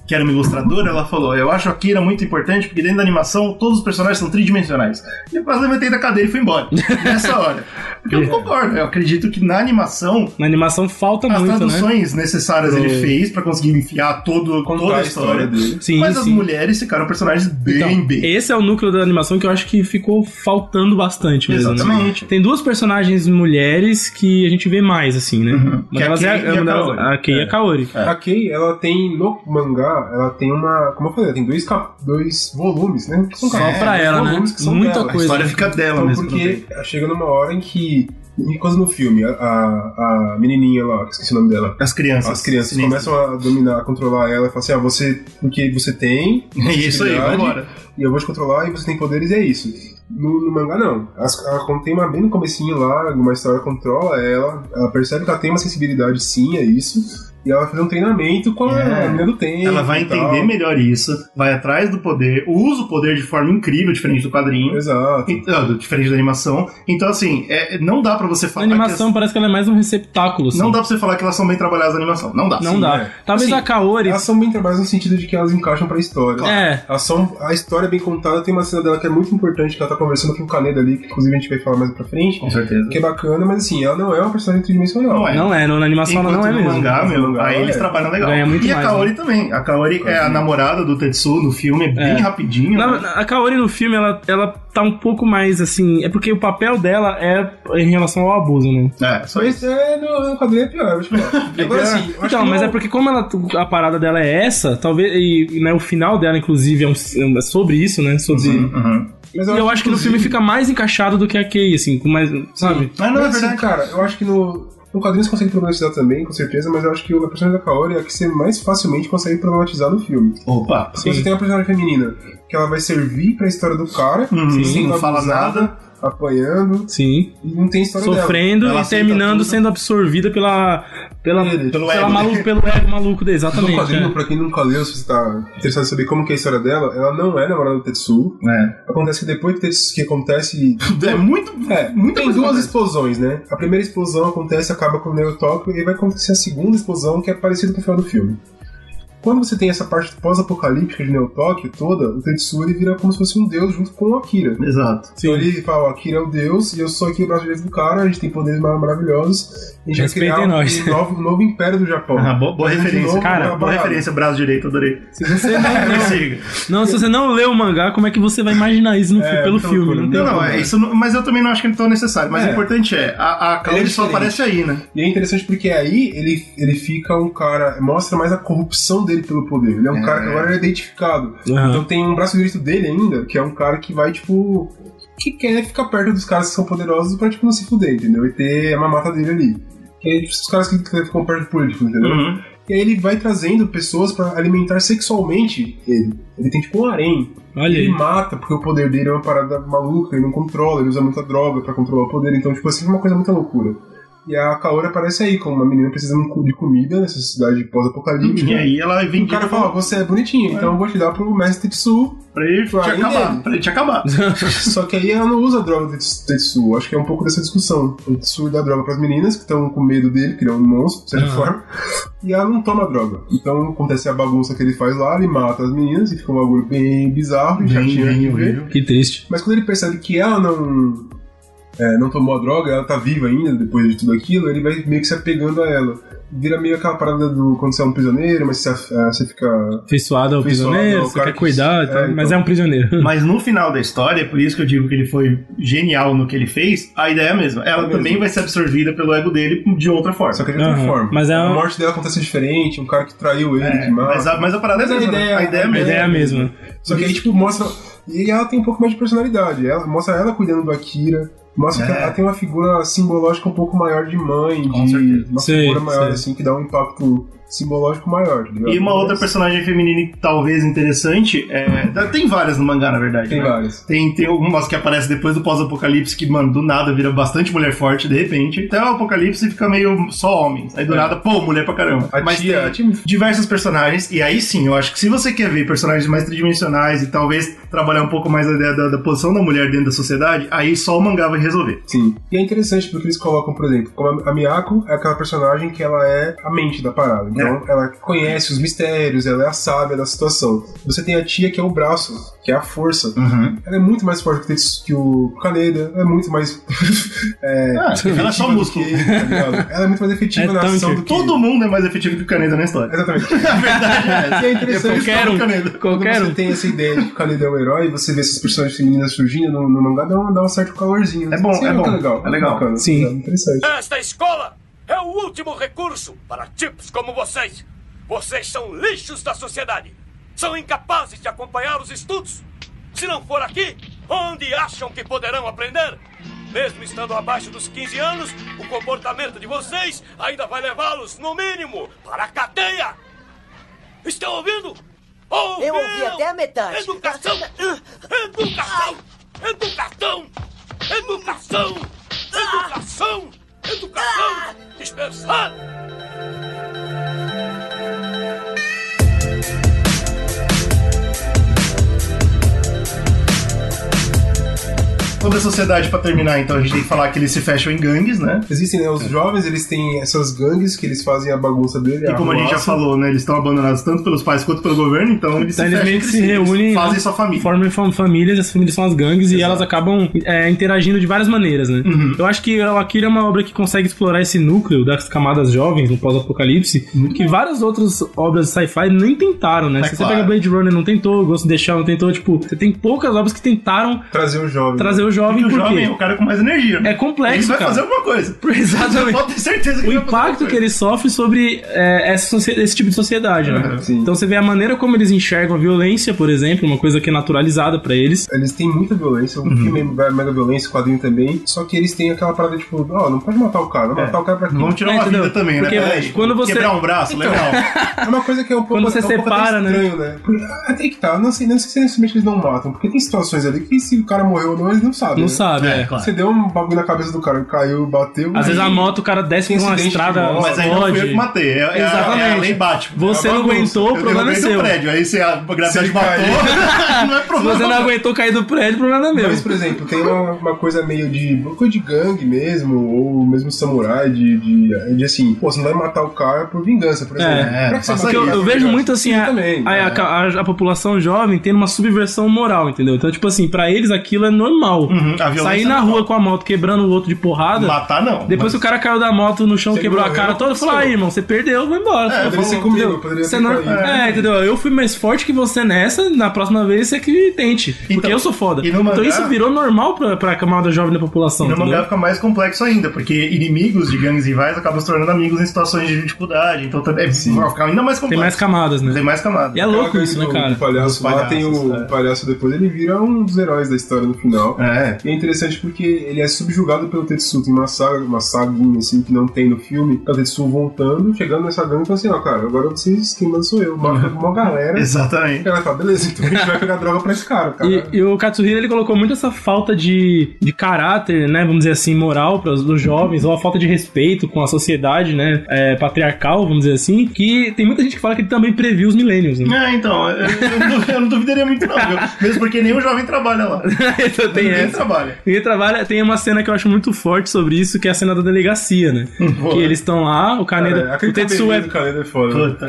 [SPEAKER 2] que era uma ilustradora, ela falou: Eu acho a Kira muito importante porque dentro da animação todos os personagens são tridimensionais. E eu quase levantei da cadeira e fui embora, nessa hora. Porque
[SPEAKER 3] É.
[SPEAKER 2] eu não concordo, eu acredito que na animação.
[SPEAKER 3] Na animação falta
[SPEAKER 2] As
[SPEAKER 3] muito, né?
[SPEAKER 2] traduções necessárias ele fez pra conseguir enfiar todo, toda a história dele.
[SPEAKER 3] Sim,
[SPEAKER 2] Mas as
[SPEAKER 3] sim.
[SPEAKER 2] mulheres ficaram personagens bem,
[SPEAKER 3] Então,
[SPEAKER 2] bem.
[SPEAKER 3] esse é o núcleo da animação que eu acho que ficou faltando bastante mesmo. né?
[SPEAKER 2] Exatamente.
[SPEAKER 3] Tem duas personagens mulheres que a gente vê mais, assim, né? Uma
[SPEAKER 2] Que é a
[SPEAKER 3] delas é a,
[SPEAKER 2] Kei e a
[SPEAKER 3] uma delas-
[SPEAKER 2] Kaori. É.
[SPEAKER 3] a Kei e a Kaori.
[SPEAKER 1] A Kay, ela tem no mangá, ela tem uma. Como eu falei, ela tem dois, cap- dois volumes, né? Que são
[SPEAKER 3] Só
[SPEAKER 1] cap-
[SPEAKER 3] pra
[SPEAKER 1] dois
[SPEAKER 3] ela, né?
[SPEAKER 1] volumes que são
[SPEAKER 3] Muita
[SPEAKER 1] dela.
[SPEAKER 2] A
[SPEAKER 3] coisa.
[SPEAKER 2] história fica dela
[SPEAKER 1] Então,
[SPEAKER 2] mesmo.
[SPEAKER 1] porque chega numa hora em que. Enquanto no filme, a, a, a menininha lá, que esqueci o nome dela.
[SPEAKER 2] As crianças.
[SPEAKER 1] As crianças
[SPEAKER 2] Sinistras.
[SPEAKER 1] começam a dominar, a controlar ela e falam assim: ah, você. Porque você tem.
[SPEAKER 2] É isso aí,
[SPEAKER 1] possibilidade,
[SPEAKER 2] vambora.
[SPEAKER 1] E eu vou te controlar e você tem poderes e é isso. No, no mangá, não. As, ela con- tem uma bem no comecinho lá, uma história controla ela, ela percebe que ela tem uma sensibilidade sim, é isso. E ela vai fazer um treinamento com a
[SPEAKER 2] É.
[SPEAKER 1] menina do tempo.
[SPEAKER 2] Ela vai
[SPEAKER 1] e tal.
[SPEAKER 2] entender melhor isso, vai atrás do poder, usa o poder de forma incrível, diferente do quadrinho.
[SPEAKER 1] Exato.
[SPEAKER 2] Então, diferente da animação. Então, assim, é- não dá pra você
[SPEAKER 3] A
[SPEAKER 2] falar.
[SPEAKER 3] animação
[SPEAKER 2] que
[SPEAKER 3] parece que ela é mais um receptáculo,
[SPEAKER 2] as-
[SPEAKER 3] assim.
[SPEAKER 2] não dá pra você falar que elas são bem trabalhadas na animação. Não dá.
[SPEAKER 3] Não
[SPEAKER 2] Sim,
[SPEAKER 3] dá.
[SPEAKER 2] né?
[SPEAKER 3] Talvez
[SPEAKER 2] Assim,
[SPEAKER 3] a Kaori.
[SPEAKER 1] Elas são bem trabalhadas no sentido de que elas encaixam pra história.
[SPEAKER 3] É.
[SPEAKER 1] Elas são, a história é bem contada, tem uma cena dela que é muito importante, que ela tá conversando com o Kaneda ali, que inclusive a gente vai falar mais pra frente.
[SPEAKER 2] Com certeza.
[SPEAKER 1] Que é bacana, mas assim, ela não é uma personagem tridimensional.
[SPEAKER 2] Não é.
[SPEAKER 3] Não é, no- na animação ela
[SPEAKER 2] Enquanto
[SPEAKER 3] não é
[SPEAKER 2] no
[SPEAKER 3] mesmo.
[SPEAKER 2] mangá, meu,
[SPEAKER 1] No mangá,
[SPEAKER 2] aí eles
[SPEAKER 1] é.
[SPEAKER 2] trabalham legal.
[SPEAKER 3] Ganha muito
[SPEAKER 2] e
[SPEAKER 3] mais, né?
[SPEAKER 2] a Kaori também. A Kaori é a namorada do Tetsu no filme, é bem rapidinho.
[SPEAKER 3] Na-
[SPEAKER 2] né?
[SPEAKER 3] na- a Kaori no filme, ela, ela tá um pouco mais assim. É porque o papel dela é em relação ao abuso, né?
[SPEAKER 2] É, só isso.
[SPEAKER 1] Mas é, no, no quadrinho é pior, eu acho que é. Agora sim, eu acho
[SPEAKER 3] Então,
[SPEAKER 1] que
[SPEAKER 3] mas
[SPEAKER 1] não-
[SPEAKER 3] é porque como ela, a parada dela é essa, talvez e, né, o final dela inclusive é, um- é sobre isso, né? Sobre
[SPEAKER 2] Uhum.
[SPEAKER 1] mas
[SPEAKER 3] E eu acho que no filme fica mais encaixado do que a Kay, assim, com mais, sabe?
[SPEAKER 2] Mas não é
[SPEAKER 1] Mas, assim,
[SPEAKER 2] verdade.
[SPEAKER 1] cara, eu acho que no. No quadrinho você consegue problematizar também, com certeza, mas eu acho que a personagem da Kaori é a que você mais facilmente consegue problematizar no filme.
[SPEAKER 2] Opa,
[SPEAKER 1] Se você tem uma personagem feminina que ela vai servir pra história do cara,
[SPEAKER 2] Uhum,
[SPEAKER 1] sendo
[SPEAKER 2] não fala
[SPEAKER 1] abusada,
[SPEAKER 2] nada.
[SPEAKER 1] apanhando,
[SPEAKER 3] Sim.
[SPEAKER 1] e não tem história dela.
[SPEAKER 3] Sofrendo
[SPEAKER 2] Ela
[SPEAKER 3] e
[SPEAKER 2] aceita
[SPEAKER 3] terminando
[SPEAKER 2] tudo.
[SPEAKER 3] sendo absorvida pela pela
[SPEAKER 1] Ele,
[SPEAKER 3] pelo,
[SPEAKER 2] pelo ego.
[SPEAKER 3] maluco, pelo ego maluco dele,
[SPEAKER 1] No
[SPEAKER 3] exatamente.
[SPEAKER 2] né?
[SPEAKER 1] quadrinho,
[SPEAKER 3] é.
[SPEAKER 1] pra quem nunca leu, se você tá interessado em saber como que é a história dela, ela não é namorada do Tetsu.
[SPEAKER 2] É.
[SPEAKER 1] Acontece que depois do Tetsu, que acontece...
[SPEAKER 2] É muito.
[SPEAKER 1] É,
[SPEAKER 2] muito
[SPEAKER 1] tem duas explosões, né? A primeira explosão acontece, acaba com o Neo Tóquio, e vai acontecer a segunda explosão, que é parecida com o final do filme. Quando você tem essa parte pós-apocalíptica de Neo Tóquio toda, o Tetsu ele vira como se fosse um deus junto com o Akira.
[SPEAKER 2] Exato.
[SPEAKER 1] Então ele fala, o Akira é o deus, e eu sou aqui o braço direito do cara, a gente tem poderes mar- maravilhosos, a gente
[SPEAKER 3] Respeitem
[SPEAKER 1] vai criar
[SPEAKER 3] nós.
[SPEAKER 1] um novo, um novo império do Japão.
[SPEAKER 2] Ah, boa, boa
[SPEAKER 1] Mas, de
[SPEAKER 2] referência,
[SPEAKER 1] novo,
[SPEAKER 2] cara.
[SPEAKER 1] é uma
[SPEAKER 2] Boa
[SPEAKER 1] É, parada.
[SPEAKER 2] referência, braço direito, adorei.
[SPEAKER 3] Se você não,
[SPEAKER 2] Prossiga.
[SPEAKER 3] não, se você não lê o mangá, como é que você vai imaginar isso no fi-
[SPEAKER 1] É,
[SPEAKER 3] pelo
[SPEAKER 1] então,
[SPEAKER 3] filme? Não tem
[SPEAKER 2] Não, não, é isso. não- Mas eu também não acho que é tão necessário. Mas
[SPEAKER 1] É.
[SPEAKER 2] o importante é, a, a Kaori
[SPEAKER 1] Ele é
[SPEAKER 2] só
[SPEAKER 1] diferente.
[SPEAKER 2] aparece aí, né?
[SPEAKER 1] E é interessante porque aí ele, ele fica um cara. Mostra mais a corrupção dele pelo poder. Ele é um
[SPEAKER 2] É.
[SPEAKER 1] cara que agora é identificado.
[SPEAKER 3] Aham.
[SPEAKER 1] Então tem um braço direito dele ainda, que é um cara que vai, tipo. Que quer ficar perto dos caras que são poderosos pra, tipo, não se fuder, entendeu? E ter a mamata dele ali. Que é tipo, os caras que ficam perto do político, entendeu?
[SPEAKER 2] Uhum.
[SPEAKER 1] E aí ele é vai trazendo pessoas pra alimentar sexualmente ele. Ele tem, tipo, um harém.
[SPEAKER 3] Olha
[SPEAKER 1] Ele
[SPEAKER 3] aí.
[SPEAKER 1] mata, porque o poder dele é uma parada maluca, ele não controla, ele usa muita droga pra controlar o poder, então, tipo assim, é uma coisa muita loucura. E a Kaori aparece aí, como uma menina precisando de comida nessa cidade pós-apocalíptica.
[SPEAKER 2] E aí ela
[SPEAKER 1] E
[SPEAKER 2] vem
[SPEAKER 1] né? o cara fala, ó, você é bonitinha, então eu vou te dar pro mestre Tetsu.
[SPEAKER 2] pra ele te
[SPEAKER 1] Aí
[SPEAKER 2] acabar.
[SPEAKER 1] nele.
[SPEAKER 2] Pra ele te acabar.
[SPEAKER 1] Só que aí ela não usa a droga do Tetsu- Tetsu. Acho que é um pouco dessa discussão. O Tetsu dá droga pras meninas, que estão com medo dele, que ele é um monstro, de certa
[SPEAKER 2] Ah.
[SPEAKER 1] forma. E ela não toma droga. Então acontece a bagunça que ele faz lá, ele mata as meninas, e fica um bagulho bem bizarro, e já
[SPEAKER 2] Bem,
[SPEAKER 1] tinha
[SPEAKER 2] bem
[SPEAKER 1] que ver.
[SPEAKER 2] horrível.
[SPEAKER 3] Que triste.
[SPEAKER 1] Mas quando ele percebe que ela não. é, não tomou a droga, ela tá viva ainda depois de tudo aquilo, ele vai meio que se apegando a ela. Vira meio aquela parada do quando você é um prisioneiro, mas você, ah, você fica.
[SPEAKER 3] Afeiçoado ao
[SPEAKER 1] Afeiçoado
[SPEAKER 3] prisioneiro,
[SPEAKER 1] ao
[SPEAKER 3] você
[SPEAKER 1] cara
[SPEAKER 3] quer
[SPEAKER 1] que-
[SPEAKER 3] cuidar, e
[SPEAKER 1] é,
[SPEAKER 3] tal, mas é
[SPEAKER 1] então.
[SPEAKER 3] um prisioneiro.
[SPEAKER 2] Mas no final da história, é por isso que eu digo que ele foi genial no que ele fez, a ideia é a mesma. Ela
[SPEAKER 1] mesmo.
[SPEAKER 2] também vai ser absorvida pelo ego dele de outra forma.
[SPEAKER 1] Só que de outra
[SPEAKER 3] Aham,
[SPEAKER 1] forma.
[SPEAKER 3] mas é
[SPEAKER 1] A
[SPEAKER 3] uma-
[SPEAKER 1] morte dela acontece diferente, um cara que traiu ele,
[SPEAKER 2] É,
[SPEAKER 1] que mata.
[SPEAKER 2] mas, a, mas a parada
[SPEAKER 1] Mas
[SPEAKER 2] é
[SPEAKER 1] a
[SPEAKER 2] a mesma. né?
[SPEAKER 1] ideia-
[SPEAKER 2] a ideia é a
[SPEAKER 1] a
[SPEAKER 3] A
[SPEAKER 2] mesma.
[SPEAKER 3] ideia é a mesma.
[SPEAKER 1] Só que aí, tipo, mostra. E ela tem um pouco mais de personalidade. Ela mostra ela cuidando do Akira. Mostra que
[SPEAKER 2] É.
[SPEAKER 1] ela tem uma figura simbológica um pouco maior de mãe,
[SPEAKER 2] Com
[SPEAKER 1] de
[SPEAKER 2] certeza.
[SPEAKER 1] uma
[SPEAKER 3] Sei,
[SPEAKER 1] figura maior,
[SPEAKER 3] sei.
[SPEAKER 1] assim, que dá um impacto simbológico maior. tá ligado?
[SPEAKER 2] E uma outra
[SPEAKER 1] Mas
[SPEAKER 2] personagem feminina que talvez interessante é. tá- Tem várias no mangá, na verdade.
[SPEAKER 1] Tem
[SPEAKER 2] né?
[SPEAKER 1] várias.
[SPEAKER 2] Tem, tem algumas que aparecem depois do pós-apocalipse que, mano, do nada vira bastante mulher forte de repente. Até o apocalipse fica meio só homens. Aí do nada, pô, mulher pra caramba.
[SPEAKER 1] É. A
[SPEAKER 2] Mas
[SPEAKER 1] tia-
[SPEAKER 2] tem
[SPEAKER 1] a tia-
[SPEAKER 2] diversos personagens. E aí sim, eu acho que se você quer ver personagens mais tridimensionais e talvez trabalhar um pouco mais a ideia da, da posição da mulher dentro da sociedade, aí só o mangá vai resolver.
[SPEAKER 1] Sim. E é interessante porque eles colocam, por exemplo, como a Miyako é aquela personagem que ela é a mente da parada. Então ela conhece os mistérios, ela é a sábia da situação. Você tem a tia que é o braço, que é a força. Ela é muito mais forte que o Tetsu- que o Kaneda, ela é muito mais. é,
[SPEAKER 2] Ah, ela é só
[SPEAKER 1] efetiva do
[SPEAKER 2] músculo.
[SPEAKER 1] que ele, tá ligado? ela é muito mais efetiva
[SPEAKER 3] É
[SPEAKER 1] na ação
[SPEAKER 3] tanque.
[SPEAKER 1] do que.
[SPEAKER 2] Todo
[SPEAKER 1] ele.
[SPEAKER 2] mundo é mais efetivo que o Caneda na história.
[SPEAKER 1] Exatamente.
[SPEAKER 2] A verdade é
[SPEAKER 1] E
[SPEAKER 2] essa.
[SPEAKER 1] é interessante
[SPEAKER 2] Eu tô
[SPEAKER 3] Qualquer um.
[SPEAKER 2] Caneda.
[SPEAKER 1] Quando
[SPEAKER 3] Qualquer
[SPEAKER 1] você
[SPEAKER 3] um.
[SPEAKER 1] tem essa ideia de que o Kaneda é um herói, você vê essas personagens femininas surgindo no, no mangá, dá um, dá um certo calorzinho.
[SPEAKER 2] É bom,
[SPEAKER 1] Sim,
[SPEAKER 2] é bom.
[SPEAKER 1] tá legal.
[SPEAKER 2] É legal.
[SPEAKER 1] Bacana.
[SPEAKER 3] Sim.
[SPEAKER 1] É interessante.
[SPEAKER 7] Esta escola é o último recurso para tipos como vocês. Vocês são lixos da sociedade. São incapazes de acompanhar os estudos. Se não for aqui, onde acham que poderão aprender? Mesmo estando abaixo dos 15 anos, o comportamento de vocês ainda vai levá-los, no mínimo, para a cadeia. Estão ouvindo? Ouviram?
[SPEAKER 9] Eu ouvi até a metade.
[SPEAKER 7] Educação! Educação! Educação! Educação! Educação! Educação! Dispersar!
[SPEAKER 2] Sobre a sociedade, pra terminar, então, a gente tem que falar que eles se fecham em gangues, né?
[SPEAKER 1] Existem, né, os jovens, eles têm essas gangues que eles fazem a bagunça dele.
[SPEAKER 2] E como a gente já falou, né? Eles estão abandonados tanto pelos pais quanto pelo governo, então eles
[SPEAKER 3] Então
[SPEAKER 2] se
[SPEAKER 3] eles
[SPEAKER 2] fecham
[SPEAKER 3] meio
[SPEAKER 2] entre
[SPEAKER 3] que se
[SPEAKER 2] si, eles
[SPEAKER 3] reúnem,
[SPEAKER 2] Fazem
[SPEAKER 3] né?
[SPEAKER 2] sua família.
[SPEAKER 3] Formam fam- famílias, as famílias são as gangues e elas acabam é, interagindo de várias maneiras, né?
[SPEAKER 2] Uhum.
[SPEAKER 3] Eu acho que o Akira é uma obra que consegue explorar esse núcleo das camadas jovens no pós-apocalipse, que várias outras obras de sci-fi nem tentaram, né?
[SPEAKER 2] É
[SPEAKER 3] Se você
[SPEAKER 2] claro.
[SPEAKER 3] pega Blade Runner, não tentou, Ghost in the Shell não tentou, tipo, você tem poucas obras que tentaram
[SPEAKER 1] Trazer o jovem.
[SPEAKER 3] trazer o jovem,
[SPEAKER 2] Porque o
[SPEAKER 3] por
[SPEAKER 2] jovem é
[SPEAKER 3] quê?
[SPEAKER 2] o cara com mais energia. né?
[SPEAKER 3] É complexo,
[SPEAKER 2] Ele vai
[SPEAKER 3] cara.
[SPEAKER 2] fazer alguma coisa.
[SPEAKER 3] Exatamente.
[SPEAKER 2] Pode ter certeza que
[SPEAKER 3] o
[SPEAKER 2] ele vai fazer
[SPEAKER 3] impacto
[SPEAKER 2] alguma
[SPEAKER 3] que
[SPEAKER 2] coisa.
[SPEAKER 3] ele sofre sobre é, essa socie- esse tipo de sociedade, né?
[SPEAKER 1] Aham, sim.
[SPEAKER 3] Então você vê a maneira como eles enxergam a violência, por exemplo, uma coisa que é naturalizada pra eles.
[SPEAKER 1] Eles têm muita violência, o
[SPEAKER 2] Uhum.
[SPEAKER 1] filme é mega violência, o quadrinho também. Só que eles têm aquela parada tipo, ó, não pode matar o cara, não matar o cara pra quê?
[SPEAKER 2] Vamos tirar
[SPEAKER 3] É,
[SPEAKER 2] uma
[SPEAKER 3] entendeu?
[SPEAKER 2] vida também,
[SPEAKER 3] Porque,
[SPEAKER 2] né? Peraí,
[SPEAKER 3] quando você- Então,
[SPEAKER 2] Quebrar um braço, legal.
[SPEAKER 1] É uma coisa que é um pouco,
[SPEAKER 3] Quando você
[SPEAKER 1] é um pouco
[SPEAKER 3] separa,
[SPEAKER 1] até
[SPEAKER 3] né?
[SPEAKER 1] estranho, né? Porque, até que tá, não sei, não sei se necessariamente eles não matam, porque tem situações ali que se o cara morreu ou não, eles não sabem.
[SPEAKER 3] Não
[SPEAKER 1] né?
[SPEAKER 3] sabe, é.
[SPEAKER 2] É, claro.
[SPEAKER 1] Você deu um bagulho na cabeça do cara, caiu, bateu.
[SPEAKER 3] Às vezes a moto, o cara desce
[SPEAKER 1] Tem
[SPEAKER 3] por uma
[SPEAKER 1] acidente de
[SPEAKER 3] estrada.
[SPEAKER 1] moto,
[SPEAKER 2] Mas aí não fui eu que
[SPEAKER 3] pode.
[SPEAKER 2] matei. É, é, Exatamente. É a
[SPEAKER 3] Exatamente.
[SPEAKER 2] lei Batman.
[SPEAKER 3] Você
[SPEAKER 2] É uma
[SPEAKER 3] não
[SPEAKER 2] bagunça.
[SPEAKER 3] aguentou, o
[SPEAKER 2] Eu
[SPEAKER 3] problema é
[SPEAKER 2] derrubei do
[SPEAKER 3] seu.
[SPEAKER 2] prédio. Aí se a gravidade
[SPEAKER 1] ele
[SPEAKER 2] matou, não é
[SPEAKER 3] Se
[SPEAKER 2] problema.
[SPEAKER 3] você não aguentou cair do prédio, o problema é meu.
[SPEAKER 1] Mas, por exemplo, tem uma, uma coisa meio de uma coisa de gangue mesmo, ou mesmo samurai, de, de, de assim, pô, você não vai matar o cara por vingança, por exemplo.
[SPEAKER 2] É, né?
[SPEAKER 1] pra que você
[SPEAKER 2] passa
[SPEAKER 1] mata
[SPEAKER 3] Porque eu,
[SPEAKER 1] o
[SPEAKER 2] aí,
[SPEAKER 1] cara
[SPEAKER 3] eu
[SPEAKER 1] por
[SPEAKER 3] vejo
[SPEAKER 1] vingança?
[SPEAKER 3] muito assim
[SPEAKER 1] Sim,
[SPEAKER 3] a,
[SPEAKER 1] também,
[SPEAKER 3] a,
[SPEAKER 1] é.
[SPEAKER 3] a- a população jovem tendo uma subversão moral, entendeu? Então, tipo assim, pra eles aquilo é normal.
[SPEAKER 2] Uhum, a violência
[SPEAKER 3] Sair
[SPEAKER 2] é
[SPEAKER 3] na
[SPEAKER 2] normal.
[SPEAKER 3] rua com a moto quebrando o outro de porrada.
[SPEAKER 2] Matar não.
[SPEAKER 3] Depois
[SPEAKER 2] mas-
[SPEAKER 3] que o cara caiu da moto no chão,
[SPEAKER 1] Você
[SPEAKER 3] quebrou a
[SPEAKER 1] morreu,
[SPEAKER 3] cara toda, falou:
[SPEAKER 1] você-
[SPEAKER 3] aí, irmão, você perdeu, vai
[SPEAKER 2] É,
[SPEAKER 3] embora. Você
[SPEAKER 1] poderia
[SPEAKER 3] falou,
[SPEAKER 1] ser comigo,
[SPEAKER 3] entendeu?
[SPEAKER 1] poderia
[SPEAKER 3] Você
[SPEAKER 1] ter
[SPEAKER 3] não-
[SPEAKER 1] caído.
[SPEAKER 3] É, entendeu? Eu fui mais forte que você nessa, na próxima vez você que tente.
[SPEAKER 2] Então,
[SPEAKER 3] porque eu sou foda.
[SPEAKER 2] e no
[SPEAKER 3] então
[SPEAKER 2] mangá-
[SPEAKER 3] isso virou normal pra, pra camada jovem da população.
[SPEAKER 2] E no
[SPEAKER 3] entendeu?
[SPEAKER 2] mangá fica mais complexo ainda, porque inimigos de gangues rivais acabam se tornando amigos em situações de dificuldade. Então também é, vai ficar ainda mais complexo.
[SPEAKER 3] Tem mais camadas, né?
[SPEAKER 2] Tem mais camadas.
[SPEAKER 3] E é
[SPEAKER 1] Aquela
[SPEAKER 3] louco
[SPEAKER 1] gangue
[SPEAKER 3] isso, né,
[SPEAKER 1] do-
[SPEAKER 3] cara?
[SPEAKER 1] do palhaço
[SPEAKER 2] Dos
[SPEAKER 1] lá tem o
[SPEAKER 2] palhaços, é.
[SPEAKER 1] palhaço depois, ele vira um dos heróis da história no final.
[SPEAKER 2] É.
[SPEAKER 1] E é interessante porque ele é subjugado pelo Tetsu. Tem uma saga, uma saguinha assim que não tem no filme. É o Tetsu voltando, chegando nessa gangue e falando assim: ó, cara, agora vocês quem manda sou eu. Mata
[SPEAKER 3] Uhum.
[SPEAKER 1] uma galera.
[SPEAKER 2] Exatamente.
[SPEAKER 1] Ela fala, beleza, então a gente vai pegar droga pra esse cara, cara.
[SPEAKER 3] E, e o Katsuhiro ele colocou muito essa falta de, de caráter, né? Vamos dizer assim, moral para os jovens, ou a falta de respeito com a sociedade, né? é, patriarcal, vamos dizer assim. Que tem muita gente que fala que ele também previu os millennials, né?
[SPEAKER 2] É, então, eu, eu não, eu não duvidaria muito, não, viu? Mesmo porque nenhum jovem trabalha lá.
[SPEAKER 3] então tem
[SPEAKER 2] Ninguém
[SPEAKER 3] essa.
[SPEAKER 2] trabalha.
[SPEAKER 3] E trabalha, tem uma cena que eu acho muito forte sobre isso, que é a cena da delegacia, né? que eles estão lá, o
[SPEAKER 1] Cara,
[SPEAKER 3] Kaneda.
[SPEAKER 1] aquele
[SPEAKER 3] o Tetsu é
[SPEAKER 1] cabelinho do Kaneda é foda. né?
[SPEAKER 2] Puta,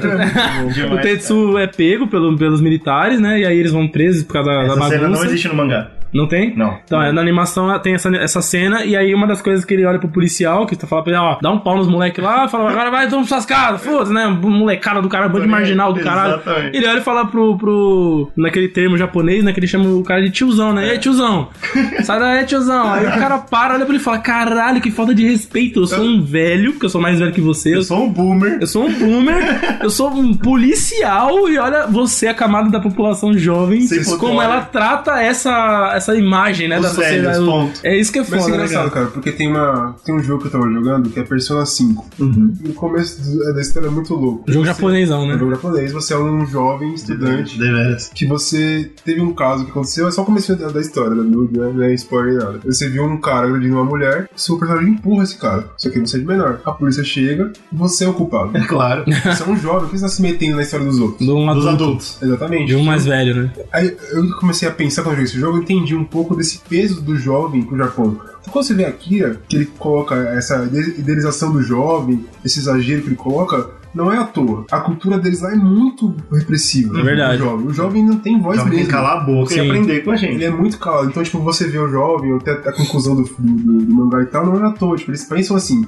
[SPEAKER 2] demais,
[SPEAKER 3] O Tetsu é pego pelo- pelos militares, né? E aí eles vão presos por causa da, da
[SPEAKER 2] cara. Essa cena não
[SPEAKER 3] bagunça.
[SPEAKER 2] existe no mangá.
[SPEAKER 3] Não tem?
[SPEAKER 2] Não.
[SPEAKER 3] Então, é, na animação ela tem essa, essa cena, e aí uma das coisas que ele olha pro policial, que tu fala pra ele, ó, dá um pau nos moleques lá, fala, agora vai, vamos pras suas casas, foda-se, né? Molecada do caralho, bando de marginal do caralho.
[SPEAKER 2] Exatamente.
[SPEAKER 3] Ele olha e fala pro, pro. Naquele termo japonês, né? Que ele chama o cara de tiozão, né? E aí,
[SPEAKER 2] É.
[SPEAKER 3] tiozão? Sai daí, tiozão. Aí o cara para, olha pra ele e fala, caralho, que falta de respeito. Eu sou
[SPEAKER 2] É.
[SPEAKER 3] um velho, porque eu sou mais velho que você.
[SPEAKER 2] Eu sou um boomer.
[SPEAKER 3] Eu sou um boomer, eu sou um policial e olha você, é a camada da população jovem,
[SPEAKER 2] Sem pudor.
[SPEAKER 3] como ela trata essa, essa imagem, né,
[SPEAKER 2] Os
[SPEAKER 3] da sociedade.
[SPEAKER 2] velhos, ponto.
[SPEAKER 3] É isso que é
[SPEAKER 1] Mas isso é
[SPEAKER 3] foda, né,
[SPEAKER 1] engraçado, cara,
[SPEAKER 3] cara?
[SPEAKER 1] porque tem, uma, tem um jogo que eu tava jogando que é Persona 5. E o começo do- da história é muito louco.
[SPEAKER 3] Uhum. Jogo japonesão,
[SPEAKER 1] No
[SPEAKER 3] né?
[SPEAKER 1] jogo japonês, você é um jovem estudante
[SPEAKER 2] Deveras.
[SPEAKER 1] que você teve um caso que aconteceu, é só o começo da da história, né? não não é- não é spoiler nem nada. Você viu um cara agredindo uma mulher, seu personagem empurra esse cara, só que você é de menor. A polícia chega, você é o culpado.
[SPEAKER 2] É claro.
[SPEAKER 1] Você é um jovem, por que você tá se metendo na história dos outros?
[SPEAKER 3] De um
[SPEAKER 2] Dos
[SPEAKER 3] adulto,
[SPEAKER 2] adultos.
[SPEAKER 1] Exatamente.
[SPEAKER 3] de um mais velho, né?
[SPEAKER 1] Aí eu comecei a pensar quando eu joguei esse jogo, eu entendi um pouco desse peso do jovem pro Japão. Então, quando você vê a Kira, que ele coloca essa ide- idealização do jovem, esse exagero que ele coloca, não é à toa. A cultura deles lá é muito repressiva.
[SPEAKER 3] É verdade.
[SPEAKER 1] do jovem. O jovem não tem voz
[SPEAKER 2] Já tem que
[SPEAKER 1] mesmo.
[SPEAKER 2] calar a boca e
[SPEAKER 3] Sim.
[SPEAKER 2] aprender com a gente.
[SPEAKER 1] Ele é muito calado. Então, tipo, você vê o jovem, até a conclusão do, do, do mangá e tal, não é à toa. Tipo, eles pensam assim,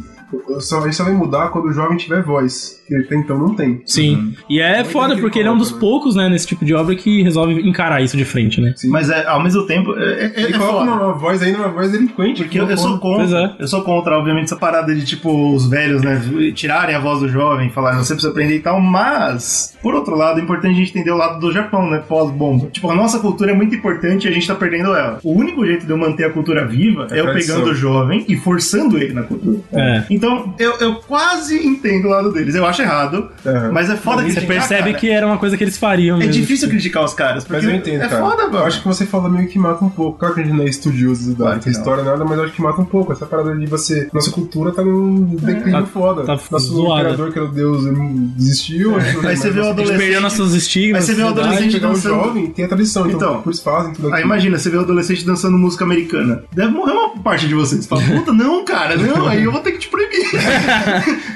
[SPEAKER 1] só, isso só vai mudar quando o jovem tiver voz. Que até então não tem.
[SPEAKER 3] Sim.
[SPEAKER 2] Uhum.
[SPEAKER 3] E é
[SPEAKER 1] Muito
[SPEAKER 3] foda,
[SPEAKER 1] que
[SPEAKER 3] porque ele é um dos
[SPEAKER 1] coloca, né?
[SPEAKER 3] poucos, né, nesse tipo de obra que resolve encarar isso de frente, né?
[SPEAKER 1] Sim.
[SPEAKER 2] Mas é, ao mesmo tempo, é, é,
[SPEAKER 1] ele
[SPEAKER 2] é
[SPEAKER 1] coloca
[SPEAKER 2] foda.
[SPEAKER 1] uma, uma voz ainda, uma voz delinquente.
[SPEAKER 2] Porque eu, eu sou
[SPEAKER 3] Pois
[SPEAKER 2] contra.
[SPEAKER 3] é.
[SPEAKER 2] Eu sou contra, obviamente, essa parada de, tipo, os velhos, né? Tirarem a voz do jovem, falarem, você precisa aprender e tal. Mas, por outro lado, é importante a gente entender o lado do Japão, né? Pós-bomba. Tipo, a nossa cultura é muito importante e a gente tá perdendo ela. O único jeito de eu manter a cultura viva é, eu
[SPEAKER 1] tradição.
[SPEAKER 2] pegando o jovem e forçando ele na cultura.
[SPEAKER 3] É.
[SPEAKER 2] Então, eu, eu quase entendo o lado deles. Eu acho errado,
[SPEAKER 1] Aham.
[SPEAKER 2] mas é foda que
[SPEAKER 3] Você percebe
[SPEAKER 2] cara.
[SPEAKER 3] que era uma coisa que eles fariam
[SPEAKER 2] É
[SPEAKER 3] mesmo.
[SPEAKER 2] difícil criticar os caras, porque
[SPEAKER 1] Mas eu entendo,
[SPEAKER 2] é
[SPEAKER 1] cara.
[SPEAKER 2] foda,
[SPEAKER 1] Eu
[SPEAKER 2] mano.
[SPEAKER 1] acho que você falou meio que mata um pouco. Claro que a gente não é estudioso da
[SPEAKER 2] Claro que não.
[SPEAKER 1] história, nada, mas eu acho que mata um pouco. Essa parada de você. Nossa cultura tá
[SPEAKER 2] É.
[SPEAKER 1] num declínio
[SPEAKER 3] Tá-
[SPEAKER 1] foda.
[SPEAKER 3] tá
[SPEAKER 1] Nosso
[SPEAKER 3] zoada.
[SPEAKER 1] imperador, que era o deus, ele desistiu.
[SPEAKER 2] É. Aí você vê o
[SPEAKER 3] A gente
[SPEAKER 2] adolescente.
[SPEAKER 3] perdeu nossos estigmas.
[SPEAKER 2] Aí você vê o
[SPEAKER 3] sociedade.
[SPEAKER 2] adolescente-
[SPEAKER 1] Pegar um
[SPEAKER 2] dançando.
[SPEAKER 1] jovem tem a tradição, então,
[SPEAKER 2] Então.
[SPEAKER 1] por isso fazem
[SPEAKER 3] Tá
[SPEAKER 1] tudo
[SPEAKER 2] Aí
[SPEAKER 1] aquilo.
[SPEAKER 2] imagina, você vê o adolescente dançando música americana. Deve morrer uma parte de vocês. Fala, puta, não, cara, não, aí eu vou ter que te proibir.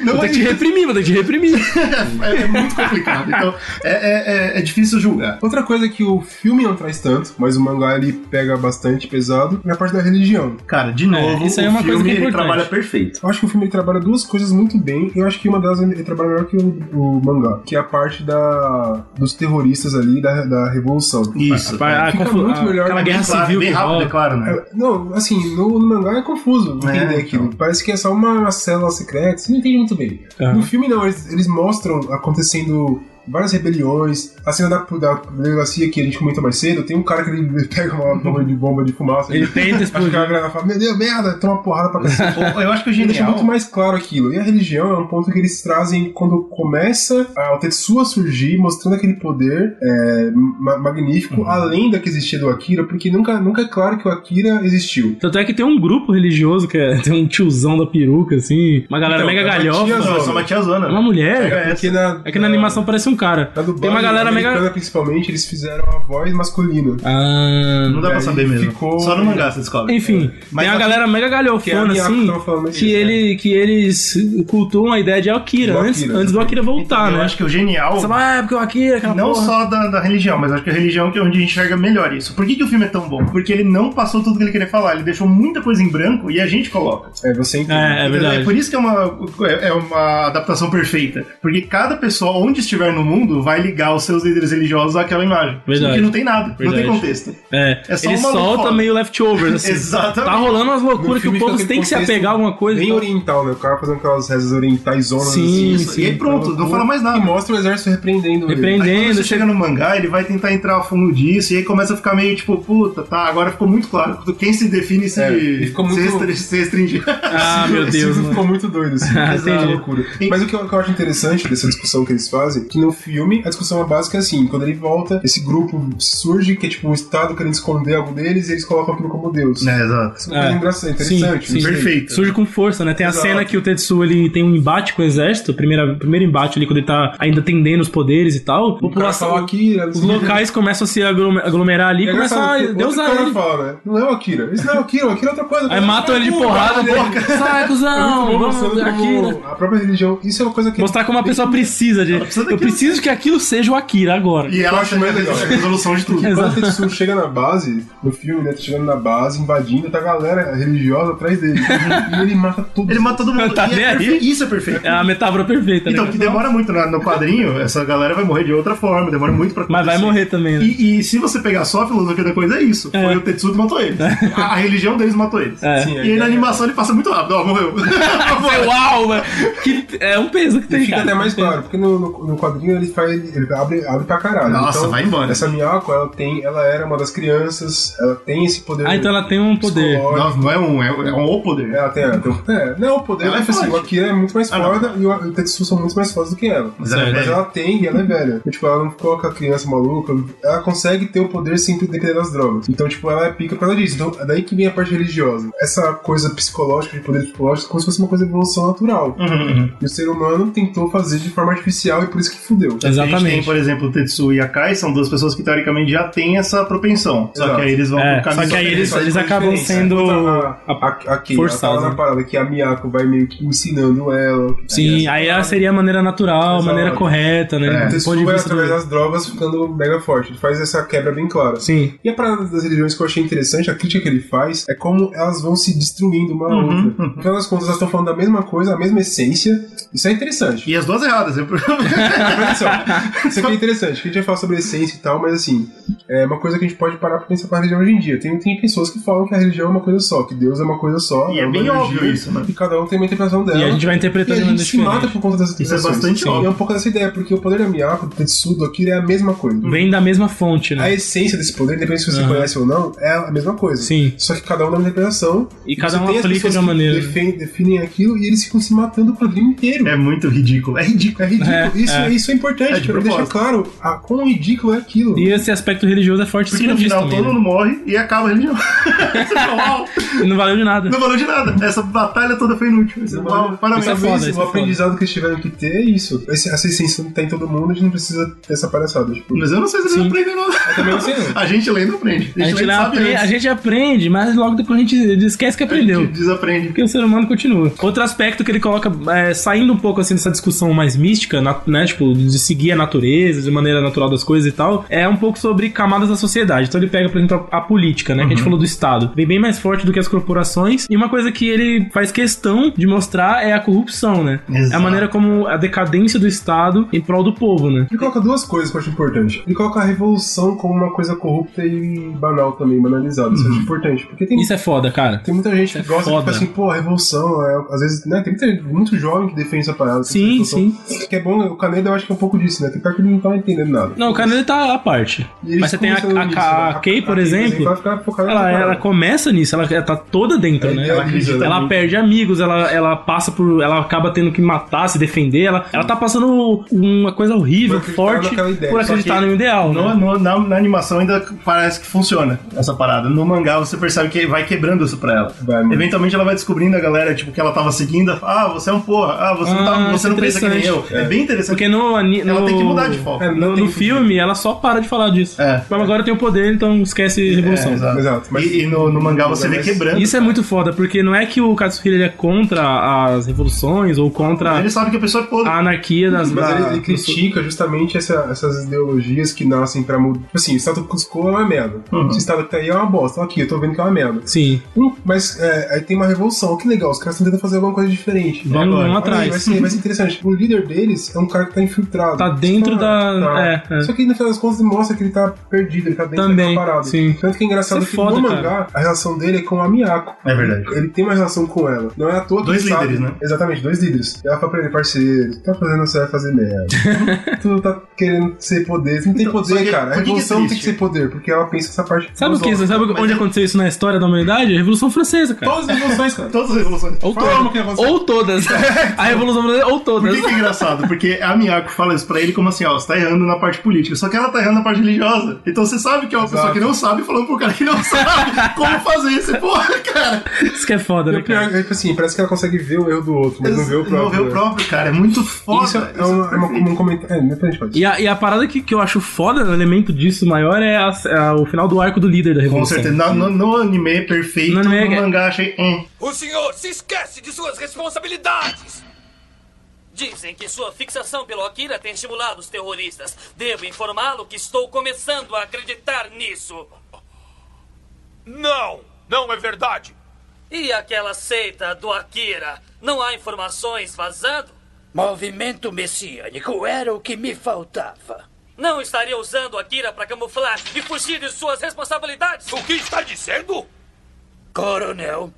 [SPEAKER 2] não
[SPEAKER 3] Vou ter que te reprimir, vou ter que te reprimir.
[SPEAKER 2] é, é muito complicado. Então, é, é- é- é difícil julgar.
[SPEAKER 1] Outra coisa que o filme não traz tanto, mas o mangá ele pega bastante pesado, é a parte da religião.
[SPEAKER 2] Cara, de novo,
[SPEAKER 3] isso aí
[SPEAKER 2] o
[SPEAKER 3] é uma
[SPEAKER 2] filme
[SPEAKER 3] coisa que é
[SPEAKER 2] ele
[SPEAKER 3] importante.
[SPEAKER 2] trabalha perfeito.
[SPEAKER 1] Eu acho que o filme ele trabalha duas coisas muito bem, e eu acho que uma delas ele trabalha melhor que o, o mangá, que é a parte da, dos terroristas ali, da, da revolução.
[SPEAKER 2] Isso.
[SPEAKER 3] A,
[SPEAKER 1] Fica
[SPEAKER 3] confu-
[SPEAKER 1] muito
[SPEAKER 3] a-
[SPEAKER 1] melhor,
[SPEAKER 3] aquela
[SPEAKER 1] bem
[SPEAKER 3] guerra
[SPEAKER 2] é claro,
[SPEAKER 3] civil
[SPEAKER 2] bem
[SPEAKER 3] que
[SPEAKER 2] rápido, é
[SPEAKER 3] rola.
[SPEAKER 2] claro, né?
[SPEAKER 1] É, Não, assim, no, no mangá é confuso
[SPEAKER 2] É,
[SPEAKER 1] entender aquilo. Parece que é só uma célula secreta, você não entende muito bem.
[SPEAKER 3] Aham.
[SPEAKER 1] No filme, não, eles, eles mostram acontecendo várias rebeliões. A cena da, da delegacia que a gente comentou mais cedo, tem um cara que ele pega uma bomba de bomba de fumaça.
[SPEAKER 3] Ele tenta
[SPEAKER 1] Acho que
[SPEAKER 3] explodir.
[SPEAKER 1] a galera fala, meu Deus, merda, toma uma porrada pra
[SPEAKER 3] É.
[SPEAKER 1] cacete.
[SPEAKER 2] Ou- Eu acho que o
[SPEAKER 1] Ele deixa
[SPEAKER 2] genial.
[SPEAKER 1] muito mais claro aquilo. E a religião é um ponto que eles trazem quando começa a o Tetsuo a surgir, mostrando aquele poder é, ma- magnífico,
[SPEAKER 3] Uhum.
[SPEAKER 1] além da que existia do Akira, porque nunca, nunca é claro que o Akira existiu.
[SPEAKER 3] Tanto é que tem um grupo religioso que é, tem um tiozão da peruca, assim, uma galera
[SPEAKER 1] Então,
[SPEAKER 3] mega
[SPEAKER 1] é uma
[SPEAKER 3] galhofa.
[SPEAKER 1] tiazona.
[SPEAKER 2] Não, é só uma tiazona.
[SPEAKER 3] É uma mulher.
[SPEAKER 2] É,
[SPEAKER 1] Porque na,
[SPEAKER 3] É que na animação parece um cara.
[SPEAKER 1] na dublagem
[SPEAKER 3] Tem uma galera mega.
[SPEAKER 1] americana, principalmente, eles fizeram a voz masculina.
[SPEAKER 3] Ah,
[SPEAKER 2] Não dá pra
[SPEAKER 1] Aí
[SPEAKER 2] saber mesmo.
[SPEAKER 1] ficou-
[SPEAKER 2] Só no mangá você descobre.
[SPEAKER 3] enfim,
[SPEAKER 2] Mas
[SPEAKER 3] tem
[SPEAKER 2] aqui-
[SPEAKER 3] uma galera
[SPEAKER 1] É.
[SPEAKER 3] mega
[SPEAKER 1] Que é a
[SPEAKER 3] galhofona,
[SPEAKER 1] Miyako
[SPEAKER 3] assim.
[SPEAKER 1] que tava falando
[SPEAKER 3] Que,
[SPEAKER 1] isso, né?
[SPEAKER 3] ele, que eles cultuam a ideia de Akira,
[SPEAKER 1] Do
[SPEAKER 3] antes,
[SPEAKER 1] Akira, Então, é
[SPEAKER 3] antes do Akira voltar,
[SPEAKER 2] Então, Eu
[SPEAKER 3] né?
[SPEAKER 2] acho que o genial.
[SPEAKER 3] Você fala, ah, é porque o Akira, aquela
[SPEAKER 2] Não
[SPEAKER 3] porra.
[SPEAKER 2] só da, da religião, mas acho que a religião que é onde a gente enxerga melhor isso. Por que, que o filme é tão bom? Porque ele não passou tudo que ele queria falar, ele deixou muita coisa em branco e a gente coloca.
[SPEAKER 1] É, você entende.
[SPEAKER 3] É, é
[SPEAKER 2] É
[SPEAKER 3] verdade.
[SPEAKER 2] por isso que é uma, é é uma adaptação perfeita. Porque cada pessoa, onde estiver no mundo, vai ligar os seus líderes religiosos àquela imagem.
[SPEAKER 3] Verdade.
[SPEAKER 2] Porque não tem nada, não
[SPEAKER 3] Verdade.
[SPEAKER 2] tem contexto.
[SPEAKER 3] É,
[SPEAKER 2] É só
[SPEAKER 3] ele
[SPEAKER 2] um maluco
[SPEAKER 3] solta
[SPEAKER 2] foda.
[SPEAKER 3] meio leftovers, assim.
[SPEAKER 2] Exatamente.
[SPEAKER 3] Tá rolando umas
[SPEAKER 1] No
[SPEAKER 3] loucuras que
[SPEAKER 1] filme
[SPEAKER 3] o povo
[SPEAKER 1] fica
[SPEAKER 3] tem que se
[SPEAKER 1] aquele
[SPEAKER 3] apegar a alguma coisa.
[SPEAKER 1] Bem
[SPEAKER 3] então-
[SPEAKER 1] oriental, né? O cara fazendo aquelas rezas orientais zonas
[SPEAKER 3] Sim,
[SPEAKER 1] assim.
[SPEAKER 2] Isso, e aí pronto, não fala mais nada.
[SPEAKER 1] E mostra o exército repreendendo. ele.
[SPEAKER 3] Repreende-
[SPEAKER 2] Aí quando
[SPEAKER 3] Entendo,
[SPEAKER 2] você chega no mangá, ele vai tentar entrar a fundo disso, e aí começa a ficar meio tipo, puta, tá, agora ficou muito claro quem se define se,
[SPEAKER 1] É, e ficou muito-
[SPEAKER 2] se, restri- se restringir.
[SPEAKER 3] Ah, meu
[SPEAKER 1] Esse
[SPEAKER 3] Deus,
[SPEAKER 1] filme
[SPEAKER 3] mano.
[SPEAKER 1] ficou muito doido, assim.
[SPEAKER 3] Ah,
[SPEAKER 1] essa é uma
[SPEAKER 3] entendi.
[SPEAKER 1] loucura. Mas o que eu, que eu acho interessante dessa discussão que eles fazem, que no filme a discussão é básica assim, quando ele volta, esse grupo surge, que é tipo um estado querendo esconder algo deles, e eles colocam aquilo como Deus.
[SPEAKER 2] É, exato.
[SPEAKER 1] Isso é uma coisa
[SPEAKER 3] É.
[SPEAKER 1] engraçada,
[SPEAKER 3] Sim,
[SPEAKER 1] interessante.
[SPEAKER 3] sim.
[SPEAKER 1] não sei.
[SPEAKER 2] Perfeito.
[SPEAKER 3] Surge com força, né? Tem a
[SPEAKER 1] Exato.
[SPEAKER 3] cena que o Tetsuo ele tem um embate com o exército, o primeira- o primeiro embate ali, quando ele tá ainda tendendo os poderes e
[SPEAKER 1] O
[SPEAKER 3] tal.
[SPEAKER 1] cara fala
[SPEAKER 3] População,
[SPEAKER 1] Akira, não
[SPEAKER 3] os
[SPEAKER 1] sei o quê.
[SPEAKER 3] locais começam a se aglo- aglomerar ali,
[SPEAKER 1] É
[SPEAKER 3] começam
[SPEAKER 1] engraçado,
[SPEAKER 3] a
[SPEAKER 1] porque outro
[SPEAKER 3] deusar
[SPEAKER 1] cara
[SPEAKER 3] ele.
[SPEAKER 1] fala, né? Não é o Akira. Isso não é o Akira, o Akira é outra coisa.
[SPEAKER 3] Aí matam ele de
[SPEAKER 1] Pô,
[SPEAKER 3] porrada,
[SPEAKER 1] cara,
[SPEAKER 3] porca. Sai,
[SPEAKER 1] É muito
[SPEAKER 3] cuzão,
[SPEAKER 1] bom
[SPEAKER 3] vamos
[SPEAKER 1] mostrando
[SPEAKER 3] aqui, né?
[SPEAKER 1] como a própria religião. Isso é uma coisa que.
[SPEAKER 3] Mostrar como a pessoa precisa de.
[SPEAKER 2] precisa
[SPEAKER 3] eu
[SPEAKER 2] daquilo,
[SPEAKER 3] preciso preciso que aquilo seja o Akira agora.
[SPEAKER 2] E ela acha
[SPEAKER 1] acho mais
[SPEAKER 2] que é
[SPEAKER 1] legal.
[SPEAKER 2] a resolução de tudo.
[SPEAKER 1] Quando
[SPEAKER 3] Exato.
[SPEAKER 1] o Tetsuo chega na base, no filme, né? Tá chegando na base, invadindo, tá a galera religiosa atrás dele. e ele mata todos.
[SPEAKER 2] Ele mata todo mundo.
[SPEAKER 3] Tá
[SPEAKER 2] E é
[SPEAKER 3] bem aí?
[SPEAKER 2] perfe- Isso é perfeito.
[SPEAKER 3] É a metáfora perfeita,
[SPEAKER 2] Então,
[SPEAKER 3] né?
[SPEAKER 2] que demora muito na- no quadrinho, essa galera vai morrer de outra forma, demora muito pra
[SPEAKER 3] Mas vai
[SPEAKER 1] assim.
[SPEAKER 2] acontecer.
[SPEAKER 3] morrer também, né?
[SPEAKER 2] E, e se você pegar só a filosofia da coisa, é isso.
[SPEAKER 3] É.
[SPEAKER 2] Foi o Tetsudo que matou eles. A, a religião deles matou eles.
[SPEAKER 3] É.
[SPEAKER 1] Sim,
[SPEAKER 2] E
[SPEAKER 1] é,
[SPEAKER 2] aí na
[SPEAKER 1] é.
[SPEAKER 2] animação ele passa muito rápido, ó, morreu.
[SPEAKER 3] Foi Uau, mano. Que, é um peso que tem,
[SPEAKER 1] Fica
[SPEAKER 3] cara. Ah,
[SPEAKER 1] até mais claro, porque no, no- no quadrinho ele, faz, ele abre, abre pra caralho.
[SPEAKER 2] Nossa,
[SPEAKER 1] Então,
[SPEAKER 2] vai embora.
[SPEAKER 1] Essa Miyako, ela, tem, ela era uma das crianças, ela tem esse poder.
[SPEAKER 3] Ah, então ela tem um poder.
[SPEAKER 1] psicológico.
[SPEAKER 2] Não, não é um, é, é um o poder.
[SPEAKER 1] Ela tem, ela tem é, não, o poder
[SPEAKER 2] Ela é
[SPEAKER 1] tipo assim,
[SPEAKER 2] forte.
[SPEAKER 1] o Akira é muito mais
[SPEAKER 2] Ah, não.
[SPEAKER 1] foda e o, o Tetsu são muito mais fodas do que ela.
[SPEAKER 2] Mas ela é velha.
[SPEAKER 1] ela tem e ela é velha. E, tipo, ela não coloca a criança maluca, ela consegue ter o poder sem depender das drogas. Então, tipo, ela é pica por causa disso. Então, é daí que vem a parte religiosa. Essa coisa psicológica, de poder psicológico, é como se fosse uma coisa de evolução natural.
[SPEAKER 2] Uhum.
[SPEAKER 1] E o ser humano tentou fazer de forma artificial e por isso que fudeu.
[SPEAKER 2] A gente tem,
[SPEAKER 3] Exatamente.
[SPEAKER 2] por exemplo, o Tetsu e a Kai, são duas pessoas que teoricamente já têm essa propensão. Só
[SPEAKER 1] Exato.
[SPEAKER 2] que aí eles vão
[SPEAKER 3] É,
[SPEAKER 2] pro
[SPEAKER 3] só
[SPEAKER 2] caminho.
[SPEAKER 3] que aí eles,
[SPEAKER 1] Só que
[SPEAKER 3] eles
[SPEAKER 1] faz
[SPEAKER 3] acabam
[SPEAKER 1] diferença.
[SPEAKER 3] sendo.
[SPEAKER 1] Enquanto a- Tá, a- Aqui,
[SPEAKER 3] forçados,
[SPEAKER 1] ela tá lá
[SPEAKER 3] né?
[SPEAKER 1] na parada que a Miyako vai meio que ensinando ela.
[SPEAKER 2] É.
[SPEAKER 3] Sim, aí ela seria a maneira natural, a
[SPEAKER 1] Exato.
[SPEAKER 3] maneira correta, né?
[SPEAKER 2] É,
[SPEAKER 1] O
[SPEAKER 3] Do
[SPEAKER 1] Tetsu
[SPEAKER 3] ponto de
[SPEAKER 1] vai
[SPEAKER 3] vista
[SPEAKER 1] é através
[SPEAKER 3] do...
[SPEAKER 1] das drogas ficando mega forte. Ele faz essa quebra bem clara.
[SPEAKER 3] Sim.
[SPEAKER 1] E a parada das religiões que eu achei interessante, a crítica que ele faz, é como elas vão se destruindo uma a
[SPEAKER 2] Uhum,
[SPEAKER 1] outra. No final das contas, elas estão falando da mesma coisa, a mesma essência. Isso é interessante.
[SPEAKER 2] E as duas erradas, é o problema.
[SPEAKER 1] Atenção, Isso aqui é interessante, que a gente vai falar sobre essência e tal, mas assim, é uma coisa que a gente pode parar pra pensar com a religião hoje em dia. Tem, tem pessoas que falam que a religião é uma coisa só, que Deus é uma coisa só.
[SPEAKER 2] E é
[SPEAKER 1] uma
[SPEAKER 2] bem
[SPEAKER 1] energia,
[SPEAKER 2] óbvio isso, né?
[SPEAKER 1] E cada um tem uma interpretação dela.
[SPEAKER 3] E a gente vai interpretando
[SPEAKER 1] E a
[SPEAKER 3] de
[SPEAKER 1] gente
[SPEAKER 3] maneira
[SPEAKER 1] se mata
[SPEAKER 3] diferente.
[SPEAKER 1] por conta das
[SPEAKER 2] Isso é
[SPEAKER 1] interpretações.
[SPEAKER 2] bastante
[SPEAKER 1] Sim.
[SPEAKER 2] óbvio.
[SPEAKER 1] E é um pouco dessa ideia, porque o poder da Miyako, do Tetsu, do Akira é a mesma coisa.
[SPEAKER 3] Vem da mesma fonte,
[SPEAKER 1] A
[SPEAKER 3] né?
[SPEAKER 1] essência desse poder, independente se você
[SPEAKER 3] Aham.
[SPEAKER 1] conhece ou não, é a mesma coisa.
[SPEAKER 3] Sim.
[SPEAKER 1] Só que cada um dá uma interpretação.
[SPEAKER 3] E cada
[SPEAKER 1] Você
[SPEAKER 3] um
[SPEAKER 1] tem as
[SPEAKER 3] aplica de
[SPEAKER 1] pessoas
[SPEAKER 3] uma
[SPEAKER 1] que
[SPEAKER 3] maneira. né?
[SPEAKER 1] defen- definem aquilo e eles ficam se matando o quadrinho inteiro.
[SPEAKER 2] É muito ridículo. É
[SPEAKER 1] É
[SPEAKER 2] ridículo.
[SPEAKER 1] ridículo.
[SPEAKER 3] É,
[SPEAKER 1] isso,
[SPEAKER 3] é.
[SPEAKER 1] é. isso é importante,
[SPEAKER 2] É de
[SPEAKER 1] pra
[SPEAKER 2] propósito.
[SPEAKER 1] deixar claro a, quão ridículo é aquilo.
[SPEAKER 3] E esse aspecto religioso é forte em
[SPEAKER 2] Porque
[SPEAKER 3] cima
[SPEAKER 2] no
[SPEAKER 3] disso
[SPEAKER 2] final
[SPEAKER 3] também.
[SPEAKER 2] todo
[SPEAKER 3] né?
[SPEAKER 2] mundo morre e acaba a religião. Você
[SPEAKER 3] E não valeu de nada.
[SPEAKER 2] Não valeu de nada. Essa batalha toda foi inútil. Esse-
[SPEAKER 1] Mas-
[SPEAKER 2] Parabéns.
[SPEAKER 3] Isso é
[SPEAKER 1] Talvez
[SPEAKER 3] foda, isso
[SPEAKER 1] o
[SPEAKER 3] é foda.
[SPEAKER 1] um aprendizado que eles tiveram que ter é isso. Esse- essa essência não tá em todo mundo, a gente não precisa ter essa palhaçada. Tipo,
[SPEAKER 2] Mas eu não sei se eles aprendem nada.
[SPEAKER 1] também não sei, não.
[SPEAKER 2] A gente lê e não aprende.
[SPEAKER 3] A gente,
[SPEAKER 2] lê e
[SPEAKER 3] lá
[SPEAKER 2] sabe
[SPEAKER 3] apre-
[SPEAKER 2] antes.
[SPEAKER 3] a gente aprende, mas logo depois a gente esquece que
[SPEAKER 2] A
[SPEAKER 3] aprendeu.
[SPEAKER 2] gente desaprende.
[SPEAKER 3] Porque o ser humano continua. Outro aspecto que ele coloca, é, saindo um pouco assim dessa discussão mais mística, na- né? Tipo, de seguir a natureza, de maneira natural das coisas e tal, é um pouco sobre camadas da sociedade. Então ele pega, por exemplo, a, a política, né? Que a gente falou do Estado. Vem bem mais forte do que as corporações. E uma coisa que ele faz questão de mostrar é a corrupção, né? É a
[SPEAKER 2] Exato.
[SPEAKER 3] maneira como a decadência do Estado em prol do povo, né?
[SPEAKER 1] Ele coloca duas coisas que eu acho importante. Ele coloca a revolução como uma coisa corrupta e banal também, banalizada. Isso eu acho importante. Porque tem
[SPEAKER 3] Uhum. Isso é foda, cara.
[SPEAKER 1] Tem muita gente que
[SPEAKER 3] É
[SPEAKER 1] gosta
[SPEAKER 3] foda.
[SPEAKER 1] de assim, pô, a revolução, é, às vezes, né? Tem muita gente, muito jovem que defende essa parada. essa
[SPEAKER 3] Sim,
[SPEAKER 1] revolução. Que é bom, o Caneda eu acho que é um pouco disso, né? Tem cara que não tá entendendo nada.
[SPEAKER 3] Não, o cara ele tá à parte.
[SPEAKER 1] E eles
[SPEAKER 3] Mas você tem a,
[SPEAKER 1] começam
[SPEAKER 3] a,
[SPEAKER 1] nisso,
[SPEAKER 3] a-
[SPEAKER 1] né?
[SPEAKER 3] a Kay, por
[SPEAKER 1] Kay,
[SPEAKER 3] exemplo.
[SPEAKER 1] ela fica focada
[SPEAKER 3] Ela,
[SPEAKER 1] nessa
[SPEAKER 3] ela
[SPEAKER 1] parada.
[SPEAKER 3] começa nisso, ela tá toda
[SPEAKER 2] É,
[SPEAKER 3] dentro, né?
[SPEAKER 1] Ela
[SPEAKER 3] Ela,
[SPEAKER 1] idealiza,
[SPEAKER 3] acredita, ela
[SPEAKER 1] né?
[SPEAKER 3] perde amigos, ela, ela passa por. Ela acaba tendo que matar, se defender. Ela, ela tá passando uma coisa horrível,
[SPEAKER 1] Por acreditar
[SPEAKER 3] forte,
[SPEAKER 1] naquela ideia,
[SPEAKER 3] por
[SPEAKER 1] só
[SPEAKER 3] acreditar
[SPEAKER 2] que
[SPEAKER 3] no ideal.
[SPEAKER 2] No-
[SPEAKER 3] né?
[SPEAKER 2] no- na, na animação ainda parece que funciona essa parada. No mangá você percebe que vai quebrando isso pra ela.
[SPEAKER 1] Vai, mano.
[SPEAKER 2] Eventualmente ela vai descobrindo a galera tipo, que ela tava seguindo. Ah, você é um porra. Ah, você não, tá-
[SPEAKER 3] Ah,
[SPEAKER 2] você não pensa que nem eu.
[SPEAKER 3] interessante.
[SPEAKER 2] É, bem interessante.
[SPEAKER 3] Porque no, ani-
[SPEAKER 2] ela
[SPEAKER 3] no-
[SPEAKER 2] tem que mudar de foco.
[SPEAKER 1] É, não
[SPEAKER 3] No,
[SPEAKER 1] tem
[SPEAKER 3] no
[SPEAKER 1] que-
[SPEAKER 3] filme, ela só para de falar disso.
[SPEAKER 2] É.
[SPEAKER 3] Mas agora eu tenho poder, então esquece revolução.
[SPEAKER 2] exato.
[SPEAKER 1] Exato, mas-
[SPEAKER 2] e, e no, no mangá você vê
[SPEAKER 1] Mas-
[SPEAKER 2] quebrando.
[SPEAKER 3] Isso é muito foda, porque não é que o Katsuhiro ele é contra as revoluções ou contra
[SPEAKER 2] Ele sabe que a pessoa é podre.
[SPEAKER 3] a anarquia das
[SPEAKER 1] Mas
[SPEAKER 3] da-
[SPEAKER 1] ele, ele
[SPEAKER 3] dos-
[SPEAKER 1] critica justamente essa- essas ideologias que nascem pra mudar. Tipo assim, o status quo é uma merda.
[SPEAKER 3] Uhum.
[SPEAKER 1] Esse estado que tá aí é uma bosta. Aqui, eu tô vendo que é uma merda.
[SPEAKER 3] Sim.
[SPEAKER 1] Hum, Mas é, aí tem uma revolução. Que legal, os caras estão tentando fazer alguma coisa diferente.
[SPEAKER 3] Vamos,
[SPEAKER 2] agora.
[SPEAKER 3] vamos
[SPEAKER 1] Olha aí, Vai
[SPEAKER 3] atrás.
[SPEAKER 1] ser, vai ser interessante. O líder deles é um cara que tá infiltrado.
[SPEAKER 3] Tá dentro
[SPEAKER 1] Só-
[SPEAKER 3] da-
[SPEAKER 1] tá.
[SPEAKER 3] é, é.
[SPEAKER 1] Só que no final das contas mostra que ele tá perdido, ele tá dentro
[SPEAKER 3] Também,
[SPEAKER 1] daquela parada.
[SPEAKER 3] sim.
[SPEAKER 1] Tanto que é engraçado
[SPEAKER 3] Isso é
[SPEAKER 1] que
[SPEAKER 3] foda,
[SPEAKER 1] no
[SPEAKER 3] cara.
[SPEAKER 1] mangá a relação dele é com a Miyako.
[SPEAKER 2] É verdade.
[SPEAKER 1] Ele tem uma relação com ela. Não é à toa que
[SPEAKER 2] Dois
[SPEAKER 1] ele sabe-
[SPEAKER 2] líderes, né?
[SPEAKER 1] Exatamente, dois líderes. Ela fala pra ele, parceiro, tá fazendo você vai fazer merda. tu tá querendo ser poder. Você não tem
[SPEAKER 2] Então, só
[SPEAKER 1] poder,
[SPEAKER 2] que-
[SPEAKER 1] cara.
[SPEAKER 2] por
[SPEAKER 1] A
[SPEAKER 2] que que é
[SPEAKER 1] revolução tem que
[SPEAKER 2] triste?
[SPEAKER 1] ser poder, porque ela pensa essa parte.
[SPEAKER 3] Sabe o que?
[SPEAKER 1] filosófica.
[SPEAKER 3] Sabe onde
[SPEAKER 2] é-
[SPEAKER 3] aconteceu isso na história da humanidade? A Revolução Francesa, cara.
[SPEAKER 1] Todas as revoluções, cara.
[SPEAKER 2] Todas as revoluções.
[SPEAKER 3] Ou
[SPEAKER 1] Fala uma que é
[SPEAKER 3] todas.
[SPEAKER 1] você.
[SPEAKER 3] Ou todas. A Revolução Francesa, ou
[SPEAKER 2] Por
[SPEAKER 3] todas.
[SPEAKER 2] que, que é engraçado? Porque a Miyako fala isso pra ele como assim, ó, você tá errando na parte política, só que ela tá errando na parte religiosa. Então você sabe que é uma pessoa que não sabe falando pro cara que não sabe como fazer isso. Porra, cara.
[SPEAKER 3] Isso que é foda,
[SPEAKER 1] E
[SPEAKER 3] né,
[SPEAKER 1] o pior
[SPEAKER 3] cara?
[SPEAKER 1] é, tipo assim, parece que ela consegue ver o erro do outro, mas não vê o próprio.
[SPEAKER 2] Não vê o
[SPEAKER 1] né?
[SPEAKER 2] próprio, cara. É muito foda.
[SPEAKER 1] Isso é,
[SPEAKER 2] Isso
[SPEAKER 1] uma, é uma-
[SPEAKER 2] perfeito.
[SPEAKER 1] um comentário. É, depois a gente pode.
[SPEAKER 3] E a, e a parada que, que eu acho foda, né, o elemento disso maior, é, a- é o final do arco do líder da
[SPEAKER 1] assim.
[SPEAKER 2] Com
[SPEAKER 3] Revolução.
[SPEAKER 2] certeza. No, no- no anime é perfeito,
[SPEAKER 3] No
[SPEAKER 2] no,
[SPEAKER 3] anime é-
[SPEAKER 2] mangá achei. hum.
[SPEAKER 7] O senhor se esquece de suas responsabilidades! Dizem que sua fixação pelo Akira tem estimulado os terroristas. Devo informá-lo que estou começando a acreditar nisso.
[SPEAKER 4] Não, não é verdade.
[SPEAKER 7] E aquela seita do Akira? Não há informações vazando?
[SPEAKER 9] Movimento messiânico era o que me faltava.
[SPEAKER 7] Não estaria usando Akira para camuflar e fugir de suas responsabilidades?
[SPEAKER 4] O que está dizendo?
[SPEAKER 9] Coronel,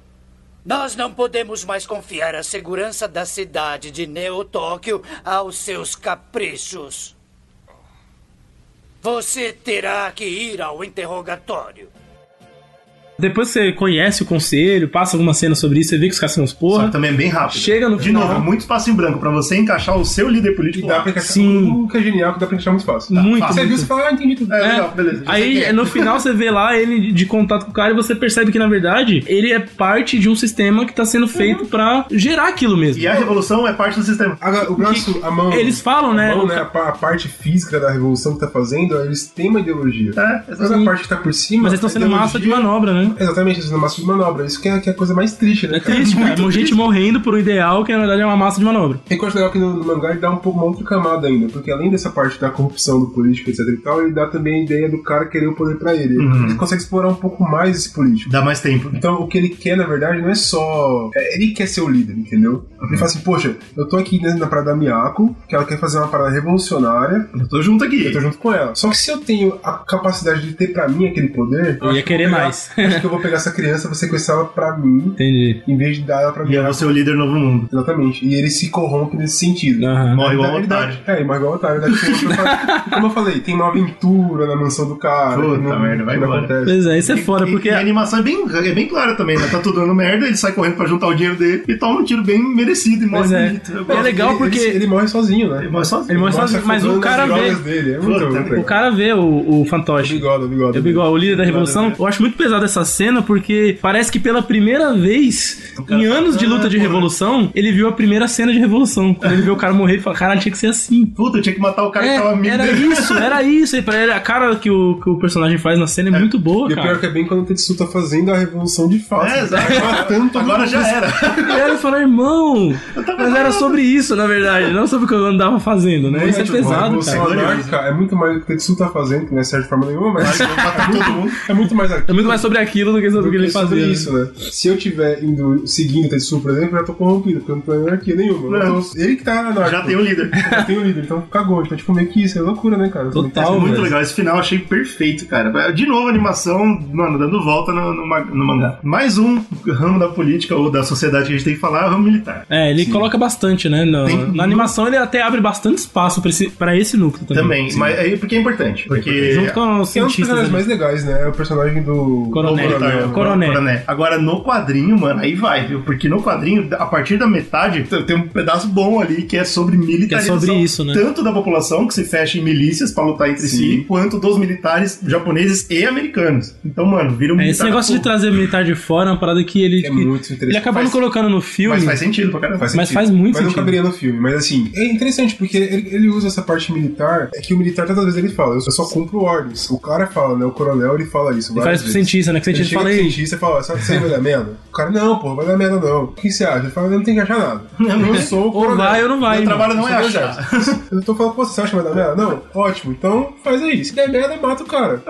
[SPEAKER 9] nós não podemos mais confiar a segurança da cidade de Neo-Tóquio aos seus caprichos. Você terá que ir ao interrogatório.
[SPEAKER 3] Depois que você conhece o conselho, passa alguma cena sobre isso, você vê que os caras são uns
[SPEAKER 2] Só que
[SPEAKER 3] porra.
[SPEAKER 2] também é bem rápido.
[SPEAKER 3] Chega no
[SPEAKER 2] De
[SPEAKER 3] final.
[SPEAKER 2] novo, é muito espaço em branco pra você encaixar o seu líder político.
[SPEAKER 1] E dá
[SPEAKER 2] lá.
[SPEAKER 1] pra encaixar
[SPEAKER 3] Sim.
[SPEAKER 1] tudo que é genial, que dá pra encaixar muito fácil.
[SPEAKER 3] Muito,
[SPEAKER 1] Você viu,
[SPEAKER 3] muito.
[SPEAKER 1] você fala, ah, entendi tudo.
[SPEAKER 2] É, legal, beleza. já sei quem
[SPEAKER 3] Aí,
[SPEAKER 2] é.
[SPEAKER 3] no final, você vê lá ele de contato com o cara e você percebe que, na verdade, ele é parte de um sistema que tá sendo feito pra gerar aquilo mesmo.
[SPEAKER 2] E a revolução é parte do sistema.
[SPEAKER 1] Agora, o braço, a mão.
[SPEAKER 3] Eles
[SPEAKER 2] É
[SPEAKER 3] falam, né?
[SPEAKER 1] A, mão,
[SPEAKER 3] o
[SPEAKER 1] né,
[SPEAKER 3] ca-
[SPEAKER 1] a, pa- a parte física da revolução que tá fazendo, eles têm uma ideologia.
[SPEAKER 2] É,
[SPEAKER 1] Mas a parte que tá por cima.
[SPEAKER 3] Uhum. Mas eles estão
[SPEAKER 1] a
[SPEAKER 3] sendo massa de
[SPEAKER 1] ideologia-
[SPEAKER 3] manobra, né?
[SPEAKER 1] Exatamente, eles sendo massa de manobra. Isso que é, que é a coisa mais triste, né?
[SPEAKER 3] É
[SPEAKER 1] cara?
[SPEAKER 3] triste, cara. Uma gente morrendo por um ideal que na verdade é uma massa de manobra.
[SPEAKER 1] E que eu acho legal que no, no mangá ele dá um pouco uma outra camada ainda, porque além dessa parte da corrupção do político, etc e tal, ele dá também a ideia do cara querer o poder pra ele.
[SPEAKER 3] Uhum.
[SPEAKER 1] Ele consegue explorar um pouco mais esse político.
[SPEAKER 2] Dá mais tempo. né?
[SPEAKER 1] Então, o que ele quer, na verdade, não é só. é, Ele quer ser o líder, entendeu? Ele fala assim: Poxa, eu tô aqui dentro da parada da Miyako, que ela quer fazer uma parada revolucionária,
[SPEAKER 2] Eu tô junto aqui.
[SPEAKER 1] eu tô junto com ela. Só que se eu tenho a capacidade de ter pra mim aquele poder.
[SPEAKER 3] Eu
[SPEAKER 1] acho
[SPEAKER 3] ia
[SPEAKER 1] que eu
[SPEAKER 3] querer
[SPEAKER 1] vou pegar-
[SPEAKER 3] mais.
[SPEAKER 1] Acho que eu vou pegar essa criança, vou sequestrá-la pra mim,
[SPEAKER 3] Entendi.
[SPEAKER 1] em vez de dar ela pra
[SPEAKER 2] E
[SPEAKER 1] mim.
[SPEAKER 2] eu vou ser o líder novo mundo.
[SPEAKER 1] Exatamente. E ele se corrompe nesse sentido.
[SPEAKER 3] Aham.
[SPEAKER 2] Morre igual
[SPEAKER 1] Na
[SPEAKER 2] um
[SPEAKER 1] realidade-
[SPEAKER 2] otário.
[SPEAKER 1] É, mas igual otário. né? Tipo, eu falo- Como eu falei, tem uma aventura na mansão do cara.
[SPEAKER 2] Puta
[SPEAKER 1] que não,
[SPEAKER 2] merda, vai
[SPEAKER 1] que não
[SPEAKER 2] embora.
[SPEAKER 1] acontece.
[SPEAKER 3] Pois é, isso é foda,
[SPEAKER 2] E-
[SPEAKER 3] porque.
[SPEAKER 2] E a animação é bem, é bem clara também, né? Tá tudo dando merda, ele sai correndo pra juntar o dinheiro dele e toma um tiro bem merecido e morre
[SPEAKER 3] Pois é.
[SPEAKER 2] bonito. Eu
[SPEAKER 3] É
[SPEAKER 2] gosto.
[SPEAKER 3] legal
[SPEAKER 1] Ele-
[SPEAKER 3] porque-
[SPEAKER 1] Ele, ele morre sozinho, né?
[SPEAKER 2] Ele morre sozinho.
[SPEAKER 3] Ele morre
[SPEAKER 1] Ele
[SPEAKER 3] sozinho, mas o
[SPEAKER 1] afundando
[SPEAKER 3] cara
[SPEAKER 1] nas
[SPEAKER 3] vê.
[SPEAKER 1] drogas Dele. É muito,
[SPEAKER 2] Puta,
[SPEAKER 1] muito
[SPEAKER 3] O
[SPEAKER 1] legal.
[SPEAKER 3] cara vê o, o fantoche.
[SPEAKER 1] Bigode, o bigode.
[SPEAKER 3] É igual o líder da revolução.
[SPEAKER 2] né?
[SPEAKER 3] Eu acho muito pesado essa cena porque parece que pela primeira vez em anos de luta de revolução, ele viu a primeira cena de revolução. Quando ele viu o cara morrer, ele fala: Cara, tinha que ser assim.
[SPEAKER 2] Puta, eu tinha que matar o cara
[SPEAKER 3] É,
[SPEAKER 2] que tava amigo
[SPEAKER 3] era
[SPEAKER 2] dele.
[SPEAKER 3] isso, era isso. E pra ele, a cara que o, que o personagem faz na cena é, muito boa,
[SPEAKER 1] E o pior
[SPEAKER 3] cara.
[SPEAKER 1] que é bem quando o Tetsu tá fazendo a revolução de fato.
[SPEAKER 2] É, exato.
[SPEAKER 1] Ele tá matando todo
[SPEAKER 2] Agora
[SPEAKER 1] mundo.
[SPEAKER 2] já era.
[SPEAKER 3] E aí ele fala, irmão, mas era sobre isso, na verdade, não sobre o que eu andava fazendo, né? Isso é
[SPEAKER 1] Muito bom. Tipo, A
[SPEAKER 3] pesado,
[SPEAKER 1] revolução
[SPEAKER 3] cara.
[SPEAKER 1] anárquica é muito mais do que o Tetsu tá fazendo, que não é certo de forma nenhuma, mas é muito, é muito mais
[SPEAKER 3] É
[SPEAKER 1] aquilo.
[SPEAKER 3] muito mais sobre aquilo do que sobre
[SPEAKER 1] do
[SPEAKER 3] o que ele
[SPEAKER 1] sobre
[SPEAKER 3] fazia.
[SPEAKER 1] isso, né? Se eu tiver indo seguindo o Tetsu, por exemplo, eu já tô corrompido, porque eu não tô em anarquia nenhuma. Eu tô- ele que tá anárquico.
[SPEAKER 2] Já tem um líder.
[SPEAKER 1] Já tem o líder, então cagou. Então, tipo, meio que isso é loucura, né, cara?
[SPEAKER 3] Total,
[SPEAKER 2] Muito
[SPEAKER 3] velho.
[SPEAKER 2] legal, esse final eu achei perfeito, cara. De novo, a animação, mano, dando volta no, no ma- no mangá. Mais um ramo da política ou da sociedade que a gente tem que falar é o ramo militar.
[SPEAKER 3] É, ele coloca bastante, né? Na,
[SPEAKER 2] Tem-
[SPEAKER 3] na animação ele até abre bastante espaço pra esse, pra esse núcleo também.
[SPEAKER 2] Também, mas é, aí porque é importante. Porque
[SPEAKER 3] Junto com os
[SPEAKER 1] Tem um dos
[SPEAKER 3] cientistas.
[SPEAKER 1] personagens
[SPEAKER 3] ali.
[SPEAKER 1] mais legais, né? É o personagem do.
[SPEAKER 3] Coronel.
[SPEAKER 1] do
[SPEAKER 2] Coronel.
[SPEAKER 3] Coronel.
[SPEAKER 2] Agora no quadrinho, mano, aí vai, viu? Porque no quadrinho, a partir da metade, t- tem um pedaço bom ali que é sobre militarização.
[SPEAKER 3] Que é sobre isso, né?
[SPEAKER 2] Tanto da população que se fecha em milícias pra lutar entre si, quanto dos militares japoneses e americanos. Então, mano, vira um
[SPEAKER 3] É, esse
[SPEAKER 2] militar
[SPEAKER 3] negócio de
[SPEAKER 2] da porra.
[SPEAKER 3] trazer militar de fora é uma parada que ele.
[SPEAKER 1] É
[SPEAKER 3] que-
[SPEAKER 1] muito interessante.
[SPEAKER 3] Ele acabou
[SPEAKER 1] Faz-
[SPEAKER 3] não colocando no filme.
[SPEAKER 2] Mas faz sentido pra caramba.
[SPEAKER 3] Mas faz muito
[SPEAKER 1] Mas não
[SPEAKER 3] sentido.
[SPEAKER 1] caberia no filme. Mas assim, é interessante porque ele, ele usa essa parte militar. É que o militar, todas as vezes, ele fala: Eu só- eu só cumpro ordens. O cara fala, né? O coronel, ele fala isso.
[SPEAKER 3] ele
[SPEAKER 1] várias
[SPEAKER 3] faz pro
[SPEAKER 1] vezes.
[SPEAKER 3] cientista, né? Que o
[SPEAKER 1] Ele
[SPEAKER 3] cientista
[SPEAKER 1] chega
[SPEAKER 3] fala
[SPEAKER 1] pro
[SPEAKER 3] aí.
[SPEAKER 1] cientista e fala, sabe, você vai dar merda? O cara, não, pô, vai dar merda não. O que você acha? Ele fala, eu não tenho que achar nada. Eu sou o
[SPEAKER 3] Ou
[SPEAKER 1] coronel.
[SPEAKER 3] vai ou não vai.
[SPEAKER 2] Meu
[SPEAKER 3] irmão.
[SPEAKER 2] trabalho não é
[SPEAKER 1] Eu
[SPEAKER 2] achar.
[SPEAKER 1] já. Eu tô falando, pô, você acha que vai dar merda? Não? Ótimo, então faz aí. Se der merda, mata o cara.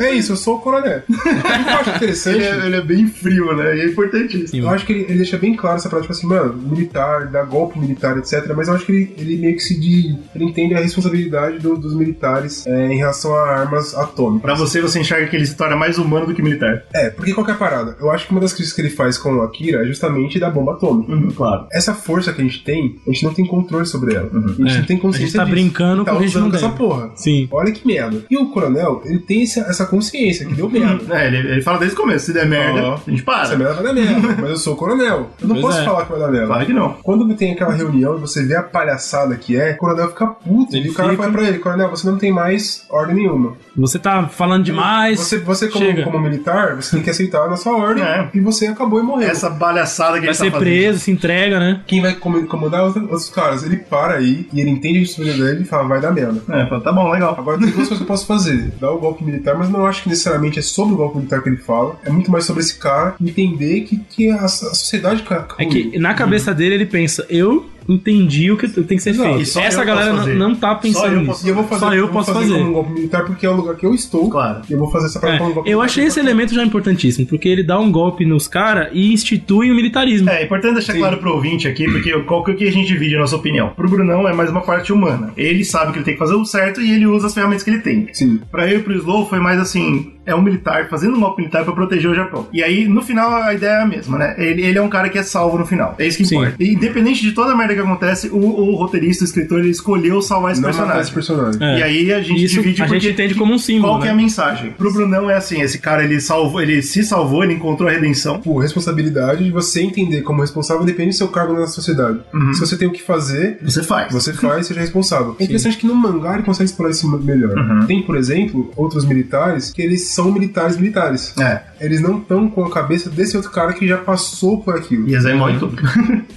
[SPEAKER 1] É isso, eu sou o coronel. O que eu acho interessante.
[SPEAKER 2] Ele é, ele é bem frio, né? E é importante isso.
[SPEAKER 1] Eu acho que ele, ele deixa bem claro essa prática, tipo assim, mano, militar, dá golpe militar, etc. Mas eu acho que ele, ele meio que se de, ele entende a responsabilidade do- dos militares é, em relação a armas atômicas.
[SPEAKER 2] Pra você, você enxerga que ele se torna mais humano do que militar.
[SPEAKER 1] É, porque qualquer parada. Eu acho que uma das críticas que ele faz com o Akira é justamente da bomba atômica.
[SPEAKER 3] Uhum,
[SPEAKER 2] Claro.
[SPEAKER 1] Essa força que a gente tem, a gente não tem controle sobre ela. A gente
[SPEAKER 3] É.
[SPEAKER 1] não tem consciência
[SPEAKER 3] A gente tá
[SPEAKER 1] disso.
[SPEAKER 3] brincando
[SPEAKER 1] tá
[SPEAKER 3] com o que a gente
[SPEAKER 1] usando
[SPEAKER 3] não
[SPEAKER 1] com essa
[SPEAKER 3] deve.
[SPEAKER 1] porra.
[SPEAKER 3] Sim.
[SPEAKER 1] Olha que merda. E o coronel, ele tem essa, essa consciência que deu merda.
[SPEAKER 2] É, ele, ele fala desde o começo: se der merda,
[SPEAKER 1] Ó.
[SPEAKER 2] a gente
[SPEAKER 3] é
[SPEAKER 1] Essa
[SPEAKER 2] para.
[SPEAKER 1] merda vai dar merda, mas eu sou o coronel. Eu não
[SPEAKER 3] Pois
[SPEAKER 1] posso
[SPEAKER 3] é.
[SPEAKER 1] falar que vai dar merda.
[SPEAKER 2] Claro que não.
[SPEAKER 1] Quando tem aquela reunião e você vê a palhaçada que é, o coronel fica puto.
[SPEAKER 3] Ele
[SPEAKER 1] e o cara
[SPEAKER 3] fica. né?
[SPEAKER 1] fala pra ele, coronel, você não tem mais ordem nenhuma.
[SPEAKER 3] Você tá falando demais.
[SPEAKER 1] Você, você como,
[SPEAKER 3] Chega.
[SPEAKER 1] como militar, você tem que aceitar a nossa ordem.
[SPEAKER 2] É.
[SPEAKER 1] E você acabou e morreu.
[SPEAKER 2] Essa balhaçada que
[SPEAKER 3] Vai
[SPEAKER 2] ele tá
[SPEAKER 3] ser
[SPEAKER 2] fazendo.
[SPEAKER 3] preso, se entrega, né?
[SPEAKER 1] Quem vai com- comandar é os os caras. Ele para aí e ele entende a responsabilidade dele e fala, vai dar merda.
[SPEAKER 2] É, fala, tá bom, legal.
[SPEAKER 1] Agora tem duas coisas que eu posso fazer. Dar o golpe militar, mas não acho que necessariamente é sobre o golpe militar que ele fala. É muito mais sobre esse cara entender que, que a, a sociedade ca-
[SPEAKER 3] É
[SPEAKER 1] ruim.
[SPEAKER 3] que na cabeça dele ele pensa: eu entendi o que tem que ser
[SPEAKER 2] Não,
[SPEAKER 3] feito.
[SPEAKER 2] só eu
[SPEAKER 3] Essa
[SPEAKER 2] posso
[SPEAKER 3] galera não-
[SPEAKER 2] fazer.
[SPEAKER 3] não tá
[SPEAKER 2] Só
[SPEAKER 3] pensando
[SPEAKER 2] eu
[SPEAKER 3] nisso.
[SPEAKER 2] posso-
[SPEAKER 1] E eu vou fazer,
[SPEAKER 3] Só eu
[SPEAKER 1] vou
[SPEAKER 3] posso
[SPEAKER 1] fazer,
[SPEAKER 3] fazer.
[SPEAKER 1] como um golpe militar porque é o lugar que eu estou.
[SPEAKER 2] Claro.
[SPEAKER 1] E eu vou fazer essa parada
[SPEAKER 3] É,
[SPEAKER 1] como um golpe
[SPEAKER 3] eu
[SPEAKER 1] militar.
[SPEAKER 3] achei esse elemento já importantíssimo, porque ele dá um golpe nos caras e institui o militarismo.
[SPEAKER 2] É, é importante deixar claro pro ouvinte aqui, porque qual que que a gente divide a nossa opinião? Pro Brunão é mais uma parte humana. Ele sabe que ele tem que fazer o certo e ele usa as ferramentas que ele tem.
[SPEAKER 1] Sim.
[SPEAKER 2] Pra eu e pro Slow foi mais assim, é um militar fazendo um golpe militar pra proteger o Japão. E aí, no final, a ideia é a mesma, né? Ele, ele é um cara que é salvo no final. É isso que
[SPEAKER 3] Sim.
[SPEAKER 2] importa. E independente de toda a merda que acontece, o, o roteirista, o escritor, ele escolheu salvar esse
[SPEAKER 1] Não matar
[SPEAKER 2] personagem.
[SPEAKER 1] esse personagem.
[SPEAKER 3] É.
[SPEAKER 2] E aí a gente
[SPEAKER 3] Isso
[SPEAKER 2] divide
[SPEAKER 3] a
[SPEAKER 2] porque
[SPEAKER 3] gente entende como um símbolo,
[SPEAKER 2] Qual que é a
[SPEAKER 3] né?
[SPEAKER 2] mensagem? Pro Brunão é assim, esse cara ele salvou, ele se salvou, ele encontrou a redenção.
[SPEAKER 1] Tipo, responsabilidade de você entender como responsável depende do seu cargo na sociedade. Se você tem o que fazer,
[SPEAKER 2] Você faz.
[SPEAKER 1] Você faz, seja responsável. Uhum. Uhum. É interessante que no mangá ele consegue explorar isso melhor. Tem, por exemplo, outros militares que eles são militares militares.
[SPEAKER 2] É.
[SPEAKER 1] Eles não estão com a cabeça desse outro cara que já passou por aquilo.
[SPEAKER 2] E as aí
[SPEAKER 3] Uhum.
[SPEAKER 2] morre tudo.